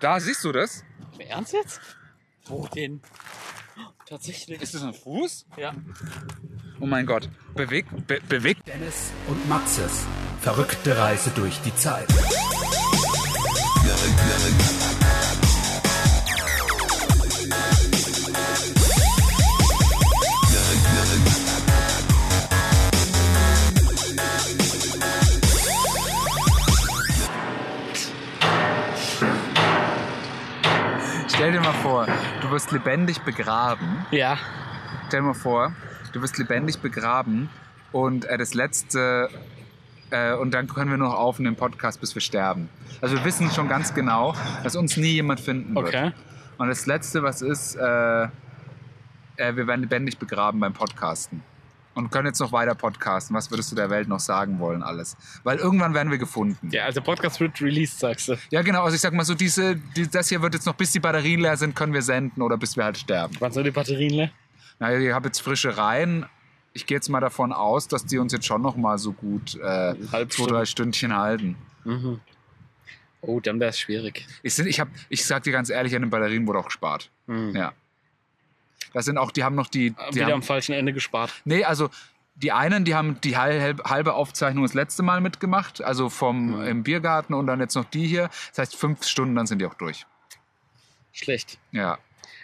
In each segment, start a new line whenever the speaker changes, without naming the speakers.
Da siehst du das?
Ernst jetzt? Oh, den. Tatsächlich.
Ist das ein Fuß?
Ja.
Oh mein Gott. Bewegt, be bewegt.
Dennis und Maxes verrückte Reise durch die Zeit.
Stell dir mal vor, du wirst lebendig begraben.
Ja.
Stell dir mal vor, du wirst lebendig begraben und äh, das letzte. Äh, und dann können wir nur noch aufnehmen Podcast, bis wir sterben. Also wir wissen schon ganz genau, dass uns nie jemand finden wird.
Okay.
Und das letzte, was ist, äh, äh, wir werden lebendig begraben beim Podcasten. Und können jetzt noch weiter podcasten. Was würdest du der Welt noch sagen wollen, alles? Weil irgendwann werden wir gefunden.
Ja, also Podcast wird released, sagst du.
Ja, genau. Also ich sag mal so, diese, die, das hier wird jetzt noch, bis die Batterien leer sind, können wir senden oder bis wir halt sterben.
Wann soll die Batterien ne? leer?
Naja, ich habe jetzt frische Reihen. Ich gehe jetzt mal davon aus, dass die uns jetzt schon noch mal so gut äh,
Halb
zwei, drei Stündchen halten.
Mhm. Oh, dann wäre es schwierig.
Ich, sind, ich, hab, ich sag dir ganz ehrlich, an den Batterien wurde auch gespart.
Mhm.
Ja. Das sind auch, die haben noch die...
Ah,
die
Wieder
haben,
am falschen Ende gespart.
Nee, also die einen, die haben die hal- halbe Aufzeichnung das letzte Mal mitgemacht, also vom
Mhm.
im Biergarten und dann jetzt noch die hier. Das heißt, fünf Stunden, dann sind die auch durch.
Schlecht.
Ja.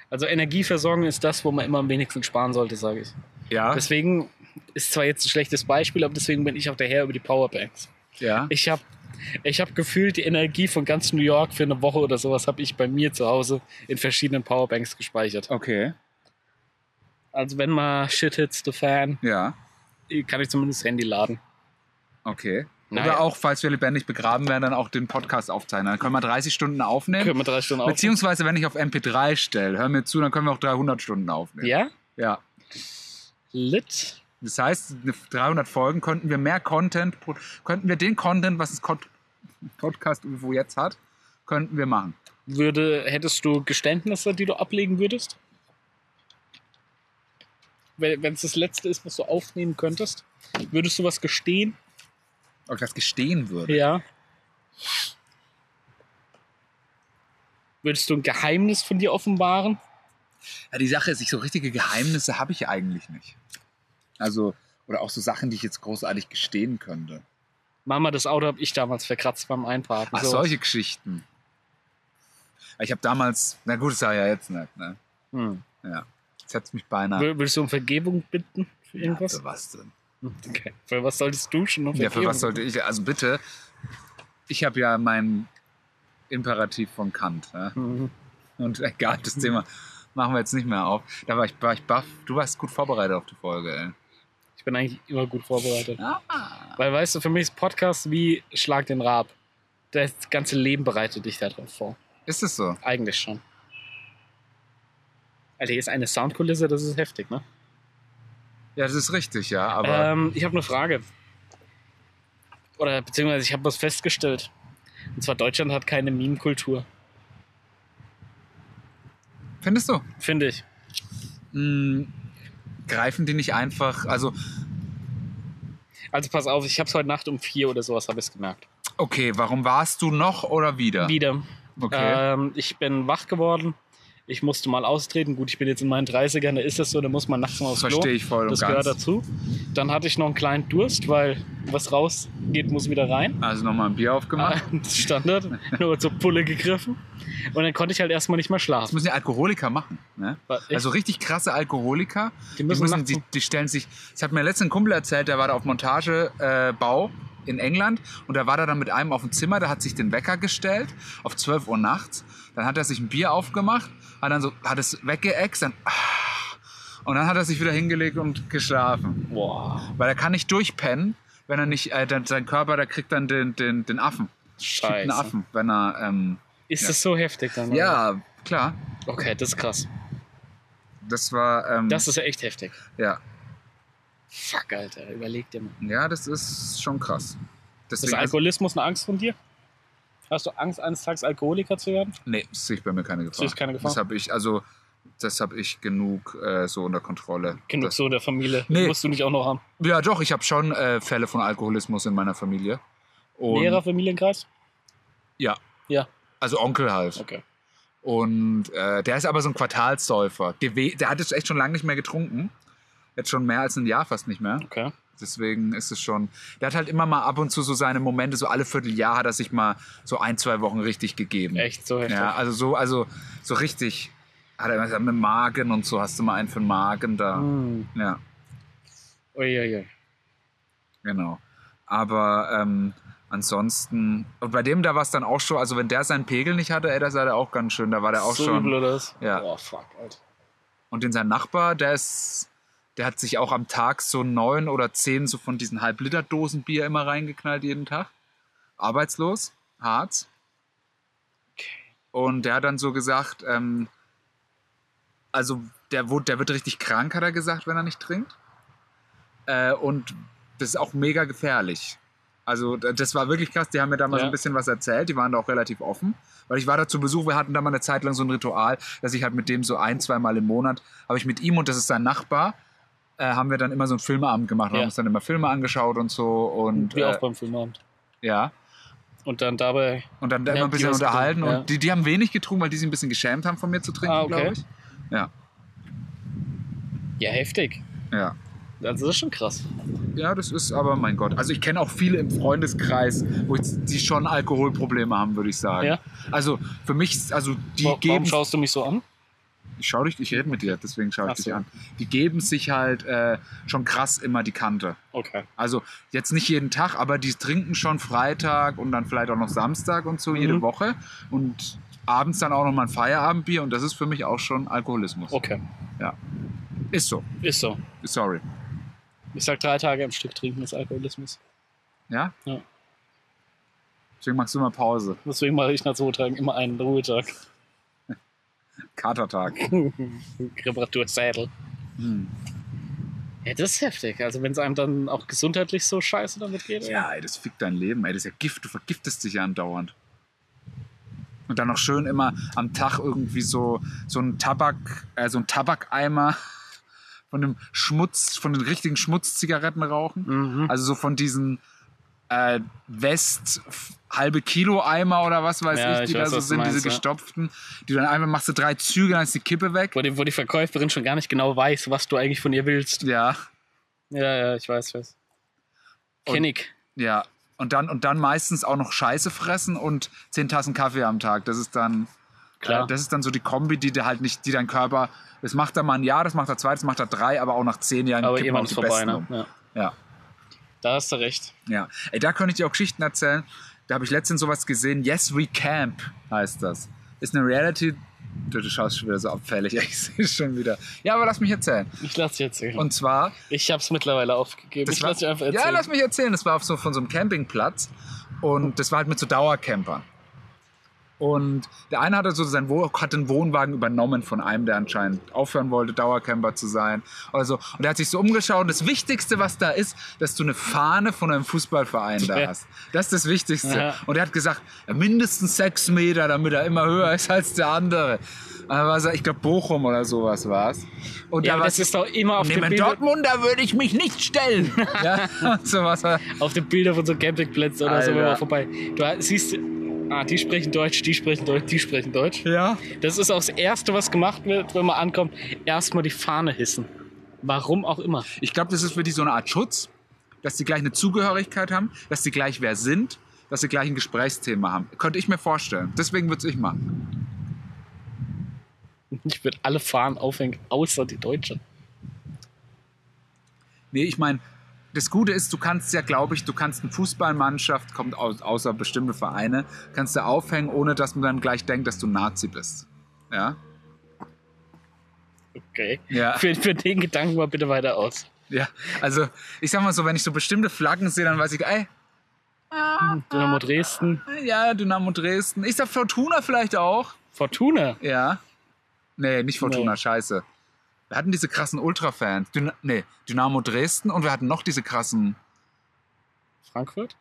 Also Energieversorgung ist das, wo man immer am wenigsten sparen sollte, sage ich.
Ja.
Deswegen ist zwar jetzt ein schlechtes Beispiel, aber deswegen bin ich auch der Herr über die Powerbanks.
ja.
Ich habe ich hab gefühlt die Energie von ganz New York für eine Woche oder sowas habe ich bei mir zu Hause in verschiedenen Powerbanks gespeichert.
Okay.
Also wenn mal Shit hits the fan,
Ja.
kann ich zumindest das Handy laden.
Okay.
Naja.
Oder auch, falls wir lebendig begraben werden, dann auch den Podcast aufzeichnen. Dann können wir 30 Stunden aufnehmen.
Können wir drei Stunden auf.
Beziehungsweise, wenn ich auf MP3 stelle, hör mir zu, dann können wir auch 300 Stunden aufnehmen.
Ja?
ja.
Lit?
Das heißt, eine 300 Folgen könnten wir mehr Content, pro- könnten wir den Content, was das Cod- Podcast UFO jetzt hat, könnten wir machen.
Würde, hättest du Geständnisse, die du ablegen würdest? Wenn es das letzte ist, was du aufnehmen könntest, würdest du was gestehen?
Ob ich das gestehen würde.
Ja. Würdest du ein Geheimnis von dir offenbaren?
Ja, die Sache ist, ich so richtige Geheimnisse habe ich eigentlich nicht. Also, oder auch so Sachen, die ich jetzt großartig gestehen könnte.
Mama, das Auto habe ich damals verkratzt beim Einparken.
Ach,
So.
solche Geschichten. Ich habe damals, na gut, das sag ich ja jetzt nicht, ne?
Hm.
Ja. Jetzt hat's mich beinahe.
Wür- Würdest du um Vergebung bitten für
Ja,
irgendwas?
für was denn?
okay. Für was solltest du schon um
Ja, für
Vergebung
was sollte ich, also bitte, ich habe ja meinen Imperativ von Kant, ne?
Mhm.
Und egal, das Thema machen wir jetzt nicht mehr auf. Da war ich, war ich baff. Du warst gut vorbereitet auf die Folge, ey.
Ich bin eigentlich immer gut vorbereitet.
Ah.
Weil, weißt du, für mich ist Podcast wie Schlag den Rab. Das ganze Leben bereitet dich darauf vor.
Ist es so?
Eigentlich schon. Alter, hier ist eine Soundkulisse, das ist heftig, ne?
Ja, das ist richtig, ja. Aber
Ähm, ich habe eine Frage. Oder beziehungsweise ich habe was festgestellt. Und zwar Deutschland hat keine Meme-Kultur,
findest du?
finde ich.
Mh, greifen die nicht einfach? Also,
Also pass auf, ich habe es heute Nacht um vier oder sowas, habe ich gemerkt.
okay, warum warst du noch oder wieder?
Wieder.
Okay.
Ähm, ich bin wach geworden. Ich musste mal austreten. Gut, ich bin jetzt in meinen 30ern, da ist das so, da muss man nachts mal
das
aufs Klo.
verstehe ich voll und
Das gehört
ganz.
dazu. Dann hatte ich noch einen kleinen Durst, weil was rausgeht, muss wieder rein.
Also nochmal ein Bier aufgemacht.
Äh. Standard, nur zur Pulle gegriffen. Und dann konnte ich halt erstmal nicht mehr
Das
schlafen.
müssen die Alkoholiker machen. Ne?
War echt-
Also richtig krasse Alkoholiker.
die
Die, müssen,
nachts-
die, die stellen sich. Das hat mir letztens ein Kumpel erzählt, der war da auf Montagebau äh, Bau in England und da war er dann mit einem auf dem Zimmer, der hat sich den Wecker gestellt auf 12 Uhr nachts. Dann hat er sich ein Bier aufgemacht, hat dann so, hat es weggeext, dann. ah, Und dann hat er sich wieder hingelegt und geschlafen.
Boah,
Weil er kann nicht durchpennen, wenn er nicht, äh, dann, sein Körper, der kriegt dann den, den, den Affen. Kriegt einen
scheiße.
Affen, wenn er, ähm,
Ist
Ja.
das so heftig dann? oder?
ja, klar.
Okay, das ist krass.
Das war, ähm,
Das ist ja echt heftig.
ja,
Fuck, Alter, überleg dir mal.
ja, das ist schon krass.
Ist
Deswegen, also
Alkoholismus eine Angst von dir? Hast du Angst, eines Tages Alkoholiker zu werden?
also, nee, sehe ich bei mir keine Gefahr.
Siehst keine Gefahr?
Das habe ich, also, das habe ich genug äh, so unter Kontrolle.
Genug
das,
so der Familie.
Nee.
Musst du nicht auch noch haben.
Ja, doch, ich habe schon äh, Fälle von Alkoholismus in meiner Familie. Und
Lehrer, Familienkreis?
Ja.
Ja.
Also Onkel halt.
Okay.
Und äh, der ist aber so ein Quartalsäufer. Der, we- der hat jetzt echt schon lange nicht mehr getrunken. Jetzt schon mehr als ein Jahr fast nicht mehr.
Okay.
Deswegen ist es schon. Der hat halt immer mal ab und zu so seine Momente, so alle Vierteljahr hat er sich mal so ein, zwei Wochen richtig gegeben.
Echt so heftig.
Ja, also so, also so richtig. Hat er immer gesagt, mit Magen und so hast du mal einen für den Magen da.
Hm.
Ja,
Uiuiui.
genau. Aber ähm, ansonsten. Und bei dem da war es dann auch schon, also wenn der seinen Pegel nicht hatte, ey, das hat er auch ganz schön. Da war der auch
so
schon.
übel oder was?
Ja.
Oh, fuck, Alter.
Und in sein Nachbar, der ist, der hat sich auch am Tag so neun oder zehn so von diesen Halb-Liter-Dosen Bier immer reingeknallt jeden Tag. Arbeitslos, Harz. Und der hat dann so gesagt, ähm, also der, wo, der wird richtig krank, hat er gesagt, wenn er nicht trinkt. Äh, und das ist auch mega gefährlich. Also d- das war wirklich krass. Die haben mir da mal so
Ja.
ein bisschen was erzählt. Die waren da auch relativ offen. Weil ich war da zu Besuch. Wir hatten da mal eine Zeit lang so ein Ritual, dass ich halt mit dem so ein, zweimal im Monat, habe ich mit ihm und das ist sein Nachbar, äh, haben wir dann immer so einen Filmeabend gemacht. Wir
Ja.
haben uns dann immer Filme angeschaut und so. Und,
Wie
äh,
auch beim Filmabend.
ja.
Und dann dabei.
Und dann
Ja,
immer ein
die
bisschen
was
unterhalten.
getrunken, ja.
Und die, die haben wenig getrunken, weil die sich ein bisschen geschämt haben, von mir zu trinken,
Ah, okay.
glaube ich. Ja,
Ja, heftig.
ja.
Also, das ist schon krass.
Ja, das ist aber, mein Gott. Also ich kenne auch viele im Freundeskreis, wo ich, die schon Alkoholprobleme haben, würde ich sagen.
Ja.
Also für mich, ist- also die
Wa- Warum
geben...
schaust du mich so an?
ich schau dich, ich rede mit dir, deswegen schaue ich
Ach
dich
so.
an. Die geben sich halt äh, schon krass immer die Kante.
Okay.
Also jetzt nicht jeden Tag, aber die trinken schon Freitag und dann vielleicht auch noch Samstag und so jede
Mhm.
Woche. Und abends dann auch nochmal ein Feierabendbier und das ist für mich auch schon Alkoholismus.
Okay.
Ist so.
Ist so.
Sorry.
Ich sag drei Tage am Stück trinken ist Alkoholismus.
Ja?
Ja.
Deswegen machst du mal Pause.
Deswegen mache ich nach zwei Tagen immer einen Ruhetag.
Katertag.
Reparaturzettel.
Hm.
Ja, das ist heftig. Also wenn es einem dann auch gesundheitlich so scheiße damit geht.
Ja, ey, das fickt dein Leben, ey, das ist ja Gift, du vergiftest dich ja andauernd. Und dann noch schön immer am Tag irgendwie so, so ein Tabak, äh, so ein Tabakeimer von dem Schmutz, von den richtigen Schmutzzigaretten rauchen.
Mhm.
Also so von diesen äh, West halbe Kilo Eimer oder was weiß
Ja,
ich, die
ich weiß,
da so
was du
sind,
meinst,
diese
ja.
gestopften, die dann einfach machst du drei Züge, dann ist die Kippe weg.
Wo, die, wo die Verkäuferin schon gar nicht genau weiß, was du eigentlich von ihr willst.
Ja,
Ja, ja, ich weiß, ich weiß.
Und-
Kenn ich.
ja. Und dann, und dann meistens auch noch Scheiße fressen und zehn Tassen Kaffee am Tag. Das ist dann.
Klar.
Äh, Das ist dann so die Kombi, die der halt nicht, die dein Körper, das macht er mal ein Jahr, das macht er zwei, das macht er drei, aber auch nach zehn Jahren
Aber
kippen
irgendwann
auch
ist
die
vorbei,
Besten
ne?
um.
Ja.
Ja,
Da hast du recht.
ja. Ey, da könnte ich dir auch Geschichten erzählen. Da habe ich letztens sowas gesehen. Yes, we camp heißt das. Ist eine Reality. Du, du schaust schon wieder so abfällig. Ich sehe schon wieder. Ja, aber lass mich erzählen.
Ich lass dich erzählen.
Und zwar
ich hab's mittlerweile aufgegeben. ich lass dich einfach erzählen.
Ja, lass mich erzählen. Das war auf so, von so einem Campingplatz und das war halt mit so Dauercampern. Und der eine hatte so sein Woh- hat den Wohnwagen übernommen von einem, der anscheinend aufhören wollte, Dauercamper zu sein. Also, und er hat sich so umgeschaut. Und das Wichtigste, was da ist, dass du eine Fahne von einem Fußballverein da
Ja.
hast. Das ist das Wichtigste.
Ja.
Und er hat gesagt, ja, mindestens sechs Meter, damit er immer höher ist als der andere. Aber ich glaube, Bochum oder sowas war es. Und da
ja, aber
war
das ist doch immer auf den,
Neben
Bildern,
Dortmund, da würde ich mich nicht stellen. ja, und sowas.
auf den Bildern von so Campingplätzen oder so
Alter.
immer vorbei. Du siehst, ah, die sprechen Deutsch, die sprechen Deutsch, die sprechen Deutsch.
Ja.
Das ist auch das Erste, was gemacht wird, wenn man ankommt. Erstmal die Fahne hissen. Warum auch immer.
Ich glaube, das ist für die so eine Art Schutz, dass die gleich eine Zugehörigkeit haben, dass die gleich wer sind, dass sie gleich ein Gesprächsthema haben. Könnte ich mir vorstellen. Deswegen würde ich machen.
Ich würde alle Fahnen aufhängen, außer die Deutsche.
Nee, ich meine, das Gute ist, du kannst ja, glaube ich, du kannst eine Fußballmannschaft, kommt aus, außer bestimmte Vereine, kannst du aufhängen, ohne dass man dann gleich denkt, dass du Nazi bist. Ja?
Okay.
Ja.
Für, für den Gedanken mal bitte weiter aus.
Ja. Also, ich sag mal so, wenn ich so bestimmte Flaggen sehe, dann weiß ich, ey,
Dynamo Dresden,
ja, Dynamo Dresden. Ich sag Fortuna vielleicht auch.
Fortuna.
Ja. Nee, nicht Fortuna,
Nee.
scheiße. Wir hatten diese krassen Ultra-Fans. Dyn nee, Dynamo Dresden und wir hatten noch diese krassen.
Frankfurt?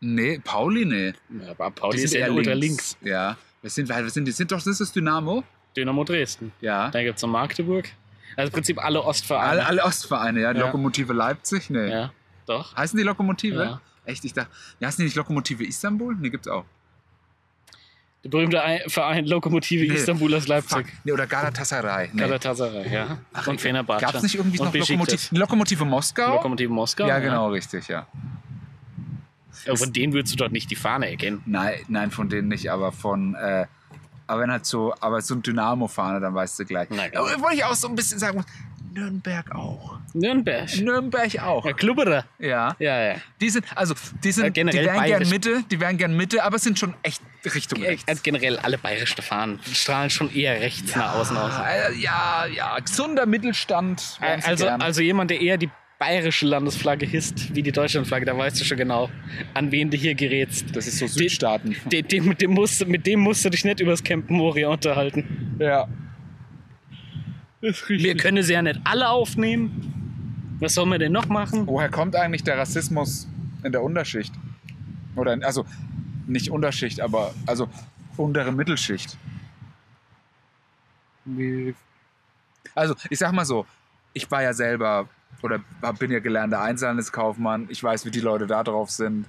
Nee, Pauli, nee.
Ja, aber Pauli
Die
ist eher unter links.
Ja. Wir sind, wir sind, die sind doch, das ist Dynamo?
Dynamo Dresden.
Ja.
Dann gibt es noch Magdeburg. Also im Prinzip alle Ostvereine.
Alle, alle Ostvereine, ja.
Ja.
Lokomotive Leipzig, nee.
Ja, doch.
Heißen die Lokomotive?
Ja.
Echt, ich dachte, ja, heißen die nicht Lokomotive Istanbul? Nee, gibt's auch.
Der berühmte Ei- Verein Lokomotive
Nee.
Istanbul aus Leipzig.
Fuck. Nee, oder Galatasaray. Nee.
Galatasaray, ja. und Fenerbahce.
Gab es nicht irgendwie
und
noch Lokomotiv,
Besiktas.
Lokomotive Moskau?
Lokomotive Moskau?
ja, genau, richtig, ja.
Aber von denen würdest du dort nicht die Fahne erkennen.
Nein, nein, von denen nicht, aber von. Äh, aber wenn halt so, aber so ein Dynamo-Fahne, dann weißt du gleich.
Nein.
Aber Wollte ich auch so ein bisschen sagen, muss, Nürnberg auch.
Nürnberg.
Nürnberg auch.
Ja, Klubberer.
Ja.
Ja, ja.
Die sind, also, die sind,
Ja,
die
generell
wären gern
bayerisch.
Mitte, die wären gern Mitte, aber es sind schon echt Richtung rechts.
Also generell alle bayerischen Fahnen strahlen schon eher rechts nach außen aus.
Äh, ja, ja, gesunder Mittelstand. wären sie
Also,
gern.
also jemand, der eher die bayerische Landesflagge hisst, wie die Deutschlandflagge, da weißt du schon genau, an wen du hier gerätst.
das ist so Südstaaten.
Dem, dem, mit dem musst, du- mit dem musst du dich nicht übers Camp Moria unterhalten.
Ja.
Wir können sie ja nicht alle aufnehmen. Was sollen wir denn noch machen?
Woher kommt eigentlich der Rassismus in der Unterschicht? Oder, in- also, nicht Unterschicht, aber, also, untere Mittelschicht. Also, ich sag mal so, ich war ja selber oder hab- bin ja gelernter Einzelhandelskaufmann. Ich weiß, wie die Leute da drauf sind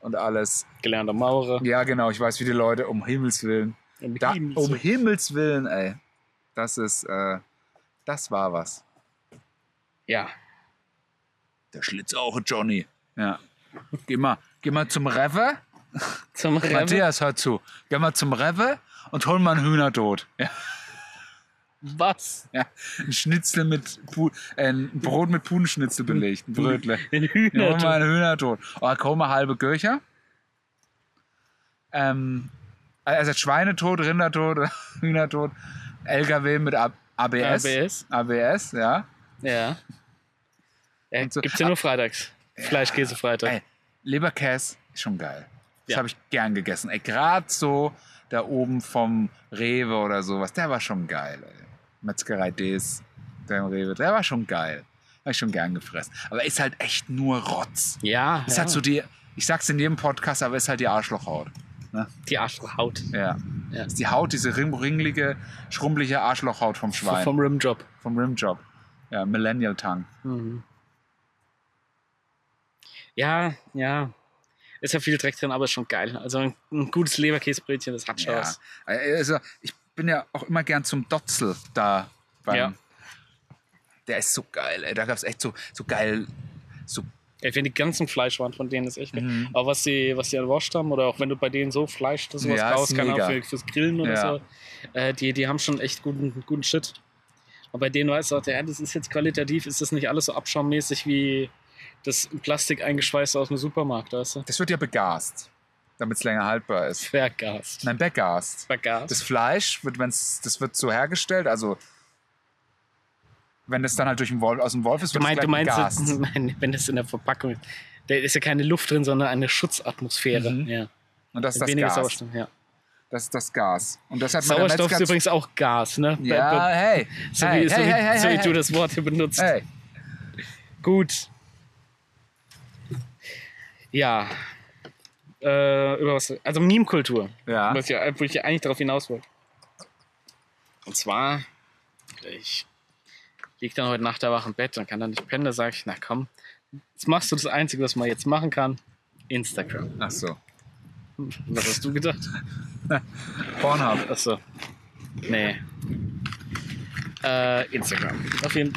und alles.
Gelernter Maurer.
Ja, genau, ich weiß, wie die Leute um Himmels Willen.
Im
Da,
Himmel.
um Himmels Willen, ey. Das ist, äh, das war was.
ja.
Der Schlitzauge Johnny. Ja. Geh mal, geh mal zum Rewe.
Zum Rewe.
Matthias, hör zu. Geh mal zum Rewe und hol mal einen Hühnertod. Ja.
Was?
Ja. Ein Schnitzel mit, Pu äh, ein Brot mit Pudenschnitzel belegt. Ein Brötle.
Ein
Ja, hol mal
Hühner.
einen Hühnertod. Oh, komm mal halbe Göcher. Ähm, also Schweinetod, Rindertod, Hühnertod. LKW mit A ABS.
ABS.
ABS, ja.
Ah, Ja. ja
Und so-
Gibt's ja nur freitags. Fleischkäsefreitag.
Ey, Leberkäse ist schon geil. Das
Ja.
habe ich gern gegessen. Ey, gerade so da oben vom Rewe oder sowas, der war schon geil. Ey. Metzgerei Des, der im Rewe, der war schon geil. Habe ich schon gern gefressen. Aber ist halt echt nur Rotz.
Ja.
Ist
ja.
halt so die, ich sag's in jedem Podcast, aber ist halt die Arschlochhaut.
die Arschhaut.
Ja.
Ja.
Ist die Haut, diese ring- ringlige, schrumpelige Arschlochhaut vom Schwein, vom,
Vom Rimjob.
Rimjob. Ja, Millennial Tongue. Mhm.
Ja, ja. Ist ja viel Dreck drin, aber ist schon geil. Also ein, ein gutes Leberkäsebrötchen, das hat schon
Ja.
was.
Also, ich bin ja auch immer gern zum Dotzel da. Beim,
Ja.
Der ist so geil, ey. Da gab es echt so, so geil. So,
Ich finde, die ganzen Fleischwaren von denen ist echt geil.
Mhm.
Aber was die, was die an Wurst haben, oder auch wenn du bei denen so Fleisch oder sowas
Ja, ist
kaufst, keine Ahnung,
mega.
für, fürs Grillen oder
Ja.
so, äh, die, die haben schon echt guten, guten Shit. Aber bei denen weißt du auch, ja, das ist jetzt qualitativ, ist das nicht alles so abschaummäßig wie das in Plastik eingeschweißt aus dem Supermarkt, weißt du?
das wird ja begast, damit es länger haltbar ist.
Vergast.
Nein, begast.
Vergast.
Das Fleisch wird, wenn's, das wird so hergestellt, also wenn das dann halt durch den Wolf, aus dem Wolf ist,
Du,
wird
mein,
es
du
gleich
meinst, äh,
begast.
nein, wenn das in der Verpackung ist, da ist ja keine Luft drin, sondern eine Schutzatmosphäre.
Mhm.
Ja.
Und das ist das
Weniger
Gas.
Sauerstoff, ja.
Das ist das Gas. Und das hat man dann
Sauerstoff ist
ganz-
übrigens auch Gas, ne?
Ja,
Be-
hey.
be- So wie,
hey,
so wie,
hey, hey, hey,
so wie
hey,
du das Wort hier benutzt.
hey.
Gut. Ja. Äh, über was, also Meme-Kultur,
Ja.
was ich- wo ich eigentlich darauf hinaus wollte. Und zwar, ich liege dann heute Nacht da wach im Bett und kann dann nicht pennen, da sage ich, na komm, jetzt machst du das Einzige, was man jetzt machen kann, Instagram.
Ach so.
Was hast du gedacht?
Pornhub.
Achso. Nee. Äh, Instagram. Auf jeden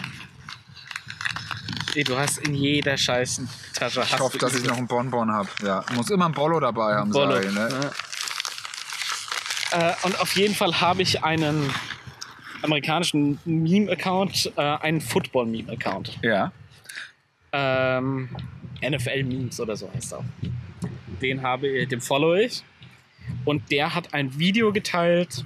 Ey, du hast in jeder scheißen Tasche.
Ich hoffe, dass ich noch einen Bonbon habe. Ja, muss immer ein Bollo dabei haben,
Bolle.
sag ich, ne?
Ja. Äh, und auf jeden Fall habe ich einen amerikanischen Meme-Account, äh, einen Football-Meme-Account.
Ja.
Ähm, NFL-Memes oder so heißt er. Den habe ich, dem follow ich. Und der hat ein Video geteilt.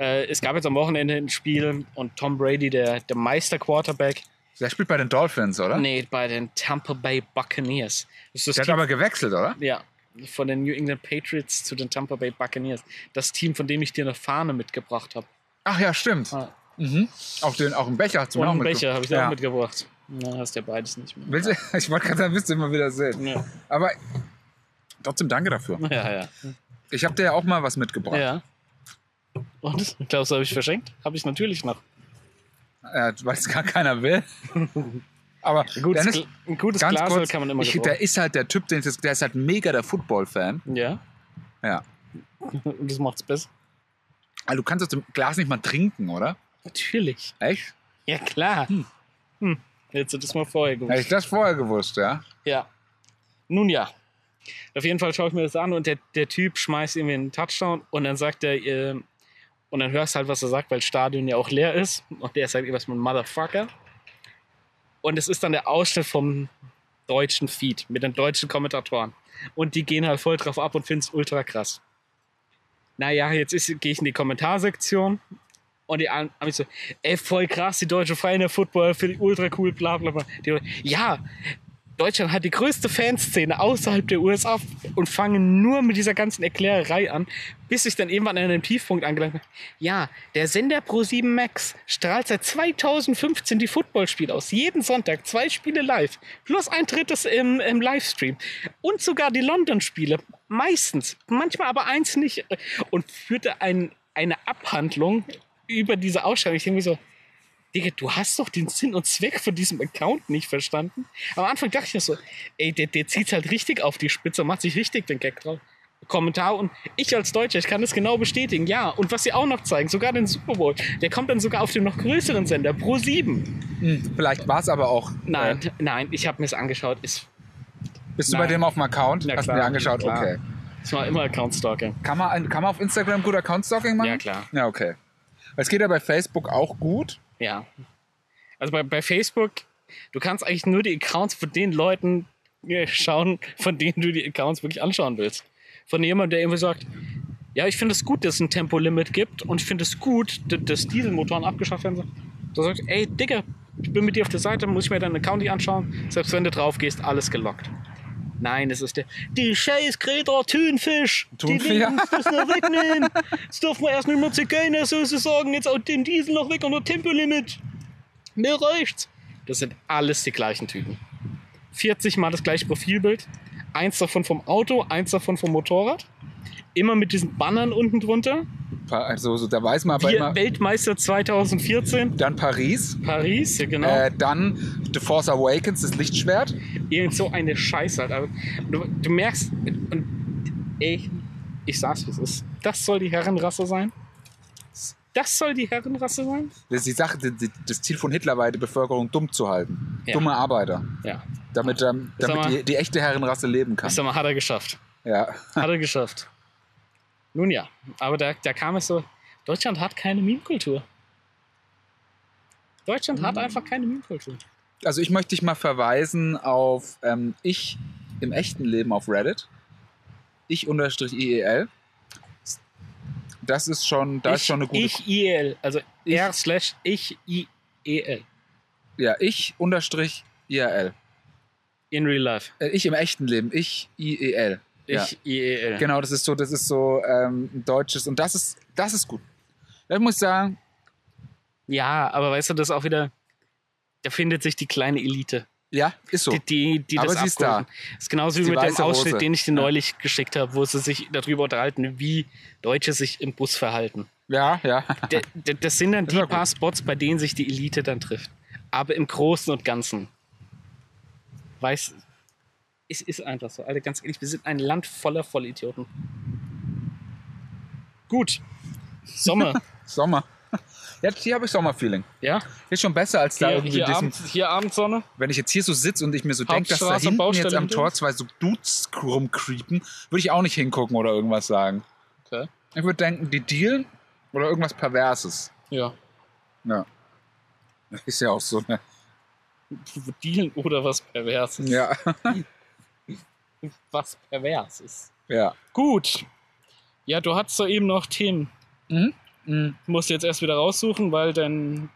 Äh, es gab jetzt am Wochenende ein Spiel und Tom Brady, der, der Meister-Quarterback,
Der spielt bei den Dolphins, oder?
nee, bei den Tampa Bay Buccaneers. Das ist das
Der hat
Team-
aber gewechselt, oder?
ja, von den New England Patriots zu den Tampa Bay Buccaneers. Das Team, von dem ich dir eine Fahne mitgebracht habe.
Ach ja, stimmt.
Ah.
Mhm. Auch, den, auch einen Becher hat
Und einen
mitge-
Becher habe ich dir
ja.
auch mitgebracht. Na, hast ja beides nicht mehr.
Willst du, ich wollte gerade sagen, willst du immer wieder sehen.
Ja,
Aber trotzdem danke dafür.
ja, ja.
Ich habe dir ja auch mal was mitgebracht.
Ja. Und glaubst du, habe ich verschenkt? Habe ich natürlich noch.
Ja. Weil es gar keiner will. Aber
Ein gutes,
Dennis,
Gl- ein gutes
ganz
Glas
kurz,
kann man immer
ich,
gebrauchen.
der ist halt der Typ, den ich, das- der ist halt mega der Football-Fan.
Ja.
Ja.
Und das macht's besser.
Also du kannst aus dem Glas nicht mal trinken, oder?
Natürlich.
Echt?
Ja, klar. Hm. Hättest du das mal vorher
Hätte ich
gewusst.
das vorher gewusst, ja?
Ja. Nun ja. Auf jeden Fall schaue ich mir das an und der, der Typ schmeißt irgendwie einen Touchdown und dann sagt er, ähm, und dann hörst du halt, was er sagt, weil das Stadion ja auch leer ist. Und der ist halt irgendwas mit einem Motherfucker. Und es ist dann der Ausschnitt vom deutschen Feed mit den deutschen Kommentatoren. Und die gehen halt voll drauf ab und finden es ultra krass. Naja, jetzt ist- gehe ich in die Kommentarsektion und die haben ich so, ey, voll krass, die deutsche Feinde Football, finde ich ultra cool, bla bla bla. Die, ja, Deutschland hat die größte Fanszene außerhalb der USA und fangen nur mit dieser ganzen Erklärerei an, bis ich dann irgendwann an einem Tiefpunkt angelangt bin. Ja, der Sender Pro7 Max strahlt seit 2015 die Footballspiele aus. Jeden Sonntag zwei Spiele live, plus ein drittes im, im Livestream. Und sogar die London-Spiele, meistens, manchmal aber eins nicht. Und führte ein, eine Abhandlung über diese Ausschreibung. Ich denke mir so, Digga, du hast doch den Sinn und Zweck von diesem Account nicht verstanden. Am Anfang dachte ich mir so, ey, der, der zieht halt richtig auf die Spitze, macht sich richtig den Gag drauf. Kommentar und ich als Deutscher, ich kann das genau bestätigen, ja. Und was sie auch noch zeigen, sogar den Super Bowl, der kommt dann sogar auf den noch größeren Sender, Pro 7.
Hm, vielleicht war es aber auch.
Nein, nein, ich habe mir es angeschaut, ist,
Bist du bei
Nein.
dem auf dem Account?
Na
Hast du
klar,
dir angeschaut?
klar.
Okay.
ist mal immer Account-Stalker.
Kann man, kann man auf Instagram gut Account-Stalking machen?
Ja, klar.
Ja, okay. Es geht ja bei Facebook auch gut.
Ja. Also bei, bei Facebook, du kannst eigentlich nur die Accounts von den Leuten äh, schauen, von denen du die Accounts wirklich anschauen willst. Von jemandem, der irgendwie sagt, ja, ich finde es gut, dass es ein Tempolimit gibt und ich finde es gut, d- dass Dieselmotoren abgeschafft werden. sollen. Da sagst du, ey, Digga, ich bin mit dir auf der Seite, muss ich mir deinen Account nicht anschauen. Selbst wenn du drauf gehst, alles gelockt. Nein, es ist der, die scheiß Greta Thunfisch.
Thunfisch,
Die
ja.
will uns das noch wegnehmen. Jetzt dürfen wir erst nicht mehr Zigeunersoße sagen, jetzt auch den Diesel noch weg und nur Tempolimit. Mir reicht's. Das sind alles die gleichen Typen. 40 mal das gleiche Profilbild. Eins davon vom Auto, eins davon vom Motorrad. Immer mit diesen Bannern unten drunter.
Also, so, da weiß man aber
Wir
immer.
Weltmeister 2014.
Dann Paris.
Paris, ja genau.
Äh, dann The Force Awakens, das Lichtschwert.
Irgend so eine Scheiße halt. Aber du, du merkst, und ey, ich sag's wie es ist. Das soll die Herrenrasse sein. Das soll die Herrenrasse sein?
Das ist die Sache, die, die, das Ziel von Hitler war, die Bevölkerung dumm zu halten.
Ja.
Dumme Arbeiter.
Ja.
Damit, ähm,
Sag
damit
mal-
die, die echte Herrenrasse leben kann.
Ich sag mal, hat er geschafft.
Ja.
Hat er geschafft. Nun ja, aber da, da kam es so, Deutschland hat keine Meme-Kultur. Deutschland
Hm.
hat einfach keine Meme-Kultur.
Also ich möchte dich mal verweisen auf ähm, ich im echten Leben auf Reddit. Ich unterstrich IEL. Das ist schon, da
ich,
ist schon eine gute.
Ich IEL, also
Ich-
R slash ich E, IEL.
ja, ich unterstrich IEL.
In real life.
Äh, ich im echten Leben. Ich IEL. Ja.
Ich E IEL.
Genau, das ist so, das ist so ähm, ein deutsches und das ist, das ist gut. Ich muss sagen,
Ja, aber weißt du, das ist auch wieder, da findet sich die kleine Elite.
ja, ist so.
Die, die, die
Aber
das
sie ist da.
abgeholt. ist genauso
Die
wie mit dem
weiße
Ausschnitt,
Hose.
den ich dir
Ja.
neulich geschickt habe, wo sie sich darüber unterhalten, wie Deutsche sich im Bus verhalten.
Ja, ja.
D- d- das sind dann
Das
die
war gut.
paar Spots, bei denen sich die Elite dann trifft. Aber im Großen und Ganzen. Weiß, es ist einfach so. Alter, ganz ehrlich, wir sind ein Land voller Vollidioten. Gut. Sommer,
Sommer. Jetzt hier habe ich Sommerfeeling.
ja?
Hier ist schon besser als da
Hier,
irgendwie in
hier,
diesem
Abend, hier Abendsonne.
wenn ich jetzt hier so sitze und ich mir so denke, dass da
Hauptstraße,
hinten jetzt
Baustelle
am
hinter
Tor
uns.
zwei so Dudes rumcreepen, würde ich auch nicht hingucken oder irgendwas sagen.
Okay.
Ich würde denken, die dealen oder irgendwas Perverses.
Ja.
Ja. Ist ja auch so, ne?
Dealen oder was Perverses.
Ja.
Was Perverses.
Ja.
Gut. Ja, du hattest soeben noch Themen.
Mhm.
Musst jetzt erst wieder raussuchen, weil dann.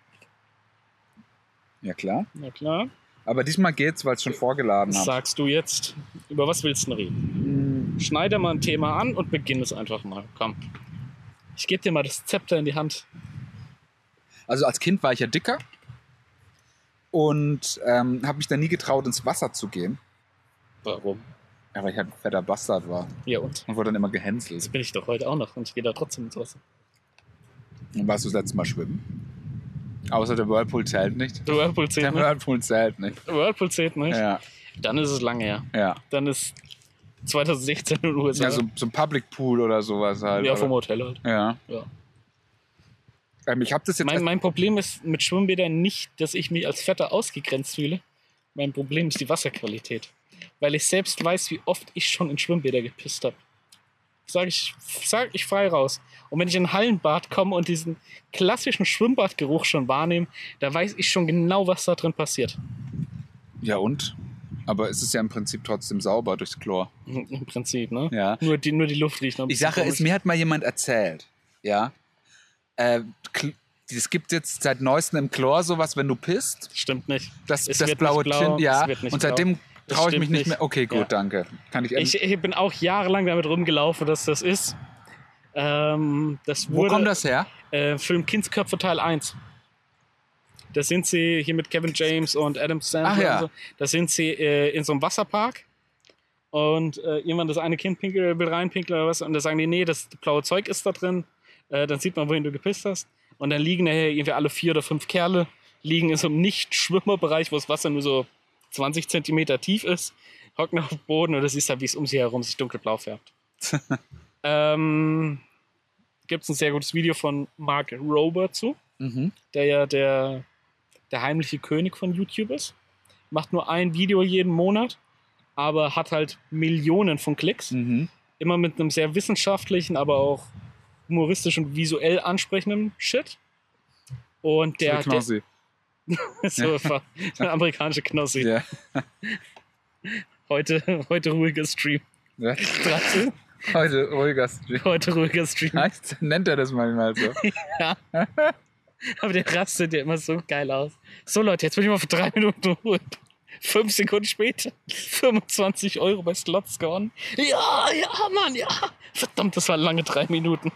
Ja, klar.
Na klar.
Aber diesmal geht's, weil es schon vorgeladen
Was
hat.
sagst du jetzt? Über was willst du denn reden?
Mhm.
Schneide mal ein Thema an und beginn es einfach mal. Komm. Ich gebe dir mal das Zepter in die Hand.
Also als Kind war ich ja dicker und ähm, habe mich dann nie getraut, ins Wasser zu gehen.
Warum?
Ja, weil ich halt ein fetter Bastard war
Ja und?
und wurde dann immer gehänselt.
Das bin ich doch heute auch noch und ich gehe da trotzdem ins Wasser.
Und warst du das letzte Mal schwimmen? Außer der Whirlpool zählt nicht.
Der Whirlpool
Der
zählt nicht.
Whirlpool zählt nicht.
ne? Whirlpool zählt nicht.
ne? Ja,
Dann ist es lange her.
ja.
Dann ist 2016 in den USA.
Ja, so, so ein Public Pool oder sowas halt.
Also- ja
oder?
vom Hotel halt.
ja.
Ja.
Ähm, ich habe das jetzt.
Mein,
erst-
mein Problem ist mit Schwimmbädern nicht, dass ich mich als Vetter ausgegrenzt fühle. Mein Problem ist die Wasserqualität. Weil ich selbst weiß, wie oft ich schon in Schwimmbäder gepisst habe. Sag ich, sag ich frei raus. Und wenn ich in ein Hallenbad komme und diesen klassischen Schwimmbadgeruch schon wahrnehme, da weiß ich schon genau, was da drin passiert.
ja, und? Aber es ist ja im Prinzip trotzdem sauber durchs Chlor.
Im Prinzip, ne?
Ja.
Nur, die, nur die Luft riecht noch ein
Ich
bisschen
sage es,
komisch.
mir hat mal jemand erzählt, ja. Äh, Kl- es gibt jetzt seit neuestem im Chlor sowas, wenn du pisst,
Stimmt nicht.
das,
Es
das
wird
blaue
nicht blau,
Tint, ja.
es wird nicht
Und seitdem
Es
traue ich
stimmt
mich nicht
nicht.
mehr. Okay, gut,
Ja.
danke. Kann ich,
Ich, ich bin auch jahrelang damit rumgelaufen, dass das ist. Ähm, das
Wo
wurde,
kommt das her?
Äh, Film Kindsköpfe Teil 1. Da sind sie hier mit Kevin James und Adam Sandler.
Ach ja.
und so. Da sind sie äh, in so einem Wasserpark und äh, jemand das eine Kind pinkelt, will reinpinkeln oder was und da sagen die, nee, das blaue Zeug ist da drin. Äh, dann sieht man, wohin du gepisst hast. Und dann liegen nachher irgendwie alle vier oder fünf Kerle, liegen in so einem Nicht-Schwimmerbereich, wo das Wasser nur so 20 Zentimeter tief ist, hocken auf dem Boden und das ist halt, wie es um sie herum sich dunkelblau färbt. ähm, Gibt es ein sehr gutes Video von Mark Rober zu
Mhm.
der ja der, der heimliche König von YouTube ist. Macht nur ein Video jeden Monat, aber hat halt Millionen von Klicks.
Mhm.
Immer mit einem sehr wissenschaftlichen, aber auch humoristischen, visuell ansprechenden Shit. Und der,
So Knossi. ne?
der so ver- der amerikanische Knossi.
Ja.
Heute, heute ruhiger Stream.
Ja. Heute ruhiger Stream.
Heute ruhiger Stream.
Heißt, nennt er das manchmal so.
Aber der rastet ja immer so geil aus. So Leute, jetzt bin ich mal für drei Minuten ruhig. Fünf Sekunden später, 25 Euro bei Slots gewonnen. Ja, ja, Mann, ja. Verdammt, das waren lange drei Minuten.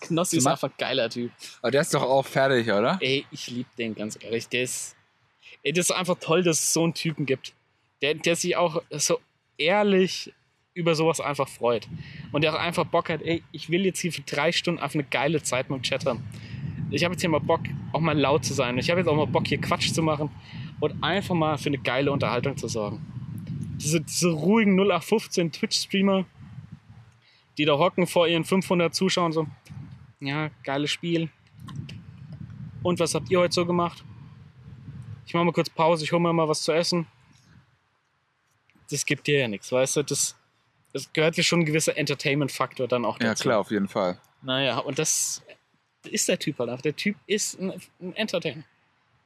Knossi ist
Zumal-
einfach ein geiler Typ.
Aber der ist doch auch fertig, oder?
Ey, ich liebe den ganz ehrlich. Der ist, ey, das ist einfach toll, dass es so einen Typen gibt, der, der sich auch so ehrlich über sowas einfach freut. Und der auch einfach Bock hat, ey, ich will jetzt hier für drei Stunden einfach eine geile Zeit mit dem Chat haben. Ich habe jetzt hier mal Bock, auch mal laut zu sein. Ich habe jetzt auch mal Bock, hier Quatsch zu machen und einfach mal für eine geile Unterhaltung zu sorgen. Diese, diese ruhigen 0815 Twitch-Streamer, die da hocken vor ihren 500 Zuschauern so, ja, geiles Spiel, und was habt ihr heute so gemacht? Ich mache mal kurz Pause, ich hole mir mal was zu essen. Das gibt dir ja nichts, weißt du? Das, das gehört ja schon ein gewisser Entertainment-Faktor dann auch dazu.
Ja, klar, auf jeden Fall.
Naja, und das ist der Typ halt einfach. Der Typ ist ein, ein Entertainer.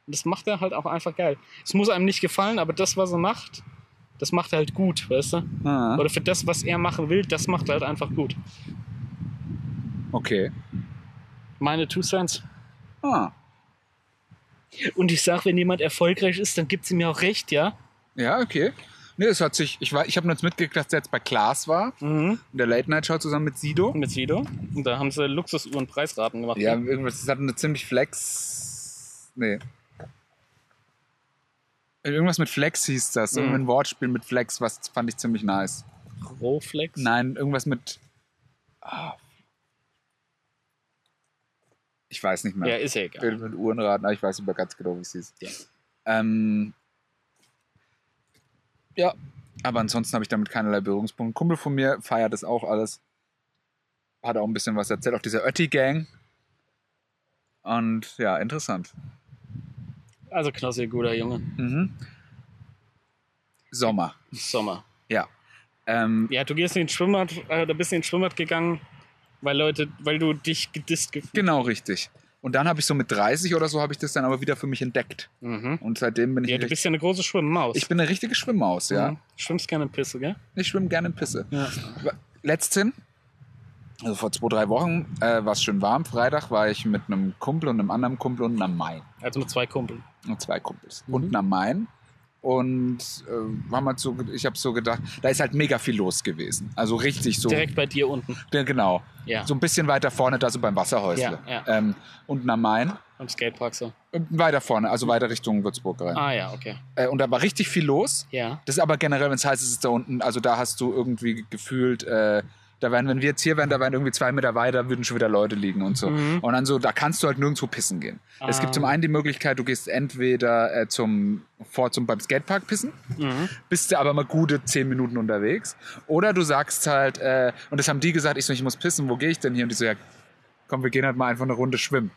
Und das macht er halt auch einfach geil. Es muss einem nicht gefallen, aber das, was er macht, das macht er halt gut, weißt du?
Ah,
Oder für das, was er machen will, das macht er halt einfach gut.
okay.
Meine Two Cents.
Ah.
Und ich sag, wenn jemand erfolgreich ist, dann gibt's ihm ja auch recht, ja?
Ja, okay. Nee, es hat sich. Ich, war- ich habe nur jetzt mitgekriegt, dass der jetzt bei Klaas war,
Mhm.
in der Late Night Show zusammen mit Sido.
mit Sido. Und da haben sie Luxusuhren Preisraten gemacht.
Ja,
ne?
irgendwas, das hat eine ziemlich Flex. Nee. Irgendwas mit Flex hieß das.
Mhm.
Irgendein Wortspiel mit Flex, was fand ich ziemlich nice.
Roflex.
Nein, irgendwas mit. Ah. Ich weiß nicht
Ja,
mehr.
ist ja
Ich
egal.
rede mit Uhrenraten, aber ich weiß aber ganz genau, wie es hieß.
Ja.
Ähm, ja, aber ansonsten habe ich damit keinerlei Berührungspunkte. Ein Kumpel von mir feiert das auch alles. Hat auch ein bisschen was erzählt, auch dieser Ötti-Gang. Und ja, interessant.
Also Knossi, guter Junge.
Mhm. Sommer.
Sommer.
Ähm,
Ja, du gehst in den Schwimmbad, äh, da bist du in den Schwimmbad gegangen, weil Leute, weil du dich gedisst gefühlt
Genau richtig. Und dann habe ich so mit 30 oder so, habe ich das dann aber wieder für mich entdeckt.
mhm.
Und seitdem bin ich.
Ja,
ein
du
richt-
bist ja eine große Schwimmmaus.
ich bin eine richtige Schwimmmaus, ja.
Mhm. Schwimmst gerne in Pisse, gell?
Ich schwimme gerne in Pisse.
Ja.
letzthin, also vor zwei, drei Wochen, äh, war es schön warm. Freitag war ich mit einem Kumpel und einem anderen Kumpel unten am Main.
Also mit zwei Kumpeln.
Und zwei Kumpels.
Mhm.
Unten am Main. Und äh, haben halt so, ge- ich habe so gedacht, da ist halt mega viel los gewesen. Also richtig so.
Direkt bei dir unten.
Ja, genau.
Ja.
So ein bisschen weiter vorne, da so beim Wasserhäusle.
Ja, ja.
Ähm, unten am Main.
Am Skatepark so.
Und Weiter vorne, also weiter Richtung Würzburg rein.
Ah ja, okay.
Äh, und da war richtig viel los.
Ja.
Das ist aber generell, wenn es heiß ist, ist da unten, also da hast du irgendwie gefühlt äh, Da wären, wenn wir jetzt hier wären, da wären irgendwie zwei Meter weiter, würden schon wieder Leute liegen und so.
Mhm.
Und dann so, da kannst du halt nirgendwo pissen gehen. Es
Ah.
gibt zum einen die Möglichkeit, du gehst entweder äh, zum, vor zum beim Skatepark pissen,
Mhm.
bist du aber mal gute zehn Minuten unterwegs. Oder du sagst halt, äh, und das haben die gesagt, ich so, ich muss pissen, wo gehe ich denn hier? Und die so, ja, komm, wir gehen halt mal einfach eine Runde schwimmen.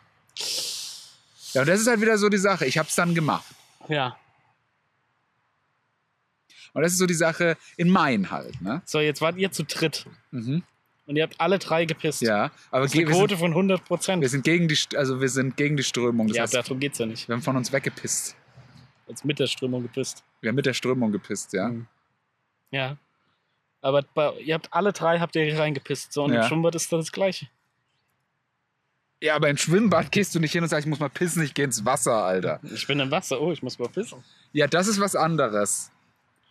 Ja, und das ist halt wieder so die Sache. Ich habe es dann gemacht.
Ja.
Und das ist so die Sache in Main halt, ne?
So, jetzt wart ihr zu dritt.
Mhm.
Und ihr habt alle drei gepisst.
Ja, aber
Das ist
ge-
eine
wir sind,
Quote von 100
wir
Prozent.
sind gegen die, St- also wir sind gegen die Strömung. Das
Ja,
heißt,
darum geht's ja nicht.
wir haben von uns weggepisst.
Als mit der Strömung gepisst.
Wir haben mit der Strömung gepisst, ja.
Mhm. Ja. Aber bei, ihr habt alle drei habt ihr reingepisst. So, und
Ja.
im Schwimmbad ist das das Gleiche.
Ja, aber im Schwimmbad gehst du nicht hin und sagst, ich muss mal pissen, ich gehe ins Wasser, Alter.
Ich bin im Wasser. Oh, ich muss mal pissen.
Ja, das ist was anderes.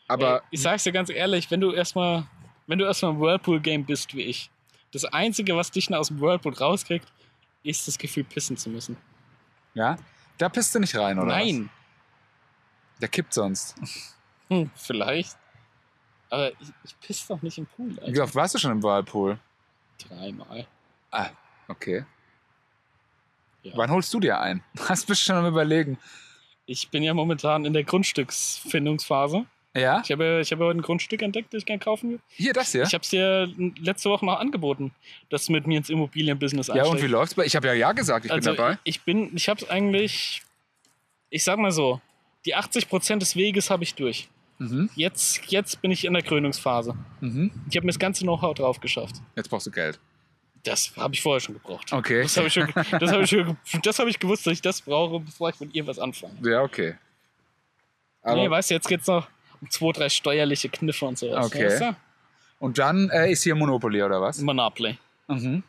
Aber
Ey, ich sag's dir ganz ehrlich, wenn du erstmal, wenn du erstmal im Whirlpool-Game bist wie ich, das Einzige, was dich noch aus dem Whirlpool rauskriegt, ist das Gefühl, pissen zu müssen.
ja, da pisst du nicht rein, oder?
Nein.
Was? Der kippt sonst.
Hm, vielleicht. Aber ich, ich pisse doch nicht im Pool, Alter.
Wie oft warst du schon im Whirlpool?
Dreimal.
Ah, okay.
Ja.
Wann holst du dir ein? Hast bist schon am überlegen.
Ich bin ja momentan in der Grundstücksfindungsphase.
Ja?
Ich habe, ja- ich habe heute ein Grundstück entdeckt, das ich gerne kaufen will.
Hier, das hier?
Ich habe es dir letzte Woche noch angeboten, dass du mit mir ins Immobilienbusiness
Ja, und wie läuft's bei? Ich habe ja ja gesagt, ich
also
bin dabei.
ich bin, ich habe es eigentlich, ich sag mal so, die 80% des Weges habe ich durch.
Mhm.
Jetzt, jetzt bin ich in der Krönungsphase.
Mhm.
Ich habe mir das ganze Know-how drauf geschafft.
Jetzt brauchst du Geld.
Das habe ich vorher schon gebraucht.
Okay.
Das habe ich, schon- das hab ich, schon- das hab ich gewusst, dass ich das brauche, bevor ich mit ihr was anfange.
Ja, okay. Aber,
nee, weißt du, jetzt geht's noch um zwei, drei steuerliche Kniffe und sowas.
Okay.
Weißt du?
und dann äh, ist hier Monopoly oder was?
Monopoly.
Mhm.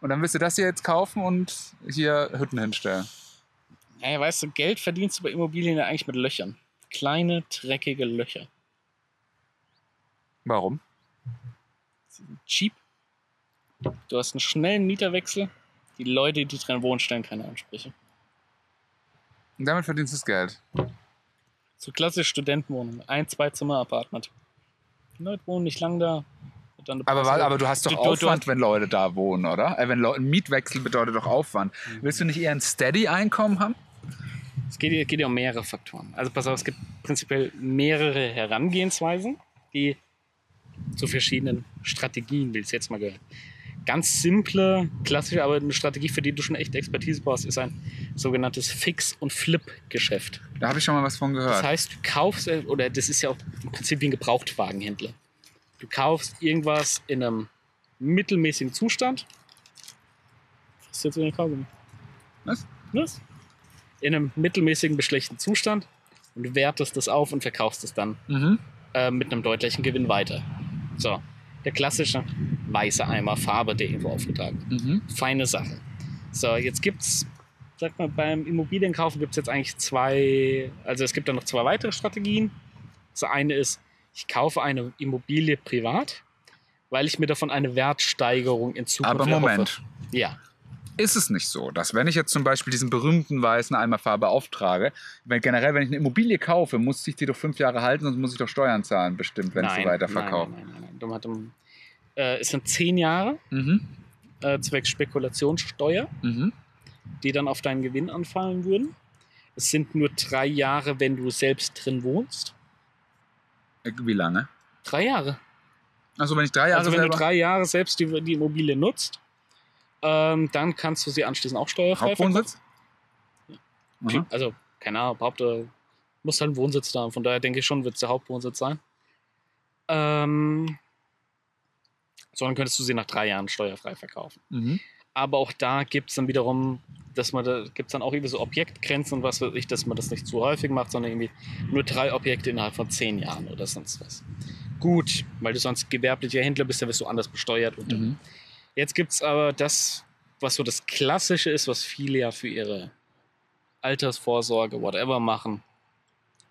Und dann willst du das hier jetzt kaufen und hier Hütten hinstellen.
Naja, weißt du, Geld verdienst du bei Immobilien ja eigentlich mit Löchern. Kleine, dreckige Löcher.
Warum?
Cheap. Du hast einen schnellen Mieterwechsel. Die Leute, die drin wohnen, stellen keine Ansprüche.
Und damit verdienst du das Geld.
So klassisch Studentenwohnung. Ein, zwei Zimmer Apartment. Die Leute wohnen nicht lang da. Und dann eine
Aber,
Pause.
wa- aber du hast doch
Also, Du- du- du
Aufwand, wenn Leute da wohnen, oder? Äh, wenn Leute, ein Mietwechsel bedeutet doch Aufwand.
Mhm.
Willst du nicht eher ein Steady-Einkommen haben?
Es geht, hier- geht ja um mehrere Faktoren. Also pass auf, es gibt prinzipiell mehrere Herangehensweisen, die zu verschiedenen Strategien, will ich jetzt mal gehören. Ganz simple, klassische, aber eine Strategie, für die du schon echt Expertise brauchst, ist ein sogenanntes Fix- und Flip-Geschäft.
Da habe ich schon mal was von
Das
gehört.
heißt, du kaufst, äh, oder das ist ja auch im Prinzip wie ein Gebrauchtwagenhändler. Du kaufst irgendwas in einem mittelmäßigen Zustand. Was hast du jetzt in den Kaugummi?
Was?
Was? In einem mittelmäßigen bis schlechten Zustand und wertest das auf und verkaufst es dann
Mhm.
äh, mit einem deutlichen Gewinn weiter. So, der klassische weiße Eimer Farbe, der irgendwo aufgetragen
Mhm.
feine Sache. So, jetzt gibt's, sag mal, beim Immobilienkaufen gibt's jetzt eigentlich zwei, also es gibt dann noch zwei weitere Strategien. Das eine ist, ich kaufe eine Immobilie privat, weil ich mir davon eine Wertsteigerung in Zukunft
Aber Moment,
Erhoffe. Ja.
ist es nicht so, dass wenn ich jetzt zum Beispiel diesen berühmten weißen Eimer Farbe auftrage, wenn generell, wenn ich eine Immobilie kaufe, muss ich die doch fünf Jahre halten, sonst muss ich doch Steuern zahlen, bestimmt, wenn ich sie weiterverkaufe.
Nein, nein, nein, nein. Dumm hat dumm. Äh, es sind zehn Jahre
Mhm.
äh, zwecks Spekulationssteuer,
Mhm.
die dann auf deinen Gewinn anfallen würden. Es sind nur drei Jahre, wenn du selbst drin wohnst.
Äh, Wie lange?
Drei Jahre.
Also wenn ich drei Jahre
also wenn
selber...
du drei Jahre selbst die, die Immobilie nutzt, ähm, dann kannst du sie anschließend auch steuerfrei
Hauptwohnsitz? Mhm.
verkaufen.
Aha.
Also, keine Ahnung, behaupte, muss halt einen Wohnsitz da haben. Von daher denke ich schon, wird es der Hauptwohnsitz sein. Ähm, sondern könntest du sie nach drei Jahren steuerfrei verkaufen.
Mhm.
Aber auch da gibt es dann wiederum, dass man da gibt es dann auch irgendwie so Objektgrenzen und was weiß ich, dass man das nicht zu häufig macht, sondern irgendwie nur drei Objekte innerhalb von zehn Jahren oder sonst was. Gut, weil du sonst gewerblicher Händler bist, dann wirst du anders besteuert und, und,
Mhm.
Jetzt gibt es aber das, was so das Klassische ist, was viele ja für ihre Altersvorsorge, whatever machen.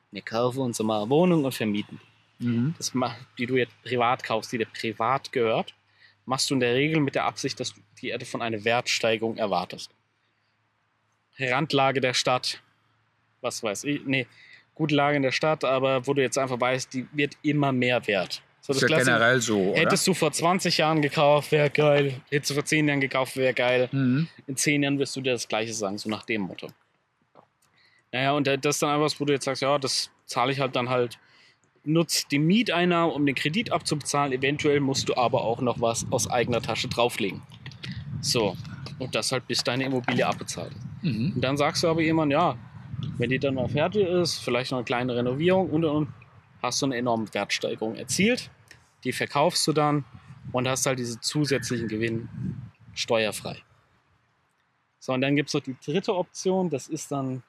Wir kaufen uns immer eine Wohnung und vermieten.
Mhm.
Das, ma- die du jetzt privat kaufst, die dir privat gehört, machst du in der Regel mit der Absicht, dass du die Erde von einer Wertsteigerung erwartest. Randlage der Stadt, was weiß ich, nee, gute Lage in der Stadt, aber wo du jetzt einfach weißt, die wird immer mehr wert. So
Ist
das
ja
Klassische.
generell so, oder?
Hättest du vor 20 Jahren gekauft, wäre geil. Hättest du vor 10 Jahren gekauft, wäre geil.
mhm.
In 10 Jahren wirst du dir das Gleiche sagen, so nach dem Motto. Naja, und das ist dann einfach, was, wo du jetzt sagst, ja, das zahle ich halt dann halt. Nutzt die Mieteinnahme, um den Kredit abzubezahlen. Eventuell musst du aber auch noch was aus eigener Tasche drauflegen. So. Und das halt, bis deine Immobilie abbezahlt ist.
Mhm.
Und dann sagst du aber jemand, ja, wenn die dann mal fertig ist, vielleicht noch eine kleine Renovierung und, und und, hast du eine enorme Wertsteigerung erzielt. Die verkaufst du dann und hast halt diese zusätzlichen Gewinn steuerfrei. So, und dann gibt es noch die dritte Option, das ist dann,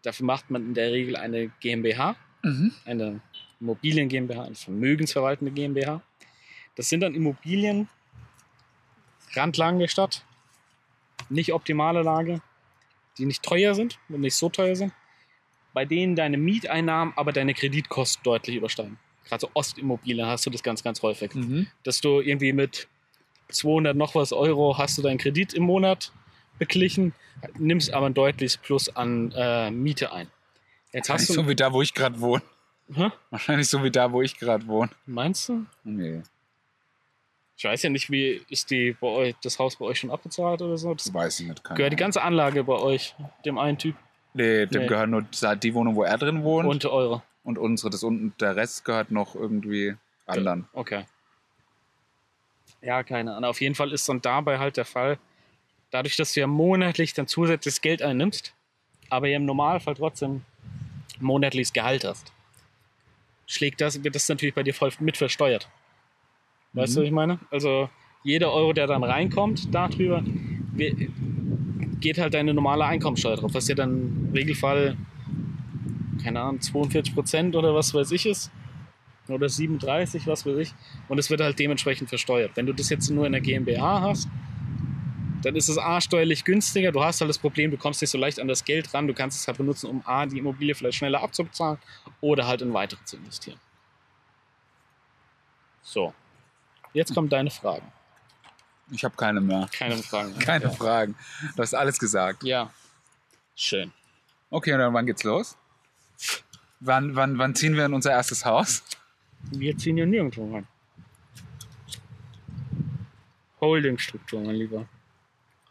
dafür macht man in der Regel eine GmbH,
Mhm.
eine Immobilien GmbH, eine vermögensverwaltende GmbH. Das sind dann Immobilien, Randlagen der Stadt, nicht optimale Lage, die nicht teuer sind und nicht so teuer sind, bei denen deine Mieteinnahmen aber deine Kreditkosten deutlich übersteigen. Gerade so Ostimmobilien hast du das ganz, ganz häufig.
Mhm.
Dass du irgendwie mit 200 noch was Euro hast du deinen Kredit im Monat beglichen, nimmst aber ein deutliches Plus an äh, Miete ein. Jetzt hast
Wahrscheinlich
du.
so wie da, wo ich gerade wohne.
Hä?
Wahrscheinlich so wie da, wo ich gerade wohne.
Meinst du?
Nee,
Ich weiß ja nicht, wie ist die bei euch, das Haus bei euch schon abbezahlt oder so. Das
das weiß ich nicht. keine
gehört die
Ahnung.
ganze Anlage bei euch, dem einen Typ,
Nee, dem
Nee.
gehört nur die Wohnung, wo er drin wohnt.
und eure.
Und unsere, das unten, der Rest gehört noch irgendwie anderen.
Okay. Ja, keine Ahnung. Auf jeden Fall ist dann dabei halt der Fall, dadurch, dass du ja monatlich dann zusätzliches Geld einnimmst, aber ja im Normalfall trotzdem monatliches Gehalt hast, schlägt das, wird das natürlich bei dir voll mit versteuert. Weißt
Mhm.
du, was ich meine? Also jeder Euro, der dann reinkommt, darüber, we- geht halt deine normale Einkommensteuer drauf, was ja dann im Regelfall, keine Ahnung, 42 Prozent oder was weiß ich ist. Oder 37, was weiß ich. Und es wird halt dementsprechend versteuert. Wenn du das jetzt nur in der GmbH hast, dann ist es A steuerlich günstiger. Du hast halt das Problem, du kommst nicht so leicht an das Geld ran. Du kannst es halt benutzen, um A, die Immobilie vielleicht schneller abzubezahlen oder halt in weitere zu investieren. So. Jetzt kommen deine Fragen.
Ich habe keine mehr.
Keine Fragen.
Keine Fragen. Du hast alles gesagt.
Ja. Schön.
Okay, und dann wann geht's los? Wann, wann, wann ziehen wir in unser erstes Haus?
Wir ziehen hier nirgendwo rein. Holdingstruktur, mein Lieber.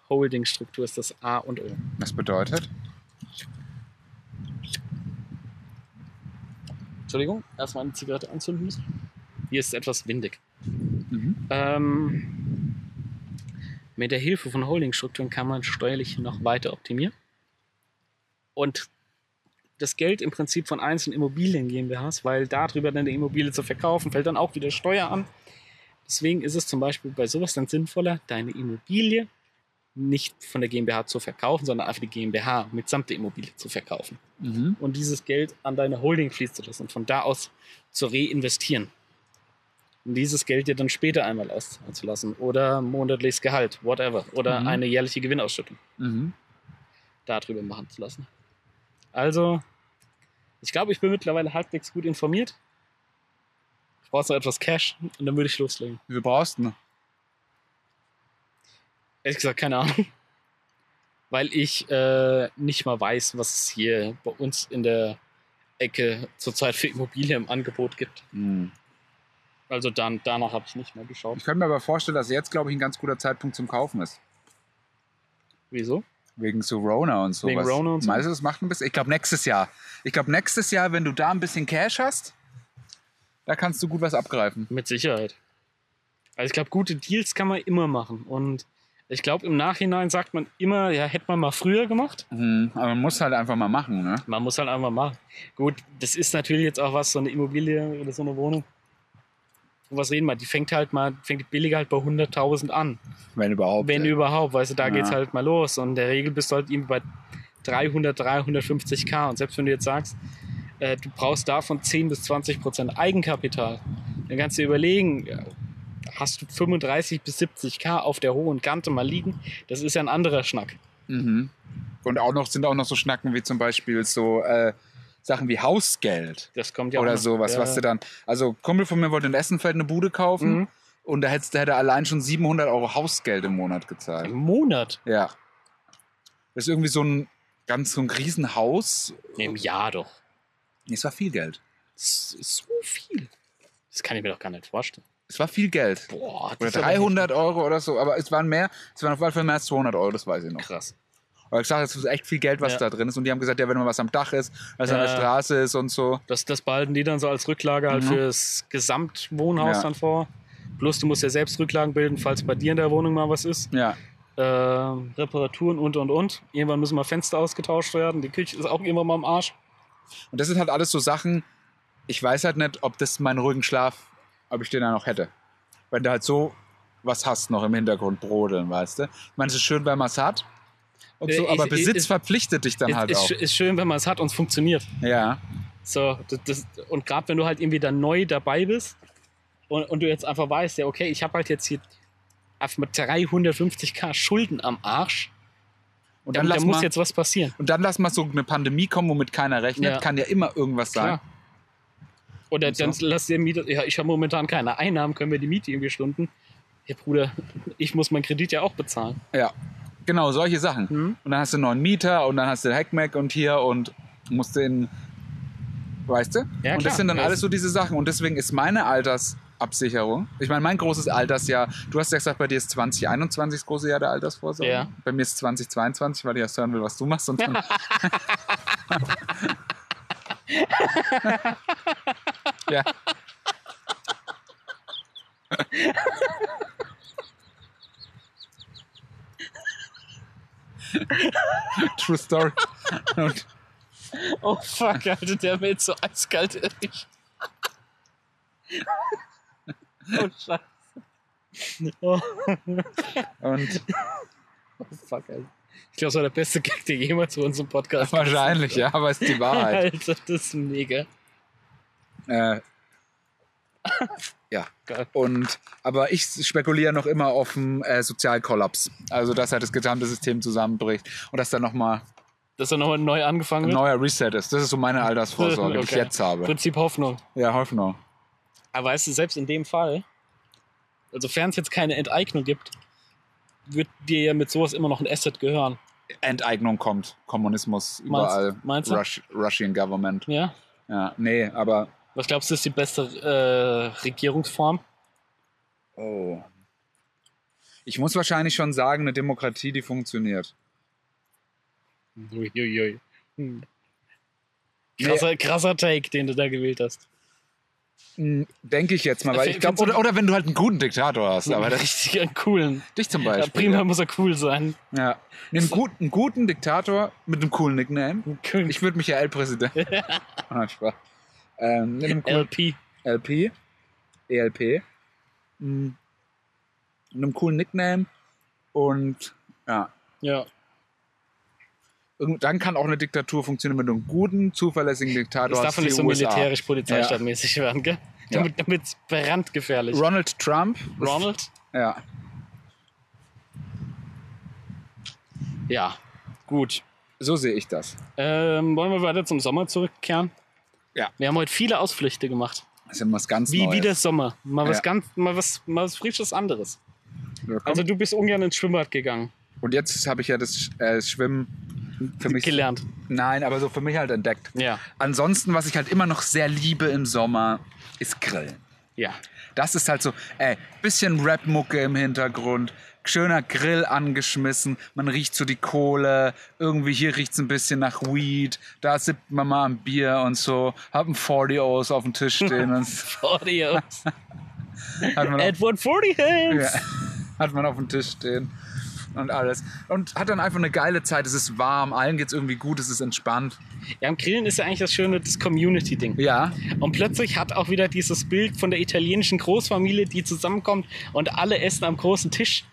Holdingstruktur ist das A und O.
Das bedeutet?
Entschuldigung, erstmal eine Zigarette anzünden müssen. Hier ist es etwas windig.
Mhm.
Ähm, mit der Hilfe von Holdingstrukturen kann man steuerlich noch weiter optimieren. Und das Geld im Prinzip von einzelnen Immobilien GmbHs, weil darüber dann die Immobilie zu verkaufen, fällt dann auch wieder Steuer an. Deswegen ist es zum Beispiel bei sowas dann sinnvoller, deine Immobilie nicht von der GmbH zu verkaufen, sondern einfach die GmbH mitsamt der Immobilie zu verkaufen
Mhm.
und dieses Geld an deine Holding fließt zu lassen und von da aus zu reinvestieren. Und dieses Geld dir dann später einmal auszahlen zu lassen oder monatliches Gehalt, whatever, oder
Mhm.
eine jährliche Gewinnausschüttung
Mhm.
darüber machen zu lassen. Also, ich glaube, ich bin mittlerweile halbwegs gut informiert. Ich brauche noch etwas Cash und dann würde ich loslegen.
Wie viel brauchst du? denn?
Ehrlich gesagt, keine Ahnung. Weil ich äh, nicht mal weiß, was es hier bei uns in der Ecke zurzeit für Immobilien im Angebot gibt.
Mhm.
Also dann, danach habe ich nicht mehr geschaut.
Ich könnte mir aber vorstellen, dass jetzt, glaube ich, ein ganz guter Zeitpunkt zum Kaufen ist.
Wieso?
Wegen so Rona und sowas.
Wegen Rona und so.
Meinst du, das macht ein bisschen? Ich glaube, nächstes Jahr. Ich glaube, nächstes Jahr, wenn du da ein bisschen Cash hast, da kannst du gut was abgreifen.
Mit Sicherheit. Also ich glaube, gute Deals kann man immer machen. Und ich glaube, im Nachhinein sagt man immer, ja, hätte man mal früher gemacht.
Mhm. Aber man muss halt einfach mal machen, ne?
Man muss halt einfach machen. Gut, das ist natürlich jetzt auch was, so eine Immobilie oder so eine Wohnung. Und was reden wir? Die fängt halt mal, fängt billiger halt bei 100.000 an.
Wenn überhaupt.
Wenn
ey.
überhaupt, weißt du, da
Ja.
geht's halt mal los. Und in der Regel bist du halt irgendwie bei 300, 350k. Und selbst wenn du jetzt sagst, äh, du brauchst davon 10 bis 20 Prozent Eigenkapital, dann kannst du dir überlegen, ja, hast du 35 bis 70k auf der hohen Kante mal liegen? Das ist ja ein anderer Schnack.
Mhm. Und auch noch sind auch noch so Schnacken wie zum Beispiel so äh, Sachen wie Hausgeld
Das kommt ja auch
oder
noch.
sowas,
ja.
was du dann. Also ein Kumpel von mir wollte in Essenfeld eine Bude kaufen
Mhm.
und da hättest, da hätte er allein schon 700 Euro Hausgeld im Monat gezahlt.
Im Monat?
Ja. Das ist irgendwie so ein ganz so ein Riesenhaus.
Im Jahr doch.
Nee, es war viel Geld.
Das ist so viel. Das kann ich mir doch gar nicht vorstellen.
Es war viel Geld.
Boah,
Oder
das ist aber
300 Euro oder so, aber es waren mehr, es waren auf jeden Fall mehr als 200 Euro, das weiß ich noch.
krass.
Aber ich sage, es ist echt viel Geld, was
Ja.
da drin ist. Und die haben gesagt, ja, wenn mal was am Dach ist, was an der
Ja.
Straße ist und so.
Das, das behalten die dann so als Rücklage halt
Mhm.
fürs Gesamtwohnhaus
Ja.
dann vor. Plus, du musst ja selbst Rücklagen bilden, falls bei dir in der Wohnung mal was ist.
Ja.
Äh, Reparaturen und und und. Irgendwann müssen mal Fenster ausgetauscht werden. Die Küche ist auch irgendwann mal am Arsch.
Und das sind halt alles so Sachen, ich weiß halt nicht, ob das meinen ruhigen Schlaf, ob ich den da noch hätte. Wenn du halt so was hast noch im Hintergrund brodeln, weißt du. Ich meine, es ist schön, weil man es hat. Und so,
Äh,
aber
ist-
Besitz
ist-
verpflichtet dich dann
ist,
halt
ist,
auch.
sch- ist schön, wenn man es hat und es funktioniert.
Ja.
So, das, das, und gerade wenn du halt irgendwie dann neu dabei bist und, und du jetzt einfach weißt, ja, okay, ich habe halt jetzt hier einfach mit 350k Schulden am Arsch.
Und
Da,
dann,
da
lass
muss
mal,
jetzt was passieren.
und dann lass mal so eine Pandemie kommen, womit keiner rechnet.
Ja.
Kann ja immer irgendwas sein.
Klar. Oder
Und so?
dann lass dir Miete. Ja, ich habe momentan keine Einnahmen, können wir die Miete irgendwie stunden. Ja, Bruder, ich muss meinen Kredit ja auch bezahlen.
Ja, genau, solche Sachen.
Mhm.
Und dann hast du einen neuen Mieter und dann hast du den Hackmack und hier und musst den, weißt du?
Ja,
und
klar.
das sind dann
Ja,
alles
es-
so diese Sachen. Und deswegen ist meine Altersabsicherung, ich meine, mein großes Altersjahr, du hast ja gesagt, bei dir ist 2021 das große Jahr der Altersvorsorge.
Ja.
Bei mir ist 2022, weil ich erst hören will, was du machst. Und dann ja. True Story. Und
Oh fuck, Alter, der wird so eiskalt erwischt. oh Scheiße. Oh,
Und
fuck, Alter. Ich glaube, das war der beste Gag, der jemals bei uns im Podcast
wahrscheinlich, ja, aber ist die Wahrheit.
Alter, das ist mega.
äh, ja.
Geil.
Und aber ich spekuliere noch immer auf einen äh, Sozialkollaps. Also dass halt das gesamte System zusammenbricht und dass dann nochmal
Dass er nochmal neu angefangen
ein
wird.
neuer Reset ist. Das ist so meine Altersvorsorge, die ich
Mhm. Okay.
jetzt habe.
Prinzip Hoffnung.
Ja, Hoffnung.
Aber weißt du, selbst in dem Fall, also sofern es jetzt keine Enteignung gibt, wird dir ja mit sowas immer noch ein Asset gehören.
Enteignung kommt. Kommunismus
Meinst-
überall.
meinst du?
Rush, Russian Government.
Ja?
Ja, nee, aber
Was glaubst du, ist die beste äh, Regierungsform?
oh. Ich muss wahrscheinlich schon sagen, eine Demokratie, die funktioniert.
Uiuiui. Hm.
Nee.
Krasser, krasser Take, den du da gewählt hast.
Hm, Denke ich jetzt mal, weil ich
Findest
glaube,
du-
oder, oder wenn du halt einen guten Diktator hast, aber das,
richtig einen coolen.
dich zum
Ja,
Beispiel.
prima muss er cool sein.
Ja. Nee, einen, guten, einen guten Diktator mit einem coolen Nickname.
Einen coolen
Ich würde mich ja L-Präsident. Ah, Spaß. Ähm, mit einem coolen E
LP.
LP. ELP. Mm. Mit einem coolen Nickname. Und ja.
Ja.
Irgend- Dann kann auch eine Diktatur funktionieren mit einem guten, zuverlässigen Diktator.
Das
aus
darf
die
nicht so
USA.
militärisch polizeistaatmäßig werden, gell?
Ja.
Damit es brandgefährlich.
Ronald Trump.
Ronald?
Ja.
Ja. Gut.
So sehe ich das.
Ähm, wollen wir weiter zum Sommer zurückkehren?
Ja.
Wir haben heute viele Ausflüchte gemacht.
Das ist immer was ganz
Wie,
Neues.
wie der Sommer. Mal was
Ja.
ganz, mal was, mal was frisches anderes.
Willkommen.
Also du bist ungern ins Schwimmbad gegangen,
Und jetzt habe ich ja das äh, Schwimmen für mich.
gelernt.
Nein, aber so für mich halt entdeckt.
Ja.
Ansonsten, was ich halt immer noch sehr liebe im Sommer, ist Grillen.
Ja.
Das ist halt so, ey, bisschen Rap-Mucke im Hintergrund, schöner Grill angeschmissen, man riecht so die Kohle, irgendwie hier riecht's ein bisschen nach Weed, da sippt man mal ein Bier und so, hab ein 40-O's auf dem Tisch stehen und so.
Audios.
hat man auf,
Edward 40
ja,
Hills.
hat man auf dem Tisch stehen und alles. Und hat dann einfach eine geile Zeit, es ist warm, allen geht's irgendwie gut, es ist entspannt.
Ja, am Grillen ist ja eigentlich das Schöne, das Community-Ding.
Ja,
Und plötzlich hat auch wieder dieses Bild von der italienischen Großfamilie, die zusammenkommt und alle essen am großen Tisch,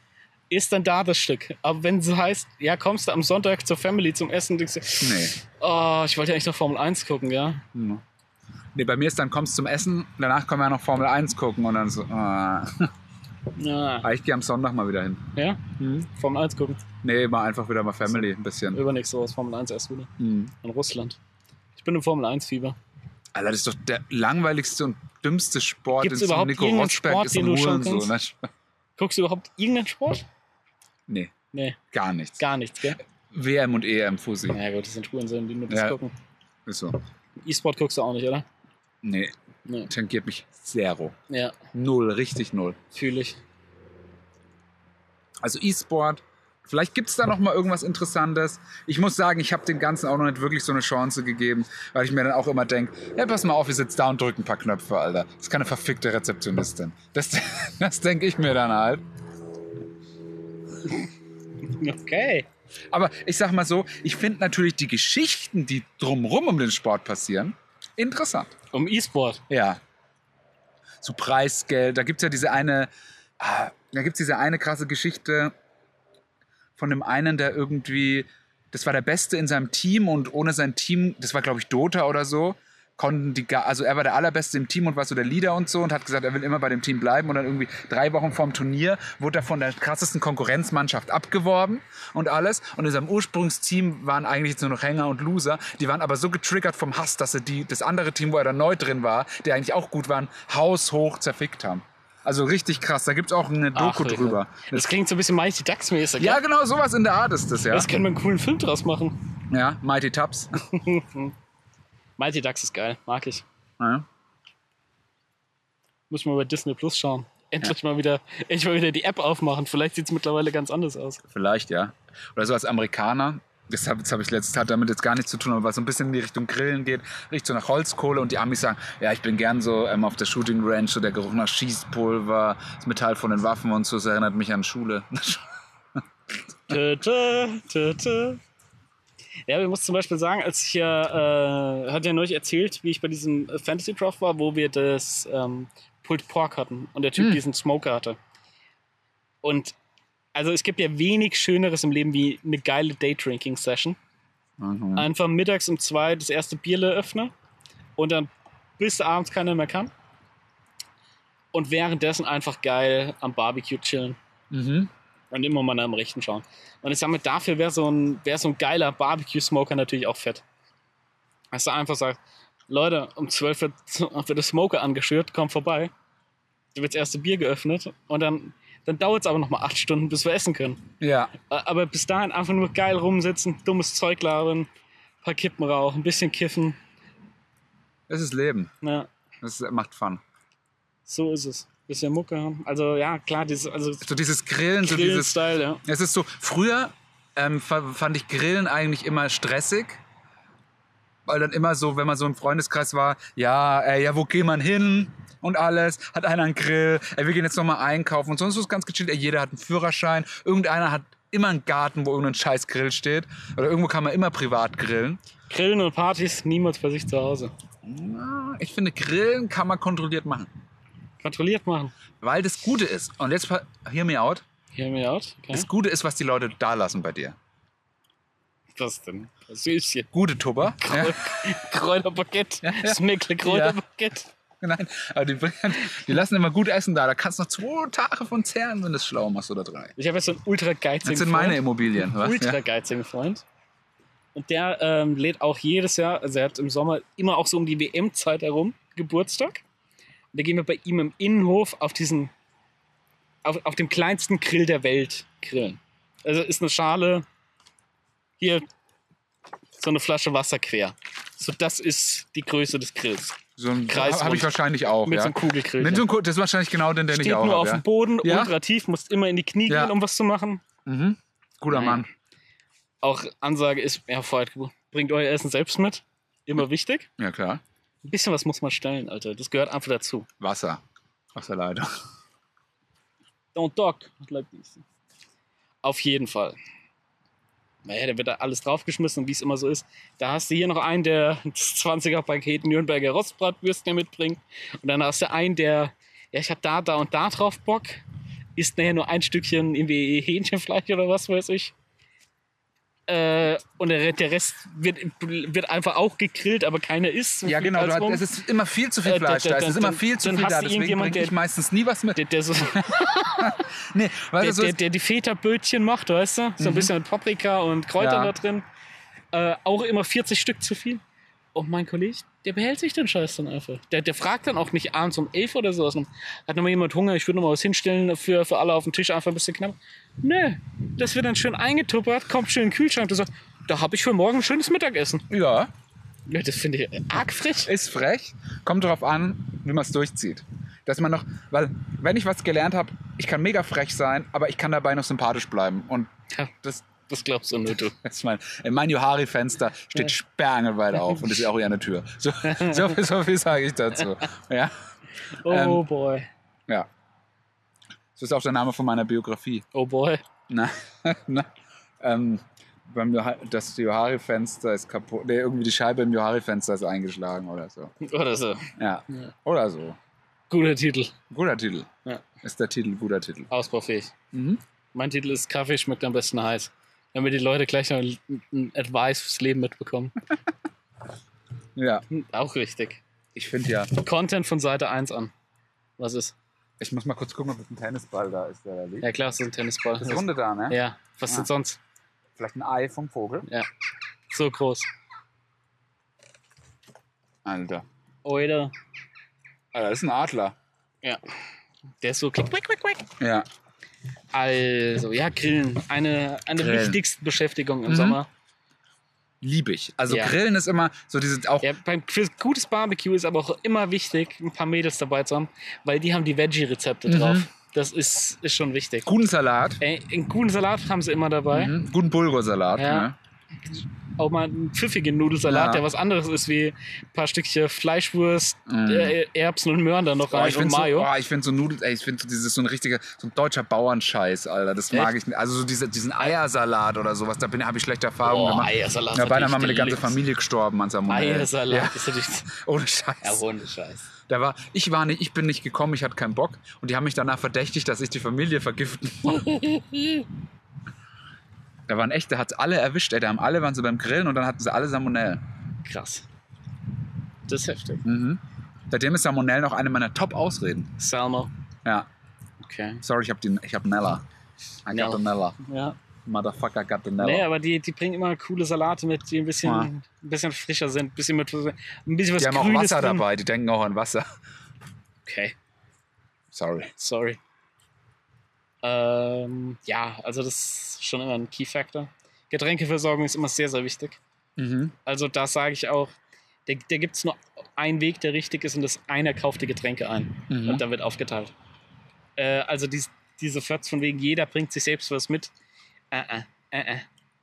ist dann da das Stück. Aber wenn es heißt, ja, kommst du am Sonntag zur Family zum Essen, denkst du,
nee. Hm.
oh, ich wollte ja eigentlich noch Formel 1 gucken, ja.
Nee, bei mir ist dann kommst zum Essen, danach können wir noch Formel 1 gucken und dann so, ah.
Ja,
Aber ich gehe am Sonntag mal wieder hin.
ja?
Mhm.
Formel 1 gucken.
Nee, mal einfach wieder mal Family ein bisschen.
Übernächste Woche ist Formel 1 erst wieder.
Mhm.
In Russland. Ich bin im Formel 1-Fieber.
Alter, das ist doch der langweiligste und dümmste Sport,
Gibt's
den so
überhaupt
Nico
irgendeinen
Rosberg
Sport,
ist ein
den du schon
Hurensohn. Ne?
Guckst du überhaupt irgendeinen Sport?
Nee,
Nee,
gar nichts.
gar nichts, gell?
WM und EM Fusi.
Na ja, gut, das sind Spuren, die nur das
Ja.
gucken.
Ist so.
E-Sport guckst du auch nicht, oder?
Nee.
Nee.
Tankiert mich zero.
Ja,
Null, richtig null.
fühle ich.
Also E-Sport. Vielleicht gibt es da noch mal irgendwas Interessantes. Ich muss sagen, ich habe dem Ganzen auch noch nicht wirklich so eine Chance gegeben, weil ich mir dann auch immer denke, ja, pass mal auf, ich sitze da und drücke ein paar Knöpfe, Alter. Das ist keine verfickte Rezeptionistin. Das, das denke ich mir dann halt.
Okay.
Aber ich sag mal so, ich finde natürlich die Geschichten, die drumrum um den Sport passieren, interessant.
Um E-Sport.
Ja. Zu Preisgeld. Da gibt's ja diese eine, ah, da gibt's diese eine krasse Geschichte von dem einen, der irgendwie, das war der Beste in seinem Team und ohne sein Team, das war glaube ich Dota oder so, konnten die, gar- also er war der Allerbeste im Team und war so der Leader und so und hat gesagt, er will immer bei dem Team bleiben und dann irgendwie drei Wochen vorm Turnier wurde er von der krassesten Konkurrenzmannschaft abgeworben und alles und in seinem Ursprungsteam waren eigentlich jetzt nur noch Hänger und Loser, die waren aber so getriggert vom Hass, dass sie die, das andere Team, wo er dann neu drin war, die eigentlich auch gut waren, haushoch zerfickt haben. Also richtig krass, da gibt's auch eine Doku
Ach,
drüber.
Das klingt so ein bisschen Mighty Ducks-mäßig.
Ja, genau, sowas in der Art ist das, ja.
Das können wir einen coolen Film draus machen.
Ja, Mighty Tubs.
Mighty Ducks ist geil, mag ich.
Ja.
Muss mal bei Disney Plus schauen. Endlich mal wieder, endlich mal wieder die App aufmachen. Vielleicht sieht es mittlerweile ganz anders aus.
Vielleicht, ja. Oder so als Amerikaner. Das habe hab ich letztes hat damit jetzt gar nichts zu tun, aber was so ein bisschen in die Richtung Grillen geht, riecht so nach Holzkohle und die Amis sagen, ja, ich bin gern so ähm, auf der Shooting Range, so der Geruch nach Schießpulver, das Metall von den Waffen und so, das erinnert mich an Schule.
Tö, tö, tö, tö. Ja, ich muss zum Beispiel sagen, als ich ja, äh, hat ja neulich erzählt, wie ich bei diesem äh, Fantasy Craft war, wo wir das ähm, Pulled Pork hatten und der Typ
Hm.
diesen Smoker hatte. Und also es gibt ja wenig Schöneres im Leben wie eine geile Day-Drinking-Session.
Mhm.
Einfach mittags um zwei das erste Bierle öffne und dann bis abends keiner mehr kann. Und währenddessen einfach geil am Barbecue chillen
Mhm.
und immer mal nach dem Rechten schauen. Und ich sag mal, dafür wäre so, ein- wär so ein geiler Barbecue-Smoker natürlich auch fett. Dass du einfach sagst, Leute, um 12 wird, wird der Smoker angeschürt, komm vorbei. Du wirst erste Bier geöffnet und dann, dann dauert es aber nochmal acht Stunden, bis wir essen können.
Ja,
Ä- Aber bis dahin einfach nur geil rumsitzen, dummes Zeug labern, ein paar Kippen rauchen, ein bisschen kiffen.
das ist Leben.
Na,
Das ist, macht Fun.
so ist es. Bisschen Mucke haben. Also ja, klar, dieses, also
So dieses Grillen, so dieses
Grillen-Style, ja.
Es ist so, früher ähm, fa- fand ich Grillen eigentlich immer stressig. Weil dann immer so, wenn man so im Freundeskreis war, ja, ey, ja, wo geht man hin? Und alles, hat einer einen Grill, ey, wir gehen jetzt nochmal einkaufen und sonst ist es ganz gechillt, ey, jeder hat einen Führerschein, irgendeiner hat immer einen Garten, wo irgendein scheiß Grill steht. Oder irgendwo kann man immer privat grillen.
Grillen und Partys, niemals bei sich zu Hause.
Na, Ah, Ich finde, Grillen kann man kontrolliert machen.
Kontrolliert machen.
Weil das Gute ist, und jetzt, pa- hear me out,
Hear me out. Okay.
das Gute ist, was die Leute da lassen bei dir.
Was denn? Süßchen.
Gute Tupper. Ja.
Kräuterbaguette.
Ja, ja.
Smickle Kräuterbaguette.
Nein, aber die, bringen- die lassen immer gut Essen da. Da kannst du noch zwei Tage von zehren, wenn du es schlau machst oder drei.
Ich habe jetzt so einen ultra geizigen
Das sind meine Immobilien. Was?
Ultra
Ja.
geizigen Freund. Und der ähm, lädt auch jedes Jahr, also er hat im Sommer immer auch so um die WM-Zeit herum Geburtstag. Und da gehen wir bei ihm im Innenhof auf diesen, auf, auf dem kleinsten Grill der Welt grillen. Also ist eine Schale, hier so eine Flasche Wasser quer. So, das ist die Größe des Grills.
So ein
Kreisrund.
habe ich wahrscheinlich auch.
Mit
ja.
so einem Kugelgrill.
Mit so einem Ku- das ist wahrscheinlich genau den, den
Steht
ich auch
nur auf
habe.
dem Boden,
Ja.
ultra tief, musst immer in die Knie
Ja.
gehen, um was zu machen.
Ja. Mhm. Guter
Nein.
Mann.
Auch Ansage ist, ja, Vorhalt, bringt euer Essen selbst mit. Immer wichtig.
Ja, klar.
Ein bisschen was muss man stellen, Alter. Das gehört einfach dazu.
Wasser. Aus der Leitung.
Don't talk like this. Auf jeden Fall. Naja, da wird da alles draufgeschmissen und wie es immer so ist. Da hast du hier noch einen, der das 20er-Paket Nürnberger Rostbratwürstchen mitbringt. Und dann hast du einen, der, ja, ich hab da, da und da drauf Bock. Isst nachher nur ein Stückchen irgendwie Hähnchenfleisch oder was weiß ich. Äh, und der, der Rest wird, wird einfach auch gegrillt, aber keiner isst.
Ja, genau. Du
Als
hast,
rum.
es ist immer viel zu
Äh,
viel
dann-
Fleisch da. Es
dann-
ist immer
dann-
viel zu
dann
viel
hast
da.
du
Deswegen
irgendjemand,
bringe ich
der-
meistens nie was mit.
der, der so,
Nee, weil das
der,
Also so
der,
ist. Mhm.
der die Feta-Bötchen macht, weißt du? So ein bisschen mit Paprika und Kräutern
Ja.
da drin. Äh, auch immer 40 Stück zu viel. Und mein Kollege, der behält sich den Scheiß dann einfach. Der, der fragt dann auch nicht abends um 11 oder sowas. Und hat nochmal jemand Hunger, ich würde nochmal was hinstellen für, für alle auf den Tisch, einfach ein bisschen knapp. Nö, das wird dann schön eingetuppert, kommt schön in den Kühlschrank. Du sagst, da habe ich für morgen ein schönes Mittagessen.
Ja.
Ja, Das finde ich arg frech.
Ist frech, kommt darauf an, wie man es durchzieht. Dass man noch, weil, wenn ich was gelernt habe, ich kann mega frech sein, aber ich kann dabei noch sympathisch bleiben. Und
Ja,
das,
das glaubst du nur du.
das ist mein, in mein Johari-Fenster steht sperrangelweit auf und ist ja auch eher eine Tür. So, so, viel- so viel sage ich dazu. Ja,
Oh
Ähm.
boy.
ja. Das ist auch der Name von meiner Biografie.
Oh boy.
Na, na, ähm, beim Joha- das Johari-Fenster ist kaputt. Nee, irgendwie die Scheibe im Johari-Fenster ist eingeschlagen oder so.
Oder so.
Ja.
Ja.
Oder so.
Guter Titel.
Guter Titel.
Ja.
Ist der Titel, guter Titel.
Ausbaufähig.
Mhm.
Mein Titel ist Kaffee schmeckt am besten heiß. Damit die Leute gleich noch ein Advice fürs Leben mitbekommen.
Ja,
Auch richtig.
ich finde ja.
Content von Seite 1 an. Was ist?
Ich muss mal kurz gucken, ob es ein Tennisball da ist, der da liegt.
Ja klar, es ist ein Tennisball.
Das ist Runde da, ne?
Ja, was
Ah.
denn sonst?
Vielleicht ein Ei vom Vogel.
So groß.
Alter.
Oder
Alter, das ist ein Adler.
der ist so klick, klick, klick, klick.
Ja.
Also, ja, Grillen. Eine, eine
Grillen.
wichtigsten Beschäftigung im
Mhm.
Sommer.
Lieb ich. Also
Ja.
Grillen ist immer so diese auch.
Ja, beim, für gutes Barbecue ist aber auch immer wichtig, ein paar Mädels dabei zu haben, weil die haben die Veggie-Rezepte
Mhm.
drauf. Das ist, ist schon wichtig.
Guten Salat.
Äh, einen guten Salat haben sie immer dabei.
Mhm. Guten Bulgursalat.
Ja.
Ne?
Auch mal einen pfiffigen Nudelsalat,
Ja.
der was anderes ist wie ein paar Stückchen Fleischwurst,
Mhm.
äh, Erbsen und Möhren da noch
Boah,
rein
ich
und
finde so,
Mayo.
boah, ich find so Nudeln, ey, ich finde so dieses so ein richtiger, so ein deutscher Bauernscheiß, Alter. Das mag ich nicht. Also so diese, diesen Eiersalat oder sowas, da bin habe ich schlechte Erfahrungen
Boah,
gemacht.
Eiersalat.
Ja,
hat
beinahe
mich
mal meine ganze
geliebt.
Familie gestorben an Salmonellen.
Eiersalat
Ja,
ist natürlich.
ohne Scheiß.
Ja, ohne Scheiß.
Da war, ich war nicht, ich bin nicht gekommen, ich hatte keinen Bock. Und die haben mich danach verdächtigt, dass ich die Familie vergiften wollte. Da waren echt, da hat alle erwischt, ey, da haben alle, waren so beim Grillen und dann hatten sie alle Salmonellen.
Krass. Das ist heftig.
Mhm. Seitdem ist Salmonellen auch eine meiner Top-Ausreden.
Salmo.
Ja,
Okay.
sorry, ich hab die, ich hab Nella. I got
Nella.
the Nella.
Ja.
Motherfucker got the Nella.
Nee, aber die, die bringen immer coole Salate mit, die ein bisschen,
Ja.
ein bisschen frischer sind, ein bisschen mit ein bisschen was
die haben auch
Grünes
Wasser
drin.
dabei, die denken auch an Wasser.
Okay,
Sorry.
sorry. Ähm, ja, also das ist schon immer ein Key Factor. Getränkeversorgung ist immer sehr, sehr wichtig.
Mhm.
Also da sage ich auch, da, da gibt es nur einen Weg, der richtig ist und das einer kauft die Getränke ein.
Mhm.
und dann wird aufgeteilt. Äh, also dies, diese Flirts von wegen, jeder bringt sich selbst was mit. Äh, äh, äh, äh.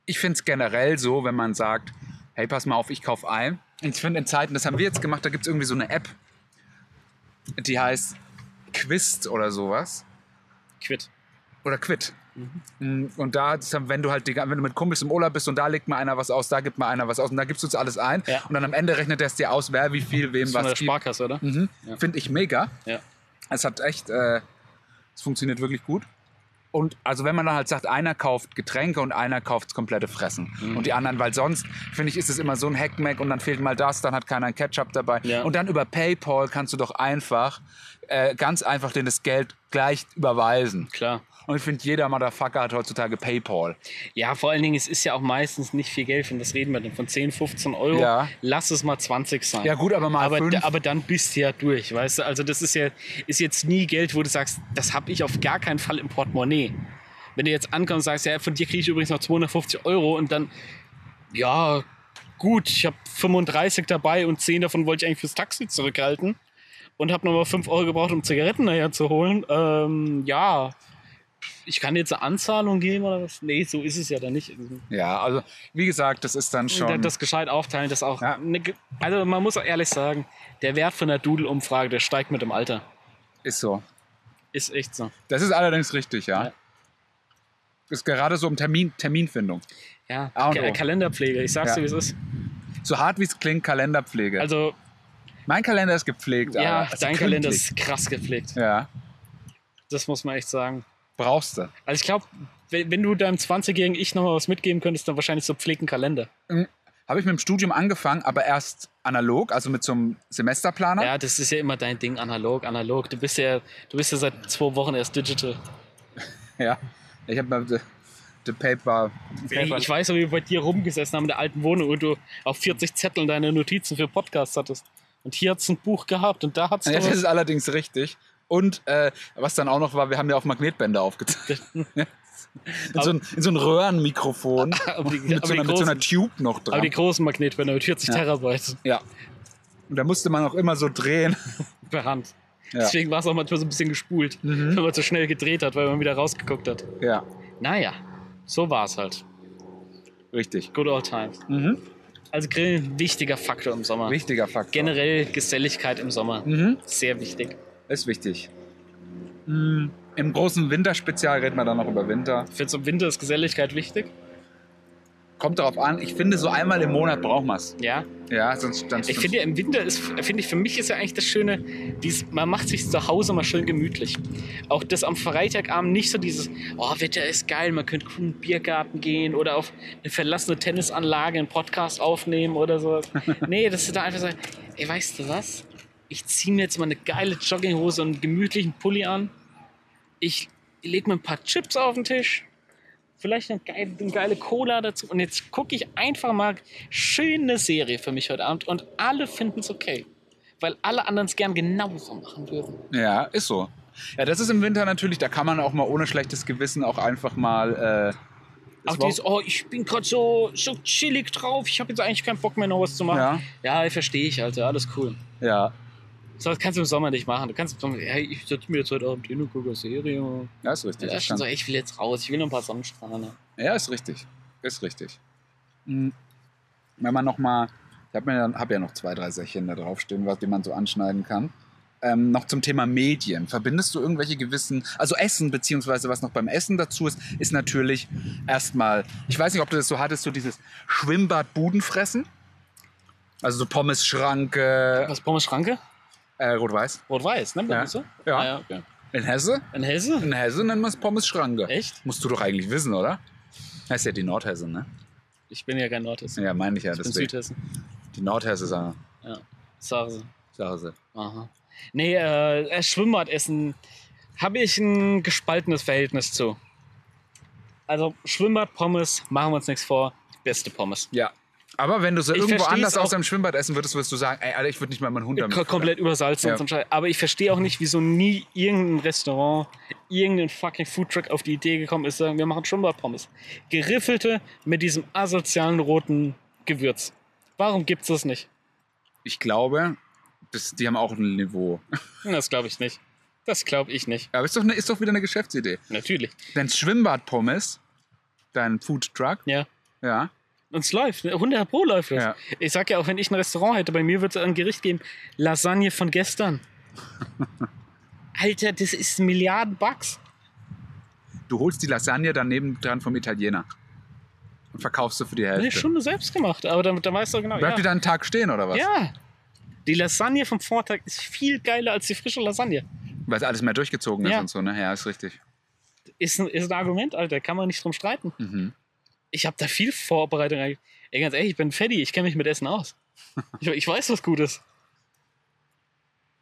ich finde es generell so, wenn man sagt, hey, pass mal auf, ich kauf ein. Und ich finde in Zeiten, das haben wir jetzt gemacht, da gibt es irgendwie so eine App, die heißt Quist oder sowas.
Quit.
Oder Quit.
Mhm.
Mm, Und da, das haben- wenn du halt, die- wenn du mit Kumpels im Urlaub bist und da legt mal einer was aus, da gibt mal einer was aus und da gibst du uns alles ein.
Ja.
Und dann am Ende rechnet der es dir aus, wer wie viel, wem
Das ist von
was
der
gibt.
Sparkasse, oder?
Mhm.
Ja.
Finde ich mega.
Ja.
Es hat echt, äh, es funktioniert wirklich gut. Und also wenn man dann halt sagt, einer kauft Getränke und einer kauft komplette Fressen.
Mhm.
Und die anderen, weil sonst, finde ich, ist es immer so ein Hackmack und dann fehlt mal das, dann hat keiner einen Ketchup dabei.
Ja.
Und dann über Paypal kannst du doch einfach, äh, ganz einfach denen das Geld gleich überweisen.
Klar.
Und ich finde, jeder Motherfucker hat heutzutage Paypal.
Ja, vor allen Dingen, es ist ja auch meistens nicht viel Geld, von was reden wir denn? Von 10, 15 Euro?
Ja.
Lass es mal 20 sein.
Ja gut, aber mal
aber,
fünf.
da- aber dann bist du ja durch, weißt du? Also das ist ja ist jetzt nie Geld, wo du sagst, das habe ich auf gar keinen Fall im Portemonnaie. Wenn du jetzt ankommst und sagst, ja, von dir kriege ich übrigens noch 250 Euro und dann, ja, gut, ich habe 35 dabei und 10 davon wollte ich eigentlich fürs Taxi zurückhalten und habe nochmal 5 Euro gebraucht, um Zigaretten nachher zu holen. Ähm, ja, ich kann jetzt eine Anzahlung geben oder was? Nee, so ist es ja dann nicht.
ja, also wie gesagt, das ist dann schon...
Das gescheit aufteilen, das auch.
Ja.
ne- also man muss auch ehrlich sagen, der Wert von der Doodle-Umfrage, der steigt mit dem Alter.
ist so.
Ist echt so.
Das ist allerdings richtig, ja.
Ja.
Ist gerade so um Termin, Terminfindung.
Ja,
Ah, und
Ka
oh.
Kalenderpflege, ich sag's
Ja.
dir, wie es ist.
So hart wie es klingt, Kalenderpflege.
Also,
mein Kalender ist gepflegt.
ja,
Alter. Also
dein Kalender
pünktlich.
ist krass gepflegt.
Ja,
Das muss man echt sagen.
brauchst du.
Also, ich glaube, wenn wenn du deinem 20-jährigen Ich nochmal was mitgeben könntest, dann wahrscheinlich so pflegten Kalender.
Habe ich mit dem Studium angefangen, aber erst analog, also mit so einem Semesterplaner.
Ja, das ist ja immer dein Ding, analog, analog. Du bist ja, du bist ja seit zwei Wochen erst digital.
Ja. Ich habe mal the, the Paper.
Ich, ich weiß, wie wir bei dir rumgesessen haben in der alten Wohnung und du auf 40 Zetteln deine Notizen für Podcasts hattest. Und hier hat's ein Buch gehabt und da hat's
ja,
ja,
das ist allerdings richtig. Und äh, was dann auch noch war, wir haben ja auf Magnetbänder aufgezeichnet. in, so ein, in so ein Röhrenmikrofon.
Aber die,
mit,
aber
so
die
einer, mit so einer
großen,
Tube noch
aber
dran.
die großen Magnetbänder mit 40 Terabyte
Ja. Und da musste man auch immer so drehen.
per Hand.
Ja. Mhm.
Deswegen war es auch manchmal so ein bisschen gespult, wenn man so schnell gedreht hat, weil man wieder rausgeguckt hat.
Ja,
Naja, so war es halt.
richtig.
Good old times.
Mhm.
Also Grillen, wichtiger Faktor im Sommer.
Wichtiger Faktor.
Generell Geselligkeit im Sommer.
Mhm.
Sehr wichtig.
Ist wichtig. Mhm. Im großen Winterspezial reden wir dann noch über Winter.
Für zum Winter ist Geselligkeit wichtig.
Kommt darauf an. Ich finde, so einmal im Monat braucht man es.
Ja.
Ja, sonst dann.
Ich finde ja im Winter ist, finde ich, für mich ist ja eigentlich das Schöne, dieses, man macht sich zu Hause mal schön gemütlich. Auch das am Freitagabend nicht so dieses, oh, Wetter ist geil, man könnte cool in den Biergarten gehen oder auf eine verlassene Tennisanlage einen Podcast aufnehmen oder sowas. nee, das ist da einfach so, ey, weißt du was? Ich ziehe mir jetzt mal eine geile Jogginghose und einen gemütlichen Pulli an. Ich lege mir ein paar Chips auf den Tisch. Vielleicht eine geile, eine geile Cola dazu. Und jetzt gucke ich einfach mal schöne Serie für mich heute Abend. Und alle finden es okay. Weil alle anderen es gern genauso machen würden.
Ja, ist so. Ja, das ist im Winter natürlich, da kann man auch mal ohne schlechtes Gewissen auch einfach mal. Äh,
Auch
es war-
dieses, oh, ich bin gerade so, so chillig drauf. Ich habe jetzt eigentlich keinen Bock mehr, noch was zu
Ja.
machen. Ja, verstehe ich, Alter. Alles cool.
ja.
So, das kannst du im Sommer nicht machen. Du kannst im Sommer, ja, ich setze mir jetzt heute Abend hin und gucke eine Serie.
ja, ist richtig.
Das ist
Das
schon
kann-
so, ey, ich will jetzt raus. Ich will noch ein paar Sonnenstrahlen.
Ja, ist richtig. Ist richtig. Mhm. Wenn man nochmal, ich habe hab ja noch zwei, drei Sächchen da draufstehen, was, die man so anschneiden kann. Ähm, noch zum Thema Medien. Verbindest du irgendwelche gewissen, also Essen, beziehungsweise was noch beim Essen dazu ist, ist natürlich erstmal, ich weiß nicht, ob du das so hattest, so dieses Schwimmbad-Budenfressen. Also so Pommes-Schranke,
Was, Pommes Schranke?
äh, rot-weiß.
Rot-Weiß, ne?
Ja.
Meinst du?
Ja.
Ah, ja okay.
In Hesse?
In Hesse?
In Hesse nennt man es Pommes-Schranke.
Echt?
Musst du doch eigentlich wissen, oder? Das ist ja die Nordhesse, ne?
Ich bin ja kein Nordhessen.
Ja, meine ich ja.
ich bin
deswegen.
Südhessen.
Die Nordhesse sagen.
Sagen sie.
Sagen sie.
Aha. Nee, äh, äh, Schwimmbadessen habe ich ein gespaltenes Verhältnis zu. Also Schwimmbad-Pommes, machen wir uns nichts vor, die beste Pommes.
Ja. Aber wenn du so
Ich
irgendwo
versteh's
anders aus
auch.
deinem Schwimmbad essen würdest, würdest du sagen, ey, Alter, ich würde nicht mal meinen Hund damit.
Ko komplett übersalzen
Ja.
und so ein Scheiß. Aber ich verstehe auch nicht, wieso nie irgendein Restaurant, irgendein fucking Foodtruck auf die Idee gekommen ist, sagen, wir machen Schwimmbad-Pommes. Geriffelte mit diesem asozialen roten Gewürz. Warum gibt's das nicht?
Ich glaube, das, die haben auch ein Niveau.
Hm, Das glaube ich nicht. Das glaube ich nicht.
Aber ist doch, ne, ist doch wieder eine Geschäftsidee.
Natürlich.
Dein Schwimmbad-Pommes, dein Foodtruck,
Ja.
ja,
Und es läuft. 100 Pro läuft das.
Ja.
Ich sag ja auch, wenn ich ein Restaurant hätte, bei mir würde es ein Gericht geben: Lasagne von gestern. Alter, das ist Milliarden Bucks.
du holst die Lasagne daneben dran vom Italiener und verkaufst sie für die
Das
Hälfte.
ist schon nur selbst gemacht, aber dann, dann weißt du auch genau.
Bleibt die
Ja.
dann einen Tag stehen oder was?
ja. Die Lasagne vom Vortag ist viel geiler als die frische Lasagne.
Weil alles mehr durchgezogen ist
Ja.
und so, ne? Ja, ist richtig.
Ist ein, ist ein Argument, Alter, kann man nicht drum streiten.
Mhm.
Ich habe da viel Vorbereitung. eigentlich. Ey, ganz ehrlich, ich bin Fatty, ich kenne mich mit Essen aus. Ich, ich weiß, was gut ist.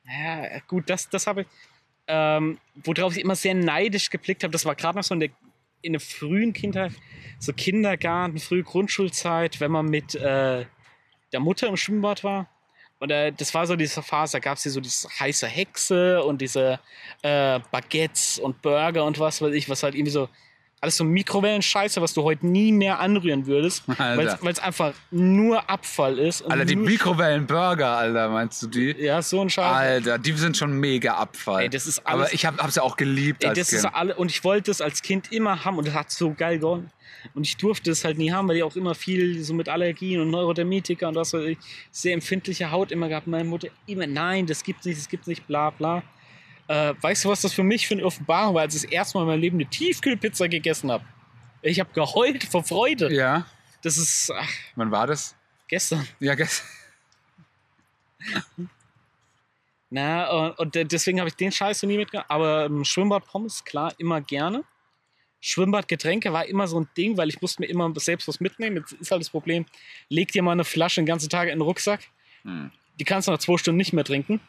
Ja, gut, das, das habe ich. Ähm, worauf ich immer sehr neidisch geblickt habe, das war gerade noch so in der, in der frühen Kindheit, so Kindergarten, frühe Grundschulzeit, wenn man mit äh, der Mutter im Schwimmbad war. Und äh, das war so diese Phase, da gab es so diese heiße Hexe und diese äh, Baguettes und Burger und was weiß ich, was halt irgendwie so, alles so Mikrowellen-Scheiße, was du heute nie mehr anrühren würdest,
Alter.
weil es einfach nur Abfall ist. und
Alter, die
Also nur-
Mikrowellenburger, Alter, meinst du die?
Ja, so ein Scheiß.
Alter, die sind schon mega Abfall.
Ey, das ist alles-
Aber ich hab, hab's ja auch geliebt
Ey,
als
das
Kind.
ist alle, und ich wollte es als Kind immer haben und das hat so geil geholfen. Und ich durfte es halt nie haben, weil ich auch immer viel so mit Allergien und Neurodermitika und was weiß ich, sehr empfindliche Haut immer gehabt. Meine Mutter immer, nein, das gibt's nicht, das gibt's nicht, bla bla. Äh, weißt du, was das für mich für eine Offenbarung war, als ich das erste Mal in meinem Leben eine Tiefkühlpizza gegessen habe? Ich habe geheult vor Freude.
ja,
Das ist ach,
wann war das?
gestern.
Ja, gestern.
Na, und, und de- deswegen habe ich den Scheiß so nie mitgenommen. Aber ähm, Schwimmbad-Pommes, klar, immer gerne. Schwimmbadgetränke war immer so ein Ding, weil ich musste mir immer selbst was mitnehmen. Jetzt ist halt das Problem, leg dir mal eine Flasche den ganzen Tag in den Rucksack.
Hm.
Die kannst du nach zwei Stunden nicht mehr trinken.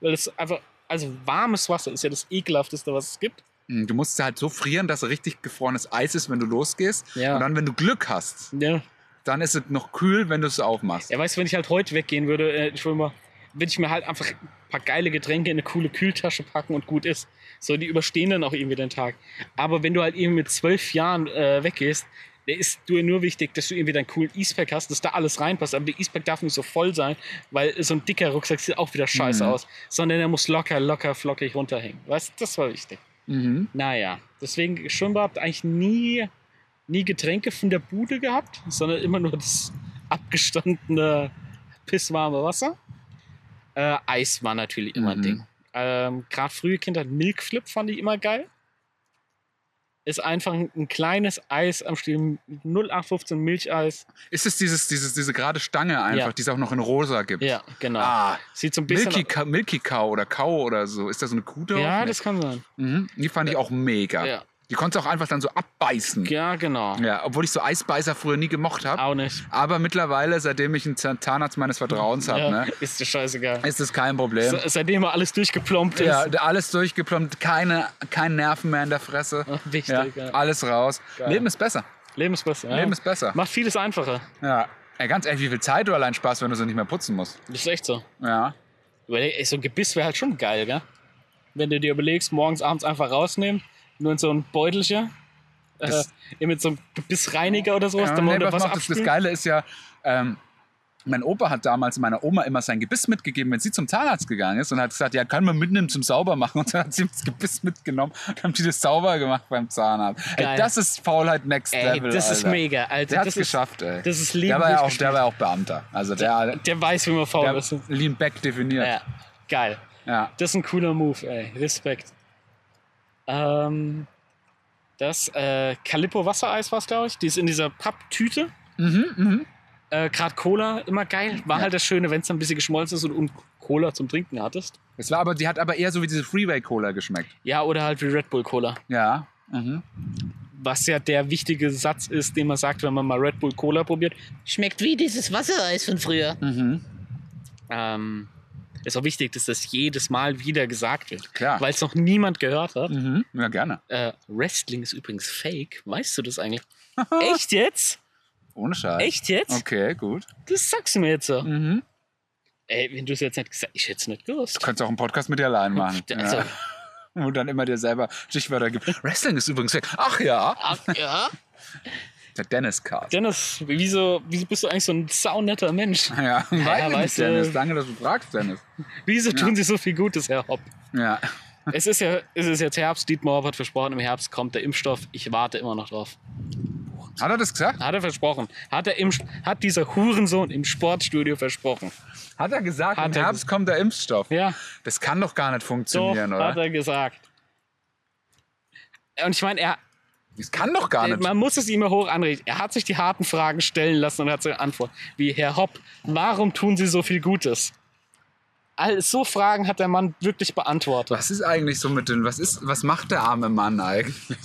Weil das einfach, also warmes Wasser ist ja das ekelhafteste, was es gibt.
Du musst halt so frieren, dass richtig gefrorenes Eis ist, wenn du losgehst.
Ja.
Und dann, wenn du Glück hast,
Ja,
dann ist es noch kühl, wenn du es aufmachst.
ja weißt du, wenn ich halt heute weggehen würde, äh, ich will mal, will ich mir halt einfach ein paar geile Getränke in eine coole Kühltasche packen und gut ist. So, die überstehen dann auch irgendwie den Tag. Aber wenn du halt irgendwie mit zwölf Jahren äh, weggehst, der ist dir nur wichtig, dass du irgendwie deinen coolen E-Spec hast, dass da alles reinpasst. Aber der E-Spec darf nicht so voll sein, weil so ein dicker Rucksack sieht auch wieder scheiße
Mhm.
aus. Sondern der muss locker, locker, flockig runterhängen. Weißt du, das war wichtig.
Mhm.
Naja, deswegen Schwimmbad eigentlich nie, nie Getränke von der Bude gehabt, sondern immer nur das abgestandene pisswarme Wasser. Äh, Eis war natürlich immer ein
Mhm.
Ding. Ähm, Gerade frühe Kindheit, Milkflip fand ich immer geil. Ist einfach ein, ein kleines Eis am Stiel, 0815 Milcheis.
Ist es dieses, dieses, diese gerade Stange einfach,
Ja.
die es auch noch in rosa gibt?
Ja, genau.
Ah,
Sieht so ein bisschen.
Milky, Ka- Milky Cow oder Cow oder so. Ist da so eine Kuh drauf?
ja,
Nee.
das kann sein.
Mhm. Die fand ich auch mega.
Ja,
Die konntest du auch einfach dann so abbeißen.
ja genau.
Ja, obwohl ich so Eisbeißer früher nie gemocht habe.
Auch nicht.
Aber mittlerweile, seitdem ich einen Zahn- Zahnarzt meines Vertrauens habe,
Ja,
ne,
Ist dir scheißegal.
ist das kein Problem.
Se- Seitdem er alles durchgeplombt ist.
Ja, alles durchgeplombt, keine, kein Nerven mehr in der Fresse. Ja, Ah.
Wichtig. Ah, Ja.
alles raus.
Geil.
Leben ist besser.
Leben ist besser. Ja.
Leben ist besser.
Macht vieles einfacher.
Ja. Ey, ganz ehrlich, wie viel Zeit du allein sparst, wenn du so nicht mehr putzen musst.
Das ist echt so.
Ja.
Überleg, ey, so ein Gebiss wäre halt schon geil, gell? Wenn du dir überlegst, morgens, abends einfach rausnehmen, nur in so ein Beutelchen, äh,
Das-
mit so einem Gebissreiniger oder sowas,
ja
dann
nee,
mal unter
was
Wasser
macht das, das
abspülen.
Geile ist ja, ähm, mein Opa hat damals meiner Oma immer sein Gebiss mitgegeben, wenn sie zum Zahnarzt gegangen ist und hat gesagt, ja, kann man mitnehmen zum Saubermachen. Und dann hat sie das Gebiss mitgenommen und haben die das sauber gemacht beim Zahnarzt. Ey,
Geil.
das ist Faulheit Next
Ey,
Level.
das ist
Alter.
mega, Alter.
Der hat's
das
geschafft, ey.
das ist
der war, ja auch,
gespielt.
der war ja auch Beamter. Also der,
Ist, der weiß, wie man faul
der
ist.
Lean Back definiert.
Ja, geil.
Ja.
Das ist ein cooler Move, ey. Respekt. Ähm, das äh, Calippo Wassereis war es, glaube ich. Die ist in dieser Papptüte.
Mhm, mhm.
Äh, Gerade Cola, immer geil. War
Ja.
halt das Schöne, wenn es dann ein bisschen geschmolzen ist und, und Cola zum Trinken hattest.
Es war aber, die hat aber eher so wie diese Freeway Cola geschmeckt.
Ja, oder halt wie Red Bull Cola.
Ja. Mhm.
Was ja der wichtige Satz ist, den man sagt, wenn man mal Red Bull Cola probiert.
Schmeckt wie dieses Wassereis von früher.
Mhm.
Ähm, ist auch wichtig, dass das jedes Mal wieder gesagt wird.
Klar.
Weil es noch niemand gehört hat.
Mhm. Ja, gerne.
Äh, Wrestling ist übrigens fake. Weißt du das eigentlich? Echt jetzt?
Ohne Scheiß.
Echt jetzt?
Okay, gut.
Das sagst du mir jetzt so.
Mhm.
Ey, wenn du es jetzt nicht gesagt ich hätte es nicht gewusst.
Du könntest auch einen Podcast mit dir allein machen.
Also,
ja. Wo dann immer dir selber Stichwörter gibt. Wrestling ist übrigens weg. Ach ja.
Ach ja?
Der Dennis Cast.
Dennis, wieso, wieso bist du eigentlich so ein saunetter Mensch?
Ja, weiß ich nicht,
weißt du-
Dennis. Danke, dass du fragst, Dennis.
Wieso tun sie so viel Gutes, Herr Hopp?
Ja.
Es ist ja, es ist jetzt Herbst. Dietmar Hopp hat versprochen, im Herbst kommt der Impfstoff. Ich warte immer noch drauf.
Hat er das gesagt?
Hat er versprochen. Hat, er im, hat dieser Hurensohn im Sportstudio versprochen.
Hat er gesagt,
Hat
im
er
Herbst kommt der Impfstoff.
Ja,
Das kann doch gar nicht
so
funktionieren,
hat
oder?
er gesagt. Und ich meine, er,
Das kann doch gar nicht.
Äh, man muss es ihm ja hoch anreden. Er hat sich die harten Fragen stellen lassen und hat so eine Antwort. Wie, Herr Hopp, warum tun Sie so viel Gutes? All, so Fragen hat der Mann wirklich beantwortet.
Was ist eigentlich so mit den, was ist, was macht der arme Mann eigentlich?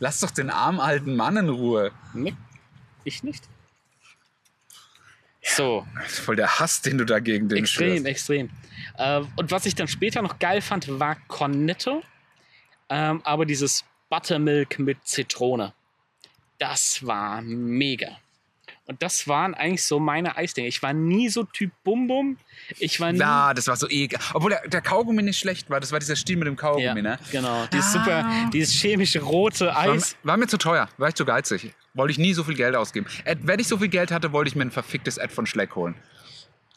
Lass doch den armen alten Mann in Ruhe.
Nee, ich nicht. So,
Das ist voll der Hass, den du da gegen den
extrem,
schürst.
extrem. Äh, und was ich dann später noch geil fand, war Cornetto. Ähm, aber dieses Buttermilk mit Zitrone. Das war mega. Und das waren eigentlich so meine Eisdinge. Ich war nie so Typ Bum-Bum. Ich war nie.
Ja, das war so eklig. Obwohl der, der Kaugummi nicht schlecht war. Das war dieser Stiel mit dem Kaugummi,
Ja,
ne?
genau. Dieses super, dieses chemische rote
War,
Eis.
war mir zu teuer, war ich zu geizig. Wollte ich nie so viel Geld ausgeben. Ad, wenn ich so viel Geld hatte, wollte ich mir ein verficktes Ad von Schleck holen.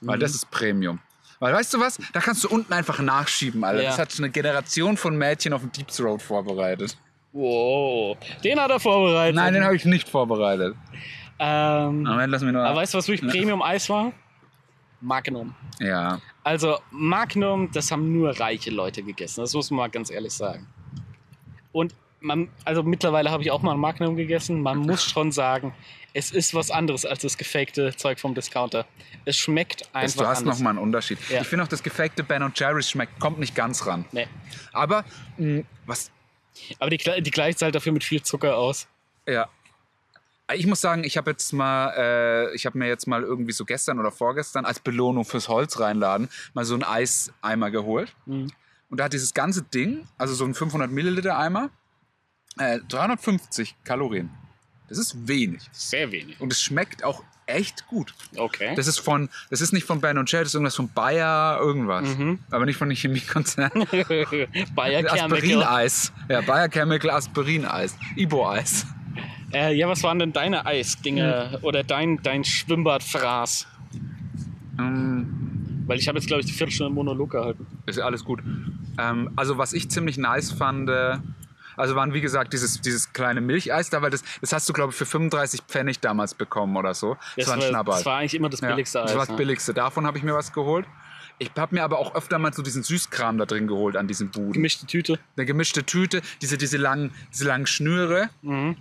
Weil das ist Premium. Weil weißt du was? Da kannst du unten einfach nachschieben, Alter.
Ja.
Das hat eine Generation von Mädchen auf dem Deep Throat vorbereitet.
Wow. Den hat er vorbereitet.
Nein, den habe ich nicht vorbereitet.
ähm,
Moment, lass mich nur.
Aber weißt du, was wirklich Premium-Eis war? Magnum.
ja.
Also Magnum, das haben nur reiche Leute gegessen. Das muss man mal ganz ehrlich sagen. Und man, also mittlerweile habe ich auch mal ein Magnum gegessen. Man muss schon sagen, es ist was anderes als das gefakte Zeug vom Discounter. Es schmeckt
Das,
einfach
du hast
anders.
nochmal einen Unterschied.
Ja.
Ich finde auch, das gefakte Ben Jerry's schmeckt, kommt nicht ganz ran.
Nee.
Aber, mh, was,
Aber die, Gle- die gleicht halt dafür mit viel Zucker aus.
ja. Ich muss sagen, ich habe jetzt mal, äh, ich habe mir jetzt mal irgendwie so gestern oder vorgestern als Belohnung fürs Holz reinladen mal so einen Eiseimer geholt.
Mhm.
Und da hat dieses ganze Ding, also so ein 500 Milliliter Eimer, äh, 350 Kalorien. Das ist wenig.
Sehr wenig.
Und es schmeckt auch echt gut.
Okay.
Das ist von, das ist nicht von Ben Shell, das ist irgendwas von Bayer irgendwas. Aber nicht von den Chemiekonzernen.
Bayer Mhm. Chemical.
Aspirin-Eis. Ja, Bayer Chemical Aspirin-Eis. Ibo-Eis.
Äh, ja, was waren denn deine Eisdinge oder dein, dein Schwimmbadfraß? Weil ich habe jetzt, glaube ich, die Viertelstunde Monolog gehalten.
Ist alles gut. Ähm, also was ich ziemlich nice fand, äh, also waren wie gesagt dieses, dieses kleine Milcheis da, weil das, das hast du glaube ich für 35 Pfennig damals bekommen oder so. Das, war ein Schnapper.
das war eigentlich immer das billigste Eis.
Das war das
ne?
billigste. Davon habe ich mir was geholt. Ich habe mir aber auch öfter mal so diesen Süßkram da drin geholt an diesem Buden.
Gemischte Tüte.
Eine gemischte Tüte, diese, diese, langen, diese langen Schnüre.
Mhm.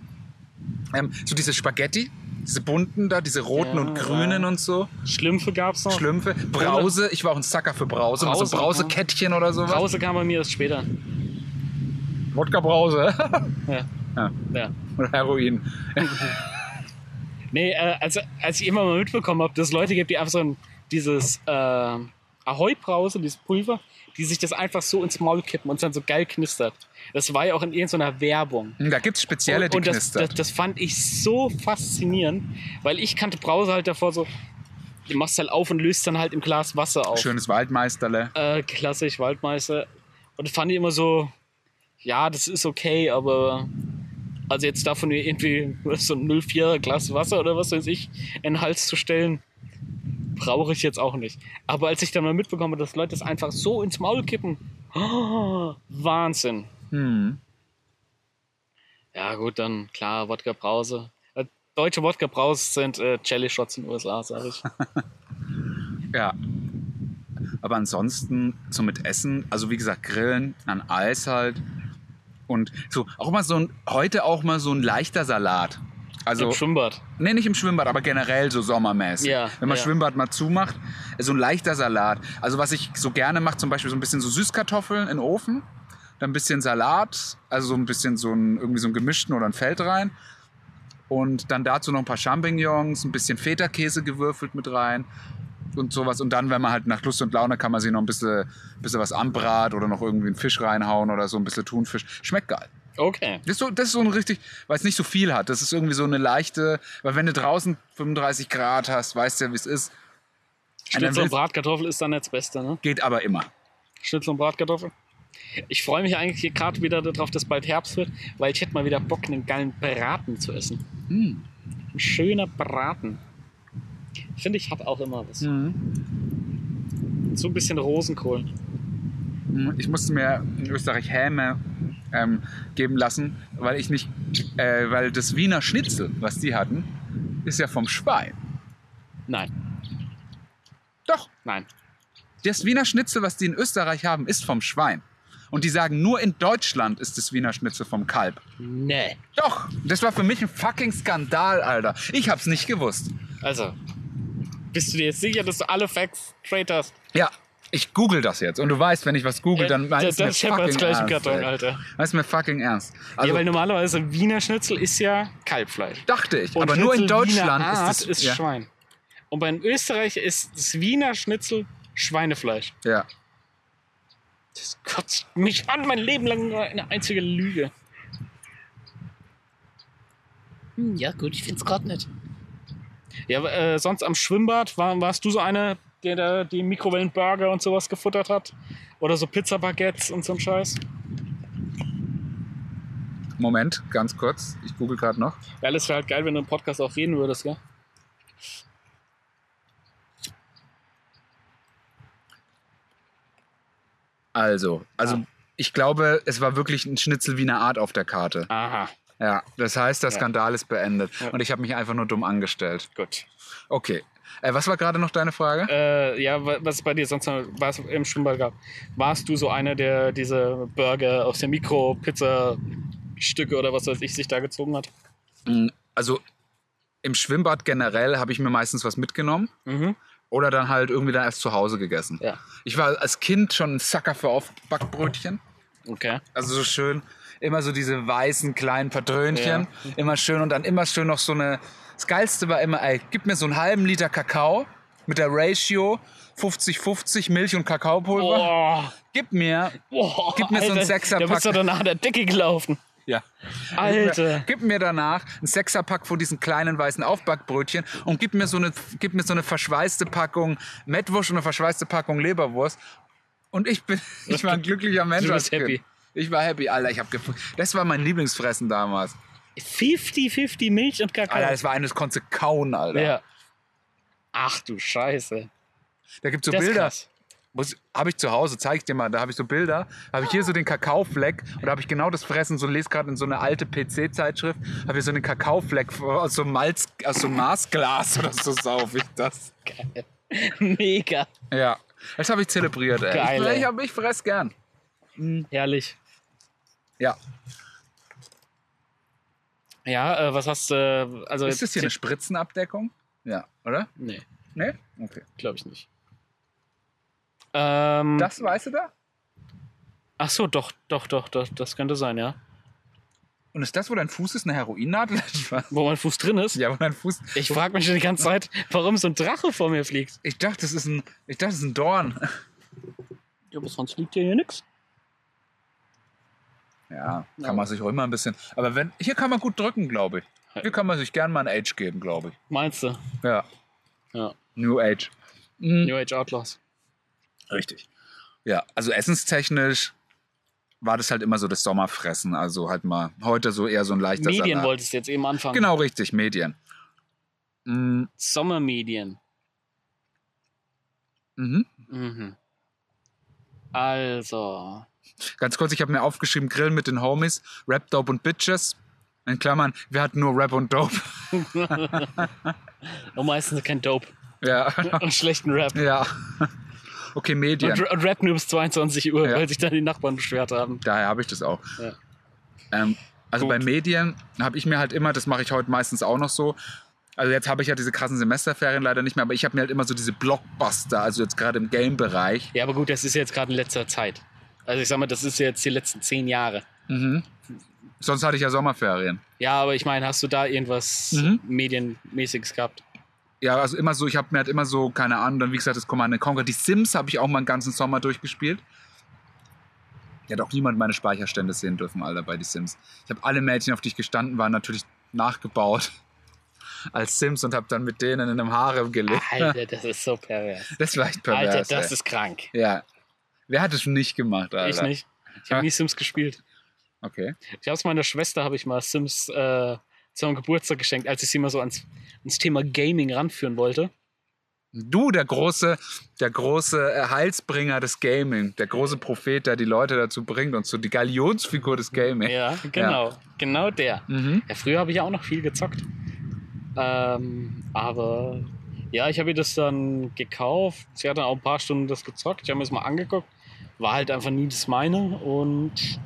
Ähm, so diese Spaghetti, diese bunten da, diese roten
Ja,
und grünen
ja.
und so.
Schlümpfe gab es noch.
Schlümpfe. Brause, ich war auch ein Sucker für Brause. Brause so
Brause,
Brausekettchen oder sowas.
Brause kam bei mir erst später.
Wodka-Brause.
Ja.
Ja.
ja.
Oder Heroin.
Nee, äh, als, als ich immer mal mitbekommen habe, dass es Leute gibt, die einfach so ein, dieses äh, Ahoi-Brause, dieses Pulver, die sich das einfach so ins Maul kippen und es dann so geil knistert. Das war ja auch in irgendeiner Werbung.
Hm, Da gibt es spezielle,
und
die
und das,
knistert.
das, das fand ich so faszinierend, weil ich kannte Brause halt davor so, du machst halt auf und löst dann halt im Glas Wasser auf.
Schönes Waldmeisterle.
Äh, klassisch Waldmeister. Und das fand ich immer so, ja, das ist okay, aber also jetzt davon mir irgendwie so ein 04er Glas Wasser oder was weiß ich in den Hals zu stellen, brauche ich jetzt auch nicht. Aber als ich dann mal mitbekomme, dass Leute das einfach so ins Maul kippen, oh, Wahnsinn.
Hm.
Ja, gut, dann klar, Wodka Brause. Äh, Deutsche Wodka Brause sind äh, Jelly Shots in den USA, sag ich.
Ja. Aber ansonsten, so mit Essen, also wie gesagt, Grillen, an Eis halt. Und so, auch mal so ein, heute auch mal so ein leichter Salat. Also,
Im Schwimmbad.
nee, nicht im Schwimmbad, aber generell so sommermäßig.
Ja,
Wenn man
ja.
Schwimmbad mal zumacht, so ein leichter Salat. Also, was ich so gerne mache, zum Beispiel so ein bisschen so Süßkartoffeln in den Ofen, dann ein bisschen Salat, also so ein bisschen so ein, irgendwie so einen gemischten oder ein Feld rein. Und dann dazu noch ein paar Champignons, ein bisschen Feta-Käse gewürfelt mit rein und sowas. Und dann, wenn man halt nach Lust und Laune, kann man sich noch ein bisschen, bisschen was anbrat oder noch irgendwie einen Fisch reinhauen oder so ein bisschen Thunfisch. Schmeckt geil.
Okay.
Das ist, so, das ist so ein richtig, weil es nicht so viel hat. Das ist irgendwie so eine leichte, weil wenn du draußen 35 Grad hast, weißt du ja, wie es ist. Und dann
Schnitzel und
willst-
Bratkartoffel ist dann jetzt das Beste, ne?
Geht aber immer.
Schnitzel und Bratkartoffel. Ich freue mich eigentlich hier gerade wieder darauf, dass bald Herbst wird, weil ich hätte mal wieder Bock, einen geilen Braten zu essen. Ein schöner Braten. Finde ich, hat auch immer
Hm.
was. So ein bisschen Rosenkohl.
Ich musste mir in Österreich Häme ähm, geben lassen, weil ich nicht, äh, weil das Wiener Schnitzel, was die hatten, ist ja vom Schwein.
Nein,
Doch,
nein.
das Wiener Schnitzel, was die in Österreich haben, ist vom Schwein. Und die sagen, nur in Deutschland ist das Wiener Schnitzel vom Kalb.
Nee.
Doch, das war für mich ein fucking Skandal, Alter. Ich hab's nicht gewusst.
Also, bist du dir jetzt sicher, dass du alle Facts straight hast?
Ja, ich google das jetzt. Und du weißt, wenn ich was google,
Äh,
dann meinst
da-
du
da
mir
scheppert
fucking
es gleich im
ernst,
Karton,
ey.
Alter.
Meinst du mir fucking ernst. Also
ja, weil normalerweise Wiener Schnitzel ist ja Kalbfleisch.
dachte ich,
Und
aber nur in
Schnitzel
Deutschland
Wiener Art
ist das... ja,
Schwein. Und bei Österreich ist das Wiener Schnitzel Schweinefleisch.
ja.
Das kotzt mich an, mein Leben lang nur eine einzige Lüge.
Hm, ja, gut, ich find's grad nicht.
Ja, aber, äh, sonst am Schwimmbad war, warst du so einer, der da die Mikrowellenburger und sowas gefuttert hat? Oder so Pizzabaguettes und so ein Scheiß?
Moment, ganz kurz. Ich google gerade noch.
Weil es wäre halt geil, wenn du im Podcast auch reden würdest, gell?
Also, also
Ah.
ich glaube, es war wirklich ein Schnitzel Wiener Art auf der Karte.
Aha,
Ja, das heißt, der
Ja.
Skandal ist beendet.
Ja.
Und ich habe mich einfach nur dumm angestellt.
gut.
Okay. Äh, was war gerade noch deine Frage?
Äh, ja, wa- was es bei dir sonst noch was im Schwimmbad gab? Warst du so einer, der diese Burger aus der Mikro, Pizzastücke oder was weiß ich, sich da gezogen hat?
Also im Schwimmbad generell habe ich mir meistens was mitgenommen.
Mhm.
Oder dann halt irgendwie dann erst zu Hause gegessen.
Ja.
Ich war als Kind schon ein Sacker für Aufbackbrötchen.
Okay.
Also so schön, immer so diese weißen kleinen Patrönchen. Immer schön und dann immer schön noch so eine. Das Geilste war immer, ey, gib mir so einen halben Liter Kakao mit der Ratio 50-50 Milch und Kakaopulver.
Boah.
Gib mir.
Boah,
Gib mir so einen
Alter,
Sechserpack.
Da bist du danach der Decke gelaufen.
Ja.
Alter.
Gib mir danach einen Sechserpack von diesen kleinen weißen Aufbackbrötchen und gib mir so eine, gib mir so eine verschweißte Packung Mettwurst und eine verschweißte Packung Leberwurst. Und ich bin, ich war ein glücklicher Mensch.
Du
als
bist
Kind.
happy.
Ich war happy, Alter. Ich hab gef- das war mein Lieblingsfressen damals.
50-50 Milch und Kakao.
Alter, das war eines konnte kauen, Alter.
ja. Ach du Scheiße.
Da gibt's so
Das ist
Bilder.
krass.
Habe ich zu Hause, zeige ich dir mal. Da habe ich so Bilder. Habe ich hier so den Kakaofleck und da habe ich genau das Fressen. So lese gerade in so eine alte PC-Zeitschrift. Habe hier so einen Kakaofleck aus so einem Malz, aus so einem Maßglas oder so sauf ich das.
Mega.
Ja, das habe ich zelebriert. Ey.
Geil,
ich,
ey.
ich, hab- ich fress gern.
Herrlich.
Ja.
Ja, äh, was hast du. Äh, also
Ist das hier eine Spritzenabdeckung? Ja, oder?
Nee,
Nee? Okay.
glaube ich nicht. Ähm,
Das weißt du da?
Ach so, doch, doch, doch, doch, das könnte sein, ja.
Und ist das, wo dein Fuß ist, eine Heroinnadel? Spaß.
Wo mein Fuß drin ist.
ja, wo dein Fuß.
Ich frage mich schon die ganze Zeit, warum so ein Drache vor mir fliegt.
Ich dachte, das ist ein, ich dachte, das ist ein Dorn.
Ja, aber sonst liegt ja hier nichts.
Ja, kann
Ja.
man sich auch immer ein bisschen. Aber wenn hier kann man gut drücken, glaube ich. Hier kann man sich gern mal ein Age geben, glaube ich.
Meinst du?
Ja.
Ja.
New Age. Mhm.
New Age Outlaws.
Richtig. Ja, also essenstechnisch war das halt immer so das Sommerfressen. Also halt mal heute so eher so ein leichter
Medien
Salat.
wolltest du jetzt eben anfangen.
Genau, richtig, Medien. Mhm.
Sommermedien.
Mhm.
Mhm. Also.
Ganz kurz, ich habe mir aufgeschrieben, Grillen mit den Homies, Rap, Dope und Bitches. In Klammern, wir hatten nur Rap und Dope.
Und meistens kein Dope.
Ja,
Und schlechten Rap.
ja. Okay, Medien.
Und, und Rap nur bis 22 Uhr,
Ja.
weil sich dann die Nachbarn beschwert haben.
Daher habe ich das auch.
Ja.
Ähm, also
Gut.
bei Medien habe ich mir halt immer, das mache ich heute meistens auch noch so. Also jetzt habe ich ja diese krassen Semesterferien leider nicht mehr, aber ich habe mir halt immer so diese Blockbuster, also jetzt gerade im Game-Bereich.
Ja, aber gut, das ist jetzt gerade in letzter Zeit. Also ich sag mal, das ist jetzt die letzten zehn Jahre.
Mhm. Sonst hatte ich ja Sommerferien.
Ja, aber ich meine, hast du da irgendwas
Mhm.
Medienmäßiges gehabt?
Ja, also immer so, ich habe mir halt immer so, keine Ahnung, dann wie gesagt, das Command and Conquer. Die Sims habe ich auch mal einen ganzen Sommer durchgespielt. Ja, doch niemand meine Speicherstände sehen dürfen, Alter, bei die Sims. Ich habe alle Mädchen, auf die ich gestanden war, natürlich nachgebaut als Sims und habe dann mit denen in einem Harem gelebt.
Alter, das ist so pervers.
Das ist leicht pervers.
Alter, das
ey.
ist krank.
Ja. Wer hat es nicht gemacht, Alter?
Ich nicht. Ich
Ah.
habe nie Sims gespielt.
Okay.
Ich habe es meiner Schwester, habe ich mal Sims äh, zum Geburtstag geschenkt, als ich sie mal so ans, ans Thema Gaming ranführen wollte.
Du, der große, der große äh, Heilsbringer des Gaming, der große Prophet, der die Leute dazu bringt und so die Galionsfigur des Gaming.
Ja, genau. Genau der.
Mhm.
Ja, früher habe ich ja auch noch viel gezockt. Ähm, aber ja, ich habe ihr das dann gekauft. Sie hat dann auch ein paar Stunden das gezockt. Ich habe mir das mal angeguckt. War halt einfach nie das meine und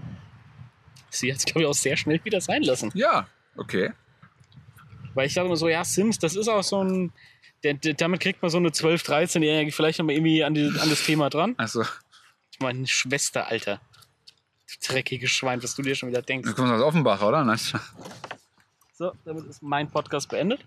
sie hat es, glaube ich, auch sehr schnell wieder sein lassen.
Ja, okay.
Weil ich dachte immer so, ja, Sims, das ist auch so ein. Der, der, damit kriegt man so eine 12-, 13-Jährige vielleicht nochmal irgendwie an, die, an das Thema dran.
Also,
Ich meine, Schwester, Alter. Du dreckiges Schwein, was du dir schon wieder denkst.
du kommst aus Offenbach, oder? Nein.
So, damit ist mein Podcast beendet.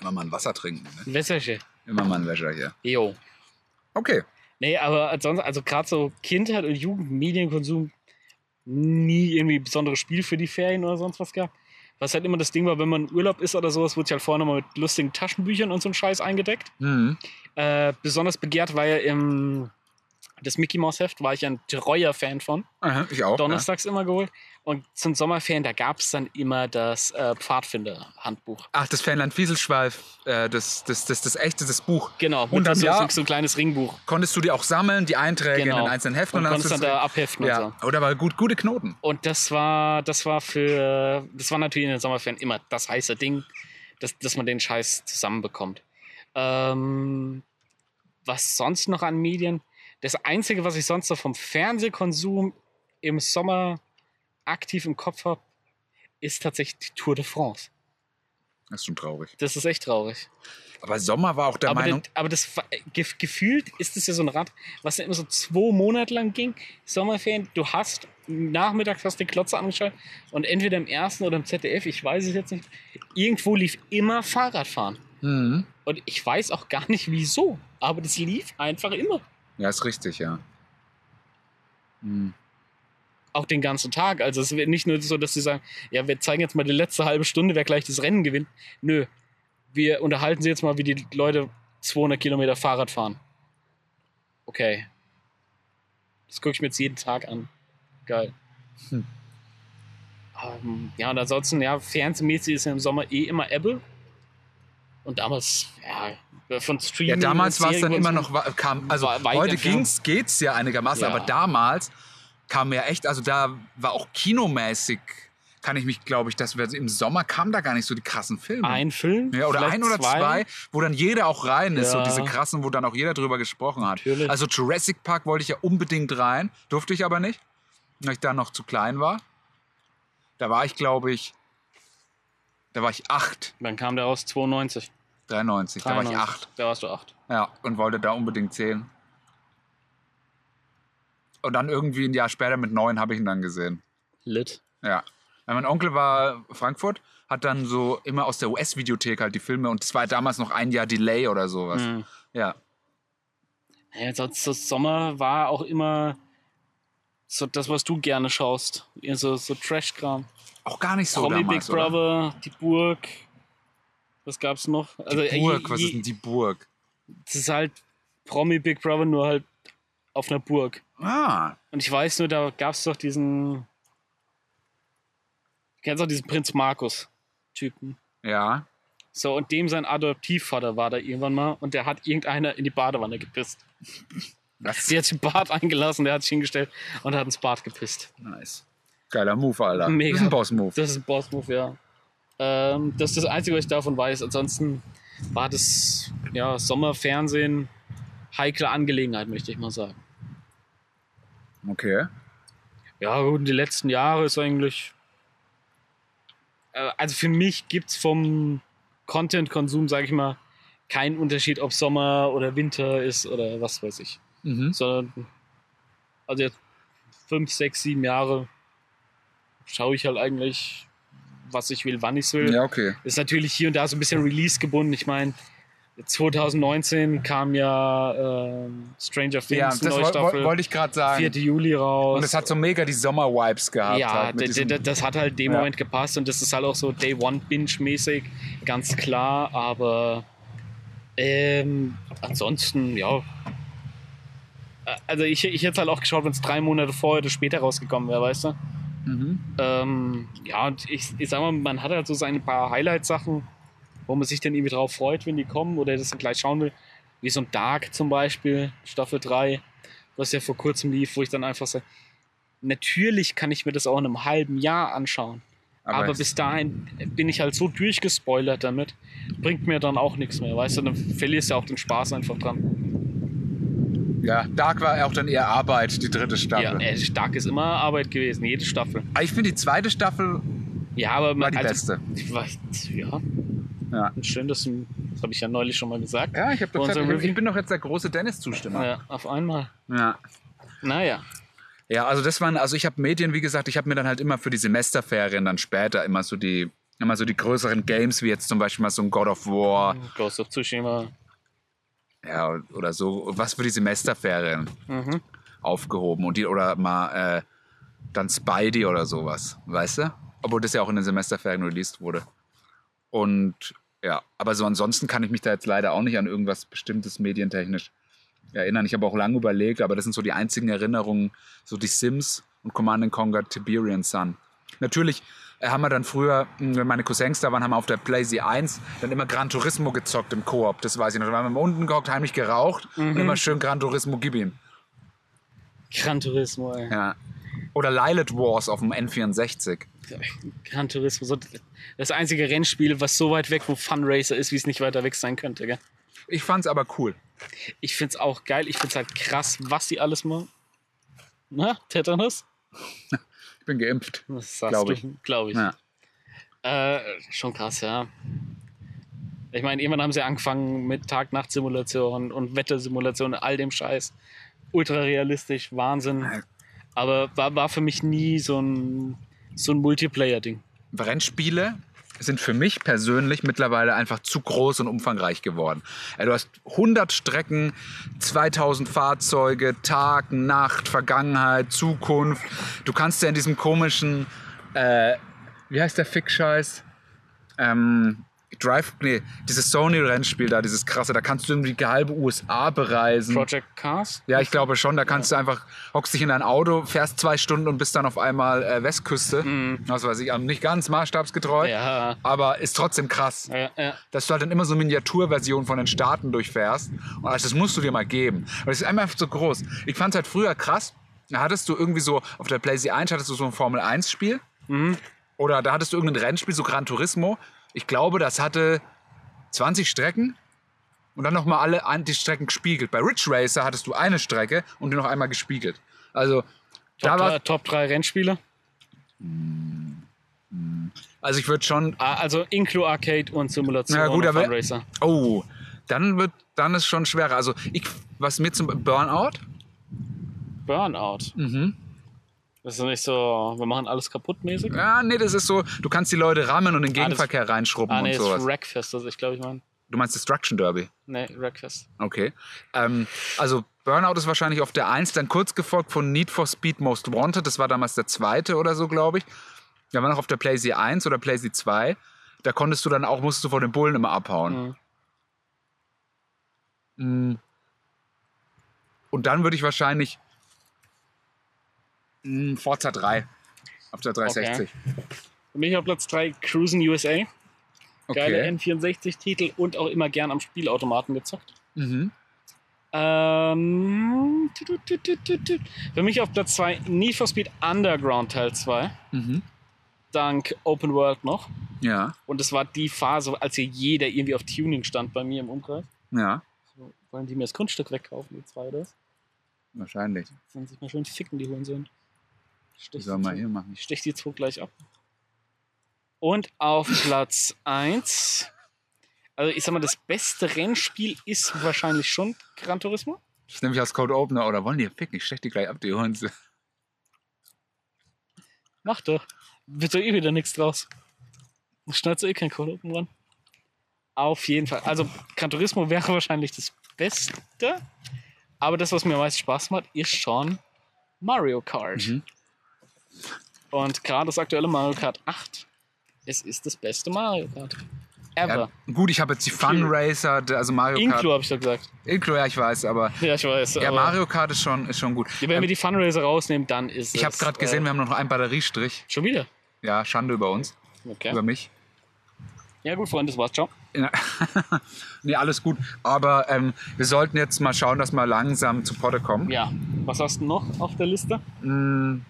Immer mal ein Wasser trinken. Ne?
Ein Wässerchen.
Immer mal ein Wäscher hier.
Jo.
Okay.
Nee, aber ansonsten, also gerade so Kindheit und Jugend, Medienkonsum, nie irgendwie besonderes Spiel für die Ferien oder sonst was gab. Was halt immer das Ding war, wenn man im Urlaub ist oder sowas, wurde ich halt vorne mal mit lustigen Taschenbüchern und so einem Scheiß eingedeckt.
Mhm.
Äh, besonders begehrt war ja im das Mickey Mouse Heft, war ich ein treuer Fan von.
Aha, Ich auch. Ja.
Donnerstags immer geholt. Und zum Sommerferien, da gab es dann immer das äh, Pfadfinder-Handbuch.
Ach, das Fernland Wieselschweif, äh, das, das, das, das echte, das Buch.
Genau,
Und dann,
so,
ja.
so, so ein kleines Ringbuch.
Konntest du dir auch sammeln, die Einträge
Genau.
in den einzelnen Heften
Und
dann hast
konntest
du
dann
das-
da abheften und so.
Ja, oder aber gut, gute Knoten.
Und das war, das war für, das war natürlich in den Sommerferien immer das heiße Ding, dass, dass man den Scheiß zusammenbekommt. Ähm, was sonst noch an Medien? Das Einzige, was ich sonst noch vom Fernsehkonsum im Sommer aktiv im Kopf habe, ist tatsächlich die Tour de France.
Das ist schon traurig.
Das ist echt traurig.
Aber Sommer war auch der
aber,
Meinung.
das, aber das war- ge, gefühlt ist es ja so ein Rad, was ja immer so zwei Monate lang ging. Sommerferien, du hast nachmittags hast du die Klotze angeschaut und entweder im ersten oder im ZDF, ich weiß es jetzt nicht, irgendwo lief immer Fahrradfahren.
Mhm.
Und ich weiß auch gar nicht wieso, aber das lief einfach immer.
Ja, ist richtig, ja. Mhm.
Auch den ganzen Tag. Also es wird nicht nur so, dass sie sagen, ja, wir zeigen jetzt mal die letzte halbe Stunde, wer gleich das Rennen gewinnt. Nö. Wir unterhalten sie jetzt mal, wie die Leute 200 Kilometer Fahrrad fahren. Okay. Das gucke ich mir jetzt jeden Tag an. Geil.
Hm.
Ähm, ja, und ansonsten, ja, fernsehmäßig ist ja im Sommer eh immer Apple. Und damals, ja, von Streaming.
Ja, damals
und
war es dann
Serien
immer
und so.
noch, wa- kam, also
War weit
heute
entfernt.
ging's, geht's ja einigermaßen,
Ja.
aber damals kam ja echt, also da war auch kinomäßig, kann ich mich, glaube ich, dass wir im Sommer kamen da gar nicht so die krassen Filme.
Ein Film?
ja, oder
vielleicht
ein oder zwei. wo dann jeder auch rein ist,
Ja.
so diese krassen, wo dann auch jeder drüber gesprochen hat.
Natürlich.
Also Jurassic Park wollte ich ja unbedingt rein, durfte ich aber nicht, weil ich da noch zu klein war. Da war ich, glaube ich, da war ich acht,
Dann kam der aus 92.
93, da war ich acht.
Da warst du acht.
Ja, und wollte da unbedingt zählen. Und dann irgendwie ein Jahr später mit neun habe ich ihn dann gesehen.
Lit.
Ja. Weil Mein Onkel war Frankfurt, hat dann so immer aus der US-Videothek halt die Filme und es war damals noch ein Jahr Delay oder sowas.
Mhm.
Ja.
Ja, sonst das Sommer war auch immer so das, was du gerne schaust. Ja, So, so Trash-Kram.
Auch gar nicht so
Tommy
damals.
Big Brother, Die Burg. Was gab's noch? Also,
Oder?
äh,
Die Burg,
je-
was
je-
ist denn die Burg?
Das ist halt Promi Big Brother, nur halt auf einer Burg.
Ah,
Und ich weiß nur, da gab's doch diesen. Kennst du auch diesen Prinz Markus-Typen?
ja.
So, und dem sein Adoptivvater war da irgendwann mal und der hat irgendeiner in die Badewanne gepisst.
Das
Sie hat den Bad angelassen, der hat sich hingestellt und hat ins Bad gepisst.
nice. Geiler Move, Alter.
Mega.
Das ist ein Boss-Move.
Das ist ein Boss-Move, ja. Ähm, das ist das Einzige, was ich davon weiß. Ansonsten war das ja, Sommerfernsehen heikle Angelegenheit, möchte ich mal sagen.
Okay.
Ja, gut, die letzten Jahre ist eigentlich. Äh, Also für mich gibt es vom Content-Konsum, sage ich mal, keinen Unterschied, ob Sommer oder Winter ist oder was weiß ich.
Mhm.
sondern also jetzt fünf, sechs, sieben Jahre schaue ich halt eigentlich, was ich will, wann ich will.
Ja, okay.
Ist natürlich hier und da so ein bisschen Release gebunden. Ich meine, 2019 kam ja ähm, Stranger
Ja,
Things
das woll-
Neustaffel,
woll- wollte ich gerade sagen.
4. Juli raus.
Und es hat so mega die Sommer-Vibes gehabt.
ja,
halt, mit
d- d-
diesem-
d- das hat halt dem
Ja.
Moment gepasst und das ist halt auch so Day One Binge-mäßig, ganz klar, aber ähm, ansonsten, ja. Ä- Also ich, ich hätte halt auch geschaut, wenn es drei Monate vorher oder später rausgekommen wäre, weißt du?
mhm.
Ähm, ja, und ich, ich sag mal, man hat halt so seine paar Highlight-Sachen, wo man sich dann irgendwie drauf freut, wenn die kommen oder das dann gleich schauen will. Wie so ein Dark zum Beispiel, Staffel 3, was ja vor kurzem lief, wo ich dann einfach sage, natürlich kann ich mir das auch in einem halben Jahr anschauen. Aber,
Aber,
bis dahin bin ich halt so durchgespoilert damit, bringt mir dann auch nichts mehr, weißt du, dann verlierst du auch den Spaß einfach dran.
ja, Dark war auch dann eher Arbeit, die dritte
Ja,
Staffel.
äh, stark ist immer Arbeit gewesen, jede Staffel.
Aber ich finde die zweite Staffel
Ja, aber
war die
also,
beste.
Ich weiß, ja.
Ja.
Schön, dass du, das habe ich ja neulich schon mal gesagt.
Ja, ich, hab doch
Unser
gesagt, ich,
Review-
ich bin doch jetzt der große Dennis-Zustimmer.
Ja, auf einmal.
Ja.
Naja,
ja, also das waren, also ich habe Medien, wie gesagt, ich habe mir dann halt immer für die Semesterferien dann später immer so die, immer so die größeren Games, wie jetzt zum Beispiel mal so ein God of War
Ghost of Tsushima.
ja, oder so, was für die Semesterferien
Mhm.
aufgehoben und die, oder mal äh, dann Spidey oder sowas, weißt du? Obwohl das ja auch in den Semesterferien released wurde. Und ja, aber so ansonsten kann ich mich da jetzt leider auch nicht an irgendwas bestimmtes medientechnisch erinnern. Ich habe auch lange überlegt, aber das sind so die einzigen Erinnerungen, so die Sims und Command and Conquer Tiberian Sun. Natürlich äh, haben wir dann früher, mh, wenn meine Cousins da waren, haben wir auf der PlayZ 1 dann immer Gran Turismo gezockt im Koop, das weiß ich noch. Da waren wir unten gehockt, heimlich geraucht und immer schön Gran Turismo gib ihm.
Gran Turismo, ey.
Ja. Oder Lilith Wars auf dem N64.
Gran Turismo. So das einzige Rennspiel, was so weit weg vom Funracer ist, wie es nicht weiter weg sein könnte, gell?
Ich fand's aber cool.
Ich find's auch geil. Ich find's halt krass, was die alles machen. Na, Tetanus?
Ich bin geimpft.
Das sagst
Glaub
du.
ich.
Glaube ich.
Ja.
Äh, schon krass, ja. Ich meine, irgendwann haben sie angefangen mit Tag-Nacht-Simulationen und Wettersimulationen, all dem Scheiß. Ultra realistisch, Wahnsinn.
Hm.
Aber war, war für mich nie so ein, so ein Multiplayer-Ding.
Rennspiele sind für mich persönlich mittlerweile einfach zu groß und umfangreich geworden. Äh, Du hast 100 Strecken, 2000 Fahrzeuge, Tag, Nacht, Vergangenheit, Zukunft. Du kannst ja in diesem komischen, äh, wie heißt der Fick-Scheiß? ähm, Drive, nee, dieses Sony-Rennspiel da, dieses krasse, da kannst du irgendwie die halbe USA bereisen.
Project Cars?
Ja, ich glaube schon. Da kannst du einfach, hockst dich in dein Auto, fährst zwei Stunden und bist dann auf einmal äh, Westküste. Was weiß ich, ähm, nicht ganz maßstabsgetreu,
Mhm. Ja.
aber ist trotzdem krass.
Ja, ja.
Dass du halt dann immer so Miniaturversionen von den Staaten durchfährst. Und das musst du dir mal geben. Aber das ist einfach so groß. Ich fand es halt früher krass. Da hattest du irgendwie so, auf der PlayStation 1 hattest du so ein Formel-1-Spiel. Oder da hattest du irgendein Rennspiel, so Gran Turismo. Ich glaube, das hatte 20 Strecken und dann nochmal alle an- die Strecken gespiegelt. Bei Ridge Racer hattest du eine Strecke und die noch einmal gespiegelt. Also, da
Top,
war,
drei, Top 3 Rennspiele?
also ich würde schon.
Ah, Also Inclu Arcade und Simulation
Na gut,
und
aber-
Funracer.
Oh, dann wird, dann ist schon schwerer. Also ich, was mir zum Burnout?
Burnout. Das ist nicht so, wir machen alles kaputt mäßig.
Ja, nee, das ist so, du kannst die Leute rammen und in den
Ah, das-
Gegenverkehr reinschrubben
Ah, nee,
und
das ist
sowas.
Wreckfest, das ich glaube ich meine.
Du meinst Destruction Derby.
Nee, Wreckfest.
Okay. Ähm, also Burnout ist wahrscheinlich auf der 1, dann kurz gefolgt von Need for Speed Most Wanted. Das war damals der zweite oder so, glaube ich. Da war noch auf der PlayStation 1 oder PlayStation 2. Da konntest du dann auch, musstest du vor den Bullen immer abhauen.
Mhm.
Mm. Und dann würde ich wahrscheinlich mm, Forza 3 auf der 360.
Für mich auf Platz 3 Cruisen USA. Geile
Okay.
N64-Titel und auch immer gern am Spielautomaten gezockt.
Mhm.
Ähm, tü- tü- tü- tü- tü. für mich auf Platz 2 Need for Speed Underground Teil 2.
Mhm.
Dank Open World noch.
Ja,
Und es war die Phase, als hier jeder irgendwie auf Tuning stand bei mir im Umkreis.
ja,
So, wollen die mir das Grundstück wegkaufen, die zwei das?
wahrscheinlich.
Sollen sich mal schön ficken, die Hurensohn. Stich,
Das soll mal hier machen.
ich stich die zwei gleich ab. Und auf Platz 1. Also ich sag mal, das beste Rennspiel ist wahrscheinlich schon Gran Turismo.
Das nehme ich als Code Opener oder wollen die ficken? Ich stech die gleich ab, die Hunde.
Mach doch. Wird doch eh wieder nichts draus. Schneidest du eh kein Call Open Run. Auf jeden Fall. Also Gran Turismo wäre wahrscheinlich das Beste. Aber das, was mir am meisten Spaß macht, ist schon Mario Kart.
Mhm.
Und gerade das aktuelle Mario Kart 8. Es ist das beste Mario Kart.
Ja,
Ever.
gut, ich habe jetzt die Fun Racer, der- also Mario Kart.
Inclu, habe ich doch gesagt.
Inclu, ja, ich weiß, aber
Ja, ich weiß.
ja,
aber
Mario Kart ist schon, ist schon gut.
Wenn wir Äh,
Ähm,
die Funraiser rausnehmen, dann ist es.
ich habe gerade gesehen, wir haben noch einen Batteriestrich.
Äh, schon wieder.
Ja, Schande über uns, über
Okay.
mich.
Ja, gut, Freunde, das war's. Ciao.
Ja. nee, alles gut. Aber ähm, wir sollten jetzt mal schauen, dass wir langsam zu Potte kommen.
Ja. Was hast du noch auf der Liste?
Mm.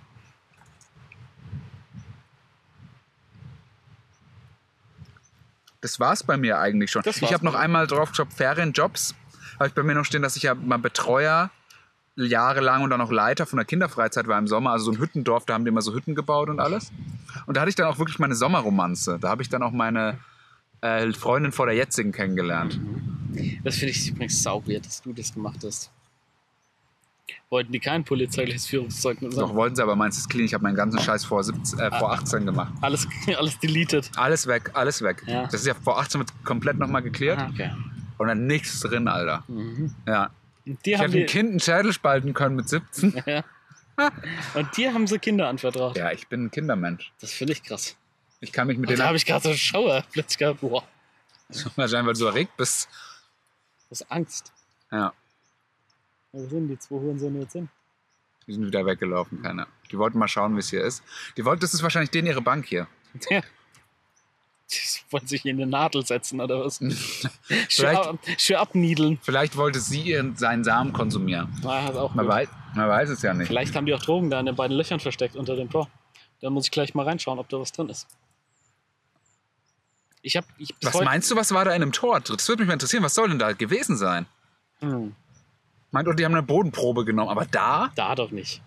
Das war's bei mir eigentlich schon.
Das war's
ich habe noch
bei mir.
einmal drauf geschaut, Ferienjobs. Habe ich bei mir noch stehen, dass ich ja mal Betreuer jahrelang und dann auch Leiter von der Kinderfreizeit war im Sommer. Also so ein Hüttendorf, da haben die immer so Hütten gebaut und alles. Und da hatte ich dann auch wirklich meine Sommerromanze. Da habe ich dann auch meine äh, Freundin vor der jetzigen kennengelernt.
Mhm. Das finde ich übrigens sauber, dass du das gemacht hast. Wollten die kein polizeiliches Führungszeugnis
Doch
haben?
wollten sie aber meins ist clean. Ich habe meinen ganzen Scheiß vor, 17, äh, vor 18 gemacht.
Alles, alles deleted.
Alles weg, alles weg.
Ja.
Das ist ja vor 18 wird komplett nochmal geklärt
Ah, Okay.
und dann nichts drin, Alter.
Mhm.
Ja.
Und dir
Ich hätte
haben
ein
die,
Kind einen Schädel spalten können mit 17.
und dir haben sie Kinder anvertraut.
Ja, ich bin ein Kindermensch.
Das finde ich krass.
Ich kann mich mit
Und da habe
denen
ich gerade so einen Schauer plötzlich gehabt. Boah,
wahrscheinlich, weil du so erregt bist.
das ist Angst.
Ja,
Wo sind die zwei Hurensöhne jetzt hin?
die sind wieder weggelaufen, keine. Die wollten mal schauen, wie es hier ist. Die wollten, das ist wahrscheinlich denen ihre Bank hier.
Ja. Die wollen sich in eine Nadel setzen oder was? schön,
Vielleicht-
ab, schön abniedeln.
Vielleicht wollte sie ihren, seinen Samen konsumieren.
Ah, ist auch
Man
gut.
weiß, man weiß es ja nicht.
Vielleicht haben die auch Drogen da in den beiden Löchern versteckt unter dem Tor. Da muss ich gleich mal reinschauen, ob da was drin ist. Ich habe ich bis
Was
heute-
meinst du, was war da in dem Tor? Das würde mich mal interessieren. Was soll denn da gewesen sein?
Hm,
Meint, und die haben eine Bodenprobe genommen. Aber da,
da doch nicht.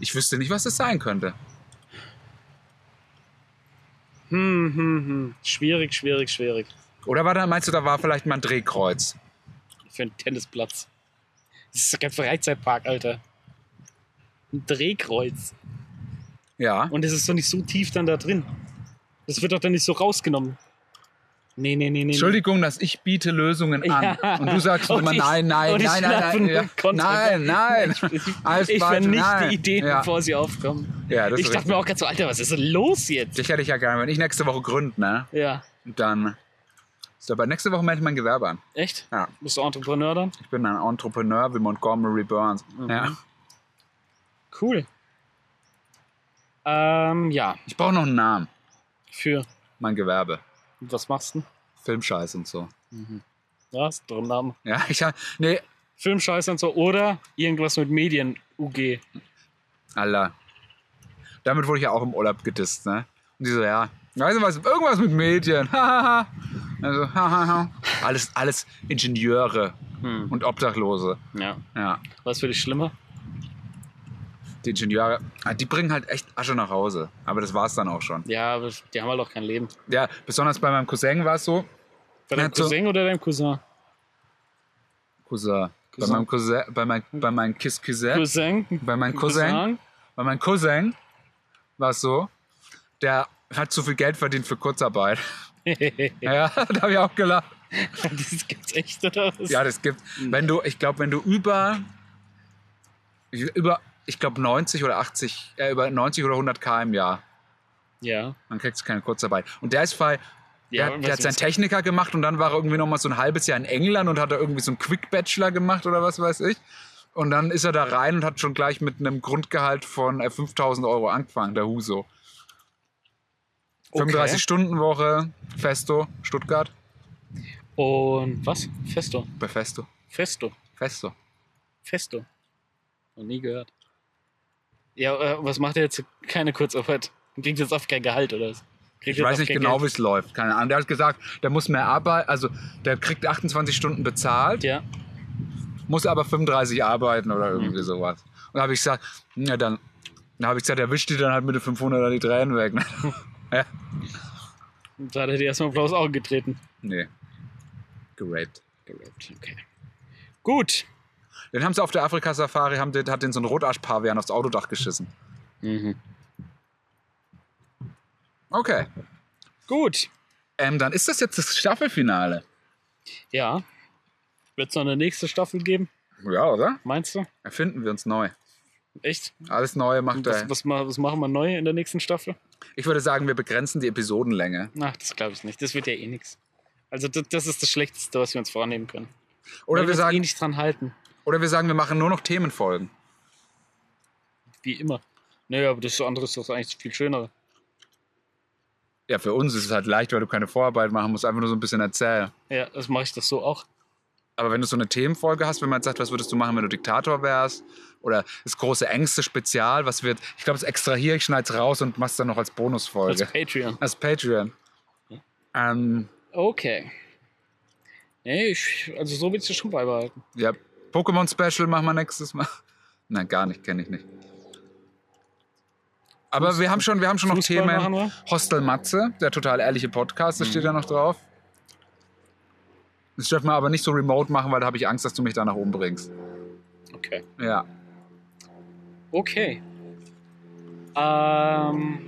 ich wüsste nicht, was das sein könnte.
Hm, hm, hm. Schwierig, schwierig, schwierig.
Oder war da, meinst du, da war vielleicht mal ein Drehkreuz?
Für einen Tennisplatz. Das ist doch kein Freizeitpark, Alter. Ein Drehkreuz.
Ja.
Und es ist doch nicht so tief dann da drin. Das wird doch dann nicht so rausgenommen. Nee, nee, nee, nee.
Entschuldigung, dass ich biete Lösungen an.
Ja. Oh,
Und du sagst
Und
immer
ich-
nein, nein,
und ich
nein, nein,
schlafe
nein,
nur
ja.
kontra-
nein, nein.
Ich,
Alles
ich
falsch,
vernichte
nein.
Ideen,
Ja.
bevor sie aufkommen.
Ja, das
ich
ist
dachte mir
richtig.
auch ganz so, Alter, was ist denn los jetzt?
Dich hätte ich ja gerne, wenn ich nächste Woche gründe, ne?
Ja,
Und dann. So, aber nächste Woche melde ich mein Gewerbe an.
echt?
Ja.
Bist du Entrepreneur dann?
Ich bin ein Entrepreneur wie Montgomery Burns.
Mhm.
Ja.
Cool. Ähm, ja,
Ich brauche noch einen Namen.
für.
Mein Gewerbe.
Was machst du?
Filmscheiß und so.
Ja, ist doch ein Name.
Ja, ich hab. Nee,
Filmscheiß und so. Oder irgendwas mit Medien, UG.
Allah. Damit wurde ich ja auch im Urlaub gedisst, ne? Und die so, ja, weißt du was, irgendwas mit Medien. Hahaha. also, hahaha. Alles, alles Ingenieure
Hm.
und Obdachlose.
Ja.
Ja,
Was für dich schlimmer?
die Ingenieure, ah, die bringen halt echt Asche nach Hause. Aber das war's dann auch schon.
Ja, aber die haben halt auch kein Leben.
Ja, besonders bei meinem Cousin war es so.
Bei deinem
Ja, so-
Cousin oder deinem Cousin?
Cousin. Bei
Cousin.
meinem Cousin, bei meinem, bei meinem Kiss Cousin,
Cousin?
bei meinem Cousin. Bei meinem Cousin war es so, der hat zu viel Geld verdient für Kurzarbeit. Ja, da habe ich auch gelacht.
das gibt's echt, oder was?
Ja, das gibt.
Mhm.
Wenn du, ich glaube, wenn du über, über, ich glaube 90 oder 80, äh, über 90 oder 100 K im Jahr,
Ja.
dann kriegst du keine Kurzarbeit. Und der ist frei. Der,
Ja, aber
der
was-
hat seinen Techniker gemacht und dann war er irgendwie noch mal so ein halbes Jahr in England und hat da irgendwie so einen Quick-Bachelor gemacht oder was weiß ich. Und dann ist er da rein und hat schon gleich mit einem Grundgehalt von äh, 5000 Euro angefangen, der Huso. 35-Stunden-Woche, Festo, Stuttgart,
Und was? Festo.
bei Festo.
Festo.
Festo.
Festo. Noch nie gehört. Ja, äh, was macht er jetzt? Keine Kurzarbeit. Kriegt jetzt auf kein Gehalt, oder was? Kriegt
Ich weiß nicht genau, wie es läuft. Keine Ahnung. Der hat gesagt, der muss mehr arbeiten, also der kriegt 28 Stunden bezahlt,
Ja.
muss aber 35 arbeiten oder irgendwie sowas. Und da habe ich gesagt, na dann, dann habe ich gesagt, er wischt dir dann halt mit den 500 die Tränen weg. ne? ja.
Und da hat er dir erstmal blaues Auge getreten.
Nee. Great.
Gerappt, Okay. Gut.
Den haben sie auf der Afrika-Safari, haben den, hat den so ein Rotarsch-Pavian aufs Autodach geschissen. Okay.
Gut.
Ähm, dann ist das jetzt das Staffelfinale.
Ja. Wird es noch eine nächste Staffel geben?
Ja, oder?
Meinst du?
Erfinden wir uns neu.
Echt?
Alles Neue macht
Was,
er.
was, ma- was machen wir neu in der nächsten Staffel?
Ich würde sagen, wir begrenzen die Episodenlänge.
Ach, das glaube ich nicht. Das wird ja eh nichts. Also das, das ist das Schlechteste, was wir uns vornehmen können.
Oder
Weil
wir,
uns eh
sagen,
nicht dran halten,
oder wir sagen, wir machen nur noch Themenfolgen.
wie immer. Naja, aber das andere ist doch eigentlich viel schöner.
Ja, für uns ist es halt leicht, weil du keine Vorarbeit machen musst, einfach nur so ein bisschen erzählen.
Ja, das mache ich das so auch.
Aber wenn du so eine Themenfolge hast, wenn man jetzt sagt, was würdest du machen, wenn du Diktator wärst? Oder das große Ängste-Spezial, was wird, ich glaube, es extra hier, ich schneide es raus und mach's dann noch als
Als
Bonusfolge.
Patreon.
Als Patreon. Ähm,
Okay. Nee, ich, also so willst du schon beibehalten.
ja, Pokémon-Special machen wir nächstes Mal. Nein, gar nicht, kenne ich nicht. Aber wir haben schon, wir haben schon noch
Fußball machen
Themen.
wir?
Hostel Matze, der total ehrliche Podcast, das steht ja noch drauf. Das dürfen wir aber nicht so remote machen, weil da habe ich Angst, dass du mich danach umbringst.
Okay.
Ja.
Okay. Ähm,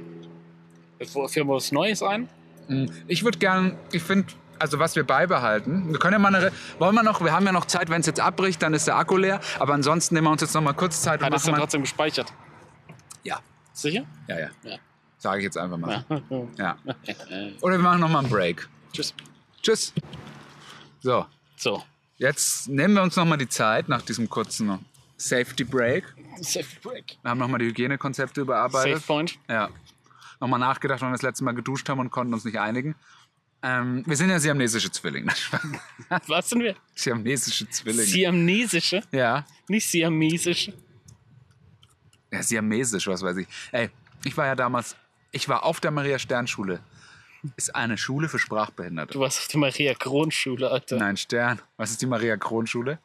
jetzt führen wir was Neues ein.
Mm, Ich würde gern, ich finde, also was wir beibehalten, wir können ja mal eine, Re- wollen wir noch, wir haben ja noch Zeit, wenn es jetzt abbricht, dann ist der Akku leer, aber ansonsten nehmen wir uns jetzt noch mal kurz Zeit und
Hat es
machen
dann
mal,
trotzdem gespeichert?
ja,
Sicher?
ja, ja,
Ja.
sage ich jetzt einfach mal.
Ja.
Ja. Oder wir machen noch mal einen Break.
Tschüss.
Tschüss. So,
So.
jetzt nehmen wir uns noch mal die Zeit nach diesem kurzen Safety Break.
Safe Break.
Wir haben nochmal die Hygienekonzepte überarbeitet.
Safe Point.
Ja. Nochmal nachgedacht, wann wir das letzte Mal geduscht haben und konnten uns nicht einigen. Ähm, wir sind ja siamesische Zwillinge.
Was sind wir?
siamesische Zwillinge.
Siamesische,
ja.
nicht siamesische.
ja. Siamesisch, was weiß ich. Ey, ich war ja damals, ich war auf der Maria-Stern-Schule. Ist eine Schule für Sprachbehinderte.
Du warst auf der Maria Kron Schule, Alter.
Nein, Stern. Was ist die Maria-Kron-Schule?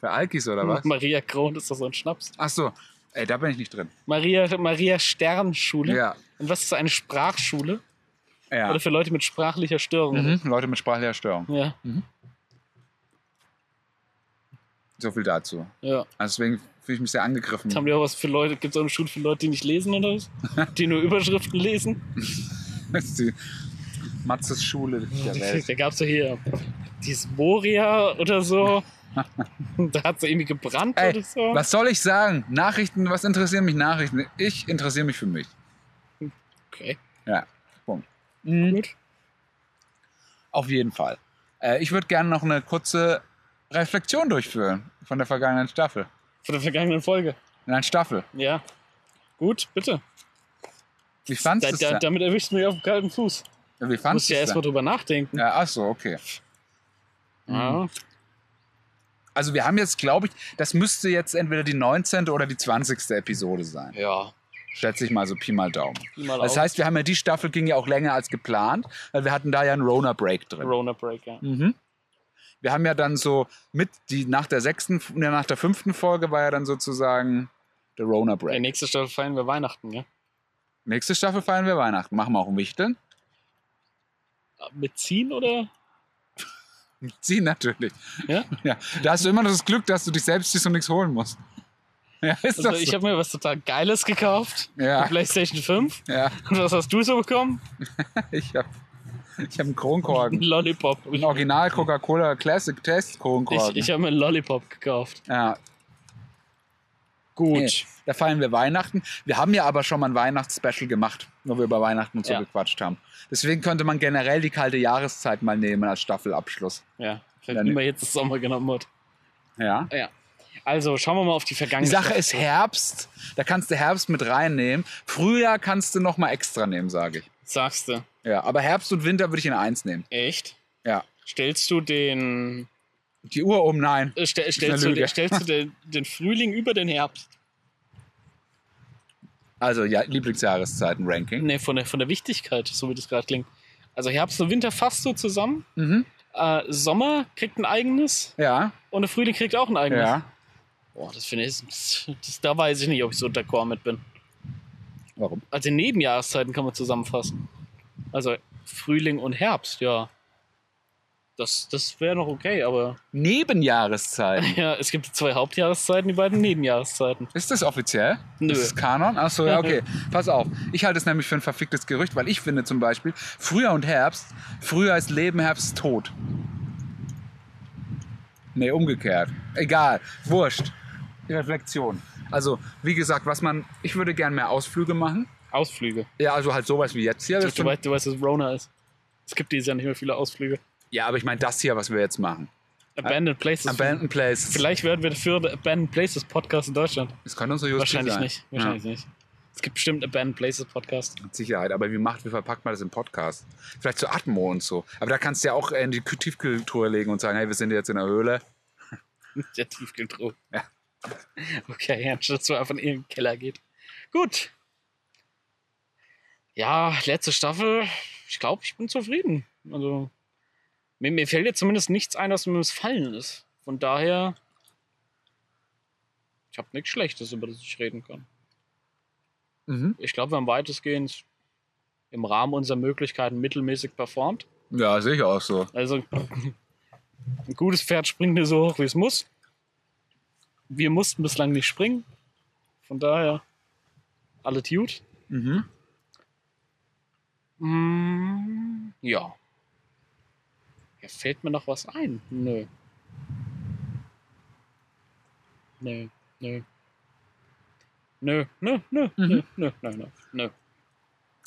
Für Alkis oder was?
Maria Kron ist doch so ein Schnaps.
Ach so. Ey, da bin ich nicht drin.
Maria, Maria Stern Schule.
Ja.
Und was ist eine Sprachschule?
Ja.
Oder für Leute mit sprachlicher Störung.
Mhm. Leute mit sprachlicher Störung.
Ja,
So viel dazu.
ja.
Also deswegen fühle ich mich sehr angegriffen.
Jetzt haben wir auch was für Leute. Gibt es auch eine Schule für Leute, die nicht lesen oder was? Die nur Überschriften lesen?
Das ist die Matzes Schule der Welt.
Da gab es so hier dieses Moria oder so. da hat es irgendwie gebrannt
Ey,
oder so.
was soll ich sagen? Nachrichten, was interessieren mich Nachrichten? Ich interessiere mich für mich.
Okay,
Ja, Punkt. Mhm.
gut.
Auf jeden Fall. Äh, ich würde gerne noch eine kurze Reflexion durchführen von der vergangenen Staffel.
Von der vergangenen Folge.
Nein, Staffel.
Ja. Gut, bitte.
Wie fandst
Da,
du es
da,
denn?
damit erwischst du mich auf dem kalten Fuß.
Wie
Muss
fandst
ja
du es
erstmal
denn?
drüber nachdenken.
Ja, ach so, okay.
Ja.
Also wir haben jetzt, glaube ich, das müsste jetzt entweder die 19. oder die 20. Episode sein.
ja.
Schätze ich mal so Pi mal Daumen.
Mal
Das
auf.
heißt, wir haben ja die Staffel ging ja auch länger als geplant, weil wir hatten da ja einen Rona-Break drin.
Corona Break, ja.
Mhm. Wir haben ja dann so mit die nach der sechsten, ne, nach der fünften Folge war ja dann sozusagen der Rona Break.
Äh, nächste Staffel feiern wir Weihnachten, ja.
Nächste Staffel feiern wir Weihnachten. Machen wir auch Wichteln?
Mitziehen oder?
Sie natürlich.
Ja?
ja. Da hast du immer das Glück, dass du dich selbst nicht so nichts holen musst. Ja, ist
Also
das
ich
so?
habe mir was total Geiles gekauft.
Ja.
Die PlayStation 5.
Ja,
Und was hast du so bekommen?
ich habe ich hab einen
Ein
Kronkorken.
Lollipop.
Einen Original Coca-Cola Classic Test
Ich,
Kronkorken.
ich habe mir einen Lollipop gekauft.
ja,
Gut.
Nee, Äh, da feiern wir Weihnachten. Wir haben ja aber schon mal ein Weihnachtsspecial gemacht, wo wir über Weihnachten und so
Ja.
gequatscht haben. Deswegen könnte man generell die kalte Jahreszeit mal nehmen als Staffelabschluss.
Ja,
Dann-
wenn immer jetzt das Sommer genommen wird.
Ja.
Ja. Also schauen wir mal auf
Die
die vergangene
Sache
Staffel.
ist Herbst. Da kannst du Herbst mit reinnehmen. Frühjahr kannst du noch mal extra nehmen, sage ich.
Sagst du,
Ja, aber Herbst und Winter würde ich in eins nehmen.
echt?
Ja.
Stellst du den.
Die Uhr um, nein.
Äh, stell,
eine
stellst du,
Lüge.
den, stellst du den, den Frühling über den Herbst?
Also ja, Lieblingsjahreszeiten-Ranking.
Nee, von der, von der Wichtigkeit, so wie das gerade klingt. Also Herbst und Winter fast so zusammen.
Mhm.
Äh, Sommer kriegt ein eigenes
Ja,
und der Frühling kriegt auch ein eigenes.
ja.
Boah, das finde ich. Das, das, da weiß ich nicht, ob ich so d'accord mit bin.
Warum?
Also die Nebenjahreszeiten kann man zusammenfassen. Also Frühling und Herbst, ja. Das, das wäre noch okay, aber
Nebenjahreszeiten.
ja, es gibt die zwei Hauptjahreszeiten, die beiden Nebenjahreszeiten.
Ist das offiziell?
Nö.
Ist das Kanon? Achso, ja, okay. Pass auf. Ich halte es nämlich für ein verficktes Gerücht, weil ich finde zum Beispiel, Frühjahr und Herbst, Frühjahr ist Leben, Herbst ist Tod. Nee, umgekehrt. Egal. Wurscht. Die Reflexion. Also, wie gesagt, was man. Ich würde gern mehr Ausflüge machen.
Ausflüge.
Ja, also halt sowas wie jetzt hier.
Du,
Das
du, weißt, du weißt, dass Rona ist. Es gibt dieses Jahr nicht mehr viele Ausflüge.
ja, aber ich meine das hier, was wir jetzt machen.
Abandoned Places.
Abandoned Place.
Vielleicht werden wir dafür der Abandoned Places Podcast in Deutschland.
Das könnte unsere USP
Wahrscheinlich
sein.
nicht. Wahrscheinlich nicht. Es gibt bestimmt Abandoned Places Podcast.
Ja, mit Sicherheit. Aber wie macht, wie verpackt man das im Podcast? Vielleicht zu Atmo und so. Aber da kannst du ja auch in die Kü- Tiefkultur legen und sagen, hey, wir sind jetzt in der Höhle.
Der Tiefkühltruhe.
Ja.
Okay, anstatt dass man einfach in ihren Keller geht. Gut. Ja, letzte Staffel. Ich glaube, ich bin zufrieden. Also, mir, mir fällt jetzt zumindest nichts ein, was mir missfallen ist. Von daher, ich habe nichts Schlechtes, über das ich reden kann.
Mhm.
Ich glaube, wir haben weitestgehend im Rahmen unserer Möglichkeiten mittelmäßig performt.
Ja, sehe ich auch so.
Also ein gutes Pferd springt nur so hoch, wie es muss. Wir mussten bislang nicht springen. Von daher, alles gut.
Mhm.
Mm, ja. ja. Fällt mir noch was ein? Nö. Nö, nö. Nö, nö, nö, nö, nö, nö, nö, nö.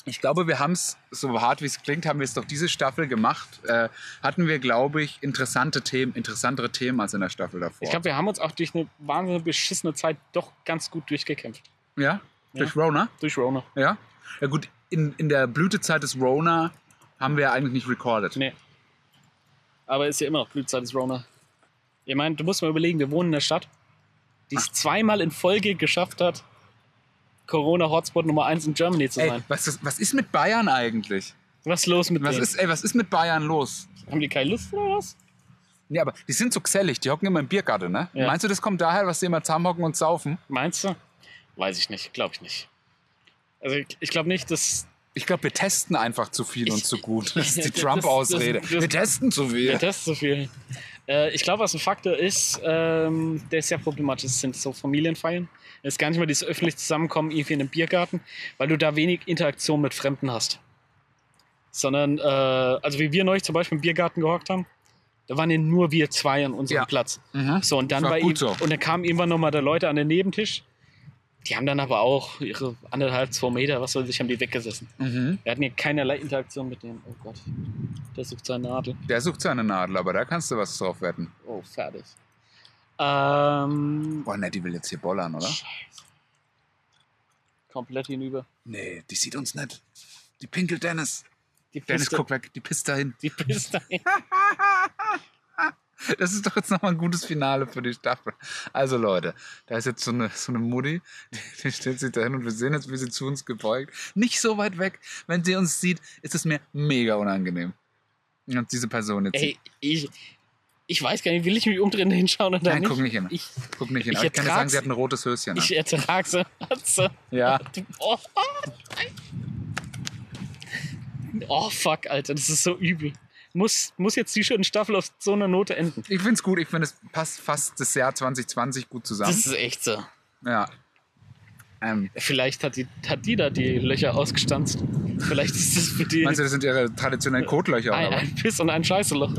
Ich glaube, wir haben es, so hart wie es klingt, haben wir es doch diese Staffel gemacht. Äh, hatten wir, glaube ich, interessante Themen, interessantere Themen als in der Staffel davor.
Ich glaube, wir haben uns auch durch eine wahnsinnig beschissene Zeit doch ganz gut durchgekämpft.
ja? Durch Rona?
Durch Rona.
Ja. Ja gut, in, in der Blütezeit des Rona haben wir ja eigentlich nicht recorded.
Nee. Aber ist ja immer noch Blütezeit des Rona. Ich meine, du musst mal überlegen, wir wohnen in der Stadt, die es zweimal in Folge geschafft hat, Corona-Hotspot Nummer 1 in Germany zu
Ey,
sein.
was ist, was ist mit Bayern eigentlich?
was ist los mit
Was
denen?
ist, ey, was ist mit Bayern los?
Haben die keine Lust oder was?
Nee, aber die sind so gesellig, die hocken immer im Biergarten, ne?
Ja.
Meinst du, das kommt daher, was sie immer zusammenhocken und saufen?
Meinst du? Weiß ich nicht, glaube ich nicht. Also ich, ich glaube nicht, dass
Ich glaube, wir testen einfach zu viel
Ich-
und zu gut. Das ist die
das-
Trump-Ausrede.
das- das-
Wir testen zu viel.
der Test so viel. Äh, ich glaube, was ein Faktor ist, ähm, der sehr problematisch ist, sind so Familienfeiern. Es ist gar nicht mal dieses öffentliche Zusammenkommen irgendwie in einem Biergarten, weil du da wenig Interaktion mit Fremden hast. sondern äh, also wie wir neulich zum Beispiel im Biergarten gehockt haben, da waren ja nur wir zwei an unserem
Ja.
Platz.
Mhm.
So und dann
War
war
gut
ihm,
so.
und dann kamen irgendwann nochmal da Leute an den Nebentisch. Die haben dann aber auch ihre anderthalb, zwei Meter, was soll sich, haben die weggesessen.
Mhm.
Wir hatten hier keinerlei Interaktion mit denen. Oh Gott, der sucht seine Nadel.
Der sucht seine Nadel, aber da kannst du was drauf wetten.
Oh, fertig. Ähm,
Boah, ne, die will jetzt hier bollern, oder?
komplett hinüber.
Nee, die sieht uns nicht. Die pinkelt Dennis.
Die
Dennis,
Piste-
guck weg, die pisst dahin.
Die Piste.
Das ist doch jetzt nochmal ein gutes Finale für die Staffel. Also Leute, da ist jetzt so eine, so eine Mutti, die, die stellt sich dahin und wir sehen jetzt, wie sie zu uns gebeugt. Nicht so weit weg. Wenn sie uns sieht, ist es mir mega unangenehm. Und diese Person jetzt.
Ey, ich, ich weiß gar nicht, will ich mich umdrehen hinschauen oder
Nein,
nicht?
guck nicht hin.
Ich,
Guck nicht hin.
ich
Aber ich kann dir sagen,
ertrag's-
sie hat ein rotes Höschen.
ich
An.
ertrag sie. Also,
Ja.
Oh, oh fuck, Alter, das ist so übel. Muss, muss jetzt die schon Staffel auf so einer Note enden.
Ich finde es gut. Ich finde, es passt fast das Jahr 2020 gut zusammen.
Das ist echt so.
Ja. Ähm,
Vielleicht hat die, hat die da die Löcher ausgestanzt. Vielleicht ist das für die
meinst du, das sind ihre traditionellen Kotlöcher
ein,
oder was?
ein Piss und ein Scheißeloch.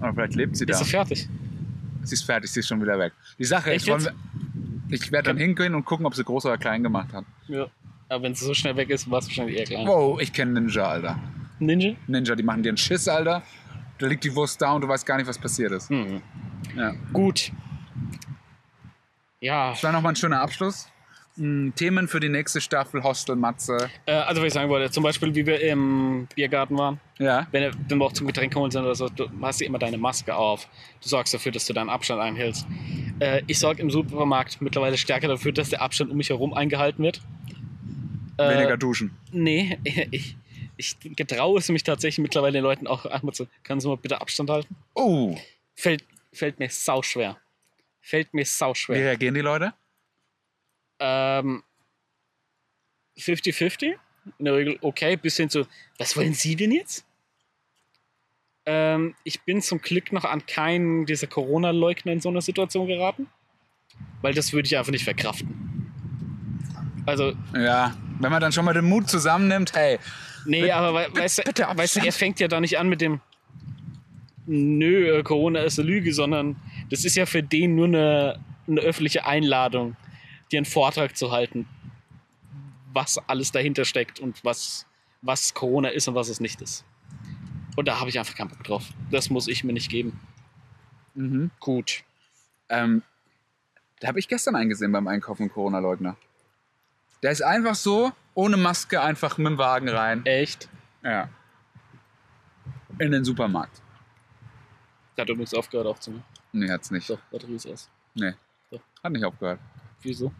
Oder vielleicht lebt sie da.
Ist sie fertig.
Sie ist fertig, sie ist schon wieder weg. Die Sache
Echt
ist, wollen
jetzt?
wir, ich werde dann hingehen und gucken, ob sie groß oder klein gemacht hat.
Ja. Aber wenn sie so schnell weg ist, war es wahrscheinlich eher klein.
Wow, ich kenne Ninja, Alter.
Ninja?
Ninja, die machen dir einen Schiss, Alter. Da liegt die Wurst da und du weißt gar nicht, was passiert ist.
Hm.
Ja.
Gut. Ja,
Das war nochmal ein schöner Abschluss. Hm, Themen für die nächste Staffel, Hostel, Matze.
äh, also was ich sagen wollte, zum Beispiel wie wir im Biergarten waren,
Ja.
wenn wir dann auch zum Getränk holen sind oder so, du hast ja immer deine Maske auf. Du sorgst dafür, dass du deinen Abstand einhältst. Äh, ich sorge im Supermarkt mittlerweile stärker dafür, dass der Abstand um mich herum eingehalten wird. Äh,
Weniger duschen.
Nee, ich, ich getraue es mich tatsächlich mittlerweile den Leuten auch einmal zu, kannst du mal bitte Abstand halten?
Oh,
Fällt, fällt mir sauschwer. Fällt mir
wie
sauschwer.
reagieren die Leute?
Ähm, 50-50. In der Regel okay, bis hin zu, was wollen Sie denn jetzt? Ähm, ich bin zum Glück noch an keinen dieser Corona-Leugner in so einer Situation geraten, weil das würde ich einfach nicht verkraften. Also,
Ja, wenn man dann schon mal den Mut zusammennimmt, hey,
nee,
Bitte-
aber we weißt,
bitte
du, weißt du,
Abstand.
er fängt ja da nicht an mit dem, nö, äh, Corona ist eine Lüge, sondern das ist ja für den nur eine, eine öffentliche Einladung, dir einen Vortrag zu halten, was alles dahinter steckt und was, was Corona ist und was es nicht ist. Und da habe ich einfach keinen Bock drauf. Das muss ich mir nicht geben.
mhm.
Gut.
Ähm, da habe ich gestern eingesehen beim Einkaufen einen Corona-Leugner. Der ist einfach so, ohne Maske, einfach mit dem Wagen rein.
Echt?
Ja. In den Supermarkt.
Da hat übrigens aufgehört aufzunehmen.
Nee, hat's nicht.
So, Batterie ist aus.
Nee.
Doch.
Hat nicht aufgehört.
Wieso?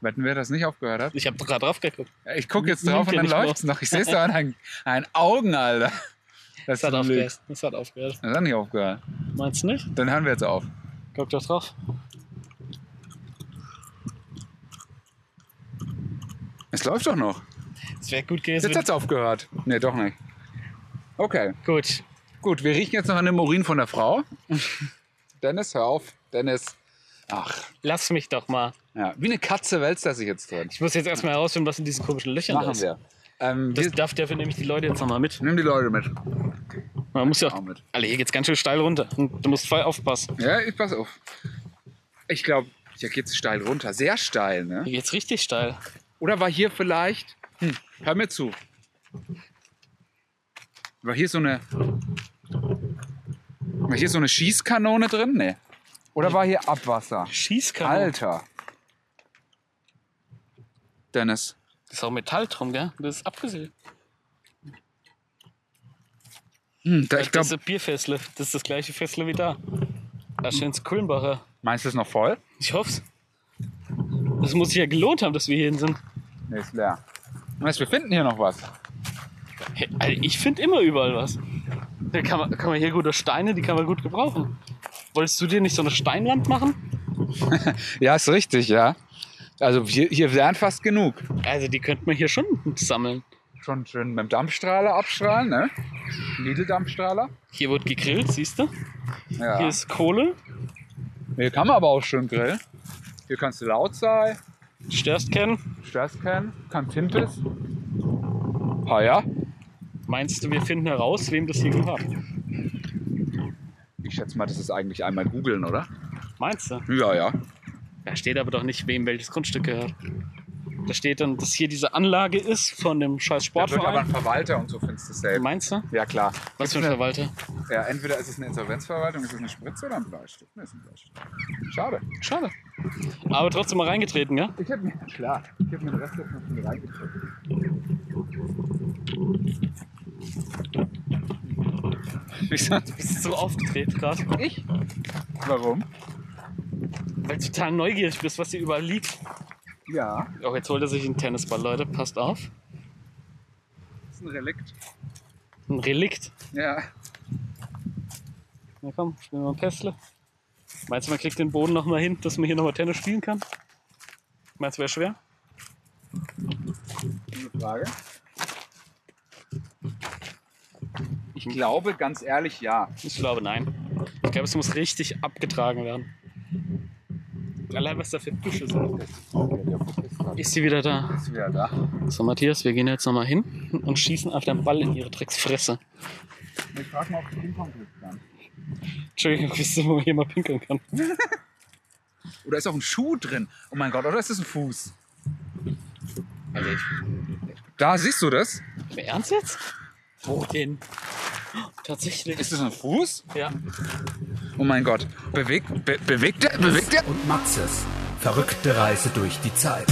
Wetten wir, dass es nicht aufgehört hat?
Ich habe gerade drauf geguckt.
Ich gucke jetzt
Nimmt
drauf und
ihr
dann
nicht mehr
läuft's noch. Ich sehe es doch an deinen- an deinen Augen, Alter.
Es hat
ein Glück.
aufgehört. Es hat aufgehört.
Das hat nicht aufgehört.
Meinst du nicht?
Dann hören wir jetzt auf.
Guck doch drauf.
Es läuft doch noch. Also
Es wäre gut gewesen.
Jetzt hat's aufgehört. Nee, doch nicht. Okay,
Gut.
gut. Wir riechen jetzt noch an dem Urin von der Frau. Dennis, hör auf. Dennis. Ach,
Lass mich doch mal.
ja. Wie eine Katze wälzt er sich jetzt drin.
Ich muss jetzt erstmal herausfinden, was in diesen komischen Löchern
Machen
ist.
wir. Ähm,
Das
wir
darf dafür nämlich die Leute jetzt nochmal mit.
nimm die Leute mit.
Man muss ja
Auch
auch.
mit.
Alle, hier geht's ganz schön steil runter. Und Du musst voll aufpassen.
Ja, ich pass auf. Ich glaube, hier geht's steil runter. Sehr steil, ne?
Hier geht's richtig steil.
Oder war hier vielleicht. Hm, hör mir zu. War hier so eine. War hier so eine Schießkanone drin? Nee. Oder war hier Abwasser?
Schießkanone.
Alter. Dennis.
Das ist auch Metall drum, gell? Das ist abgesehen.
Hm, da, ich
das
glaube,
ist Bierfessle. Das ist das gleiche Fessle wie da. Da schönes Kulmbacher.
meinst du es noch voll?
Ich hoff's. Das muss sich ja gelohnt haben, dass wir hierhin sind.
Nee, ist leer. Meinst du, wir finden hier noch was?
Hey, Alter, ich finde immer überall was. Da kann man, kann man hier gute Steine, die kann man gut gebrauchen. Wolltest du dir nicht so eine Steinland machen?
Ja, ist richtig, ja. Also hier, hier wären fast genug.
Also die könnte man hier schon sammeln.
Schon schön mit dem Dampfstrahler abstrahlen, ne? Lidl-Dampfstrahler.
Hier wird gegrillt, siehst du?
Ja.
Hier
Hier,
ist Kohle.
kann man aber auch schön grillen. Hier kannst du laut sein,
Störst kennen.
Stress kennen, kann Timpis. Ah ja.
Meinst du, wir finden heraus, wem das hier gehört?
Ich schätze mal, das ist eigentlich einmal googeln, oder?
Meinst du?
Ja, ja.
Da steht aber doch nicht, wem welches Grundstück gehört. Da steht dann, dass hier diese Anlage ist von dem scheiß
Da wird aber ein
Sportverein.
Verwalter und so findest du es selbst.
Meinst du?
Ja, klar.
Was für ein
Gibt's
Verwalter?
eine- Ja, entweder ist es eine Insolvenzverwaltung, ist es eine Spritze oder ein Bleistift. Nee, ist ein Bleistift. Schade.
Schade. Aber trotzdem mal reingetreten, ja?
Ich hätte mir, klar, ich hätte mir den Rest jetzt noch mit reingezogen.
Wieso? Du bist so aufgedreht gerade. Ich?
Warum?
Weil du total neugierig bist, was hier überall liegt.
Ja,
Auch jetzt holt er sich einen Tennisball, Leute. Passt auf.
das ist ein Relikt.
Ein Relikt.
Ja.
Na komm, spielen wir ein Pässle. Meinst du, man kriegt den Boden nochmal hin, dass man hier nochmal Tennis spielen kann? Meinst du, wäre schwer?
Gute Frage. Ich glaube, ganz ehrlich, ja.
Ich glaube, nein. Ich glaube, es muss richtig abgetragen werden. Allein was da für Büsche sind. Ist sie wieder da?
Ist wieder da.
So, Matthias, wir gehen jetzt nochmal hin und schießen auf den Ball in ihre Drecksfresse.
Ich frage mal, ob ich Ping-Pong kann.
Entschuldigung, wisst ihr, wo man hier mal pinkeln kann?
Oder ist auch ein Schuh drin? Oh mein Gott, oder ist das ein Fuß?
Also, ich,
Da siehst du das?
ernst jetzt? Wo denn? Tatsächlich.
Ist das ein Fuß?
Ja.
Oh mein Gott. Bewegt, be, bewegt der? Bewegt der?
und Maxes. Verrückte Reise durch die Zeit.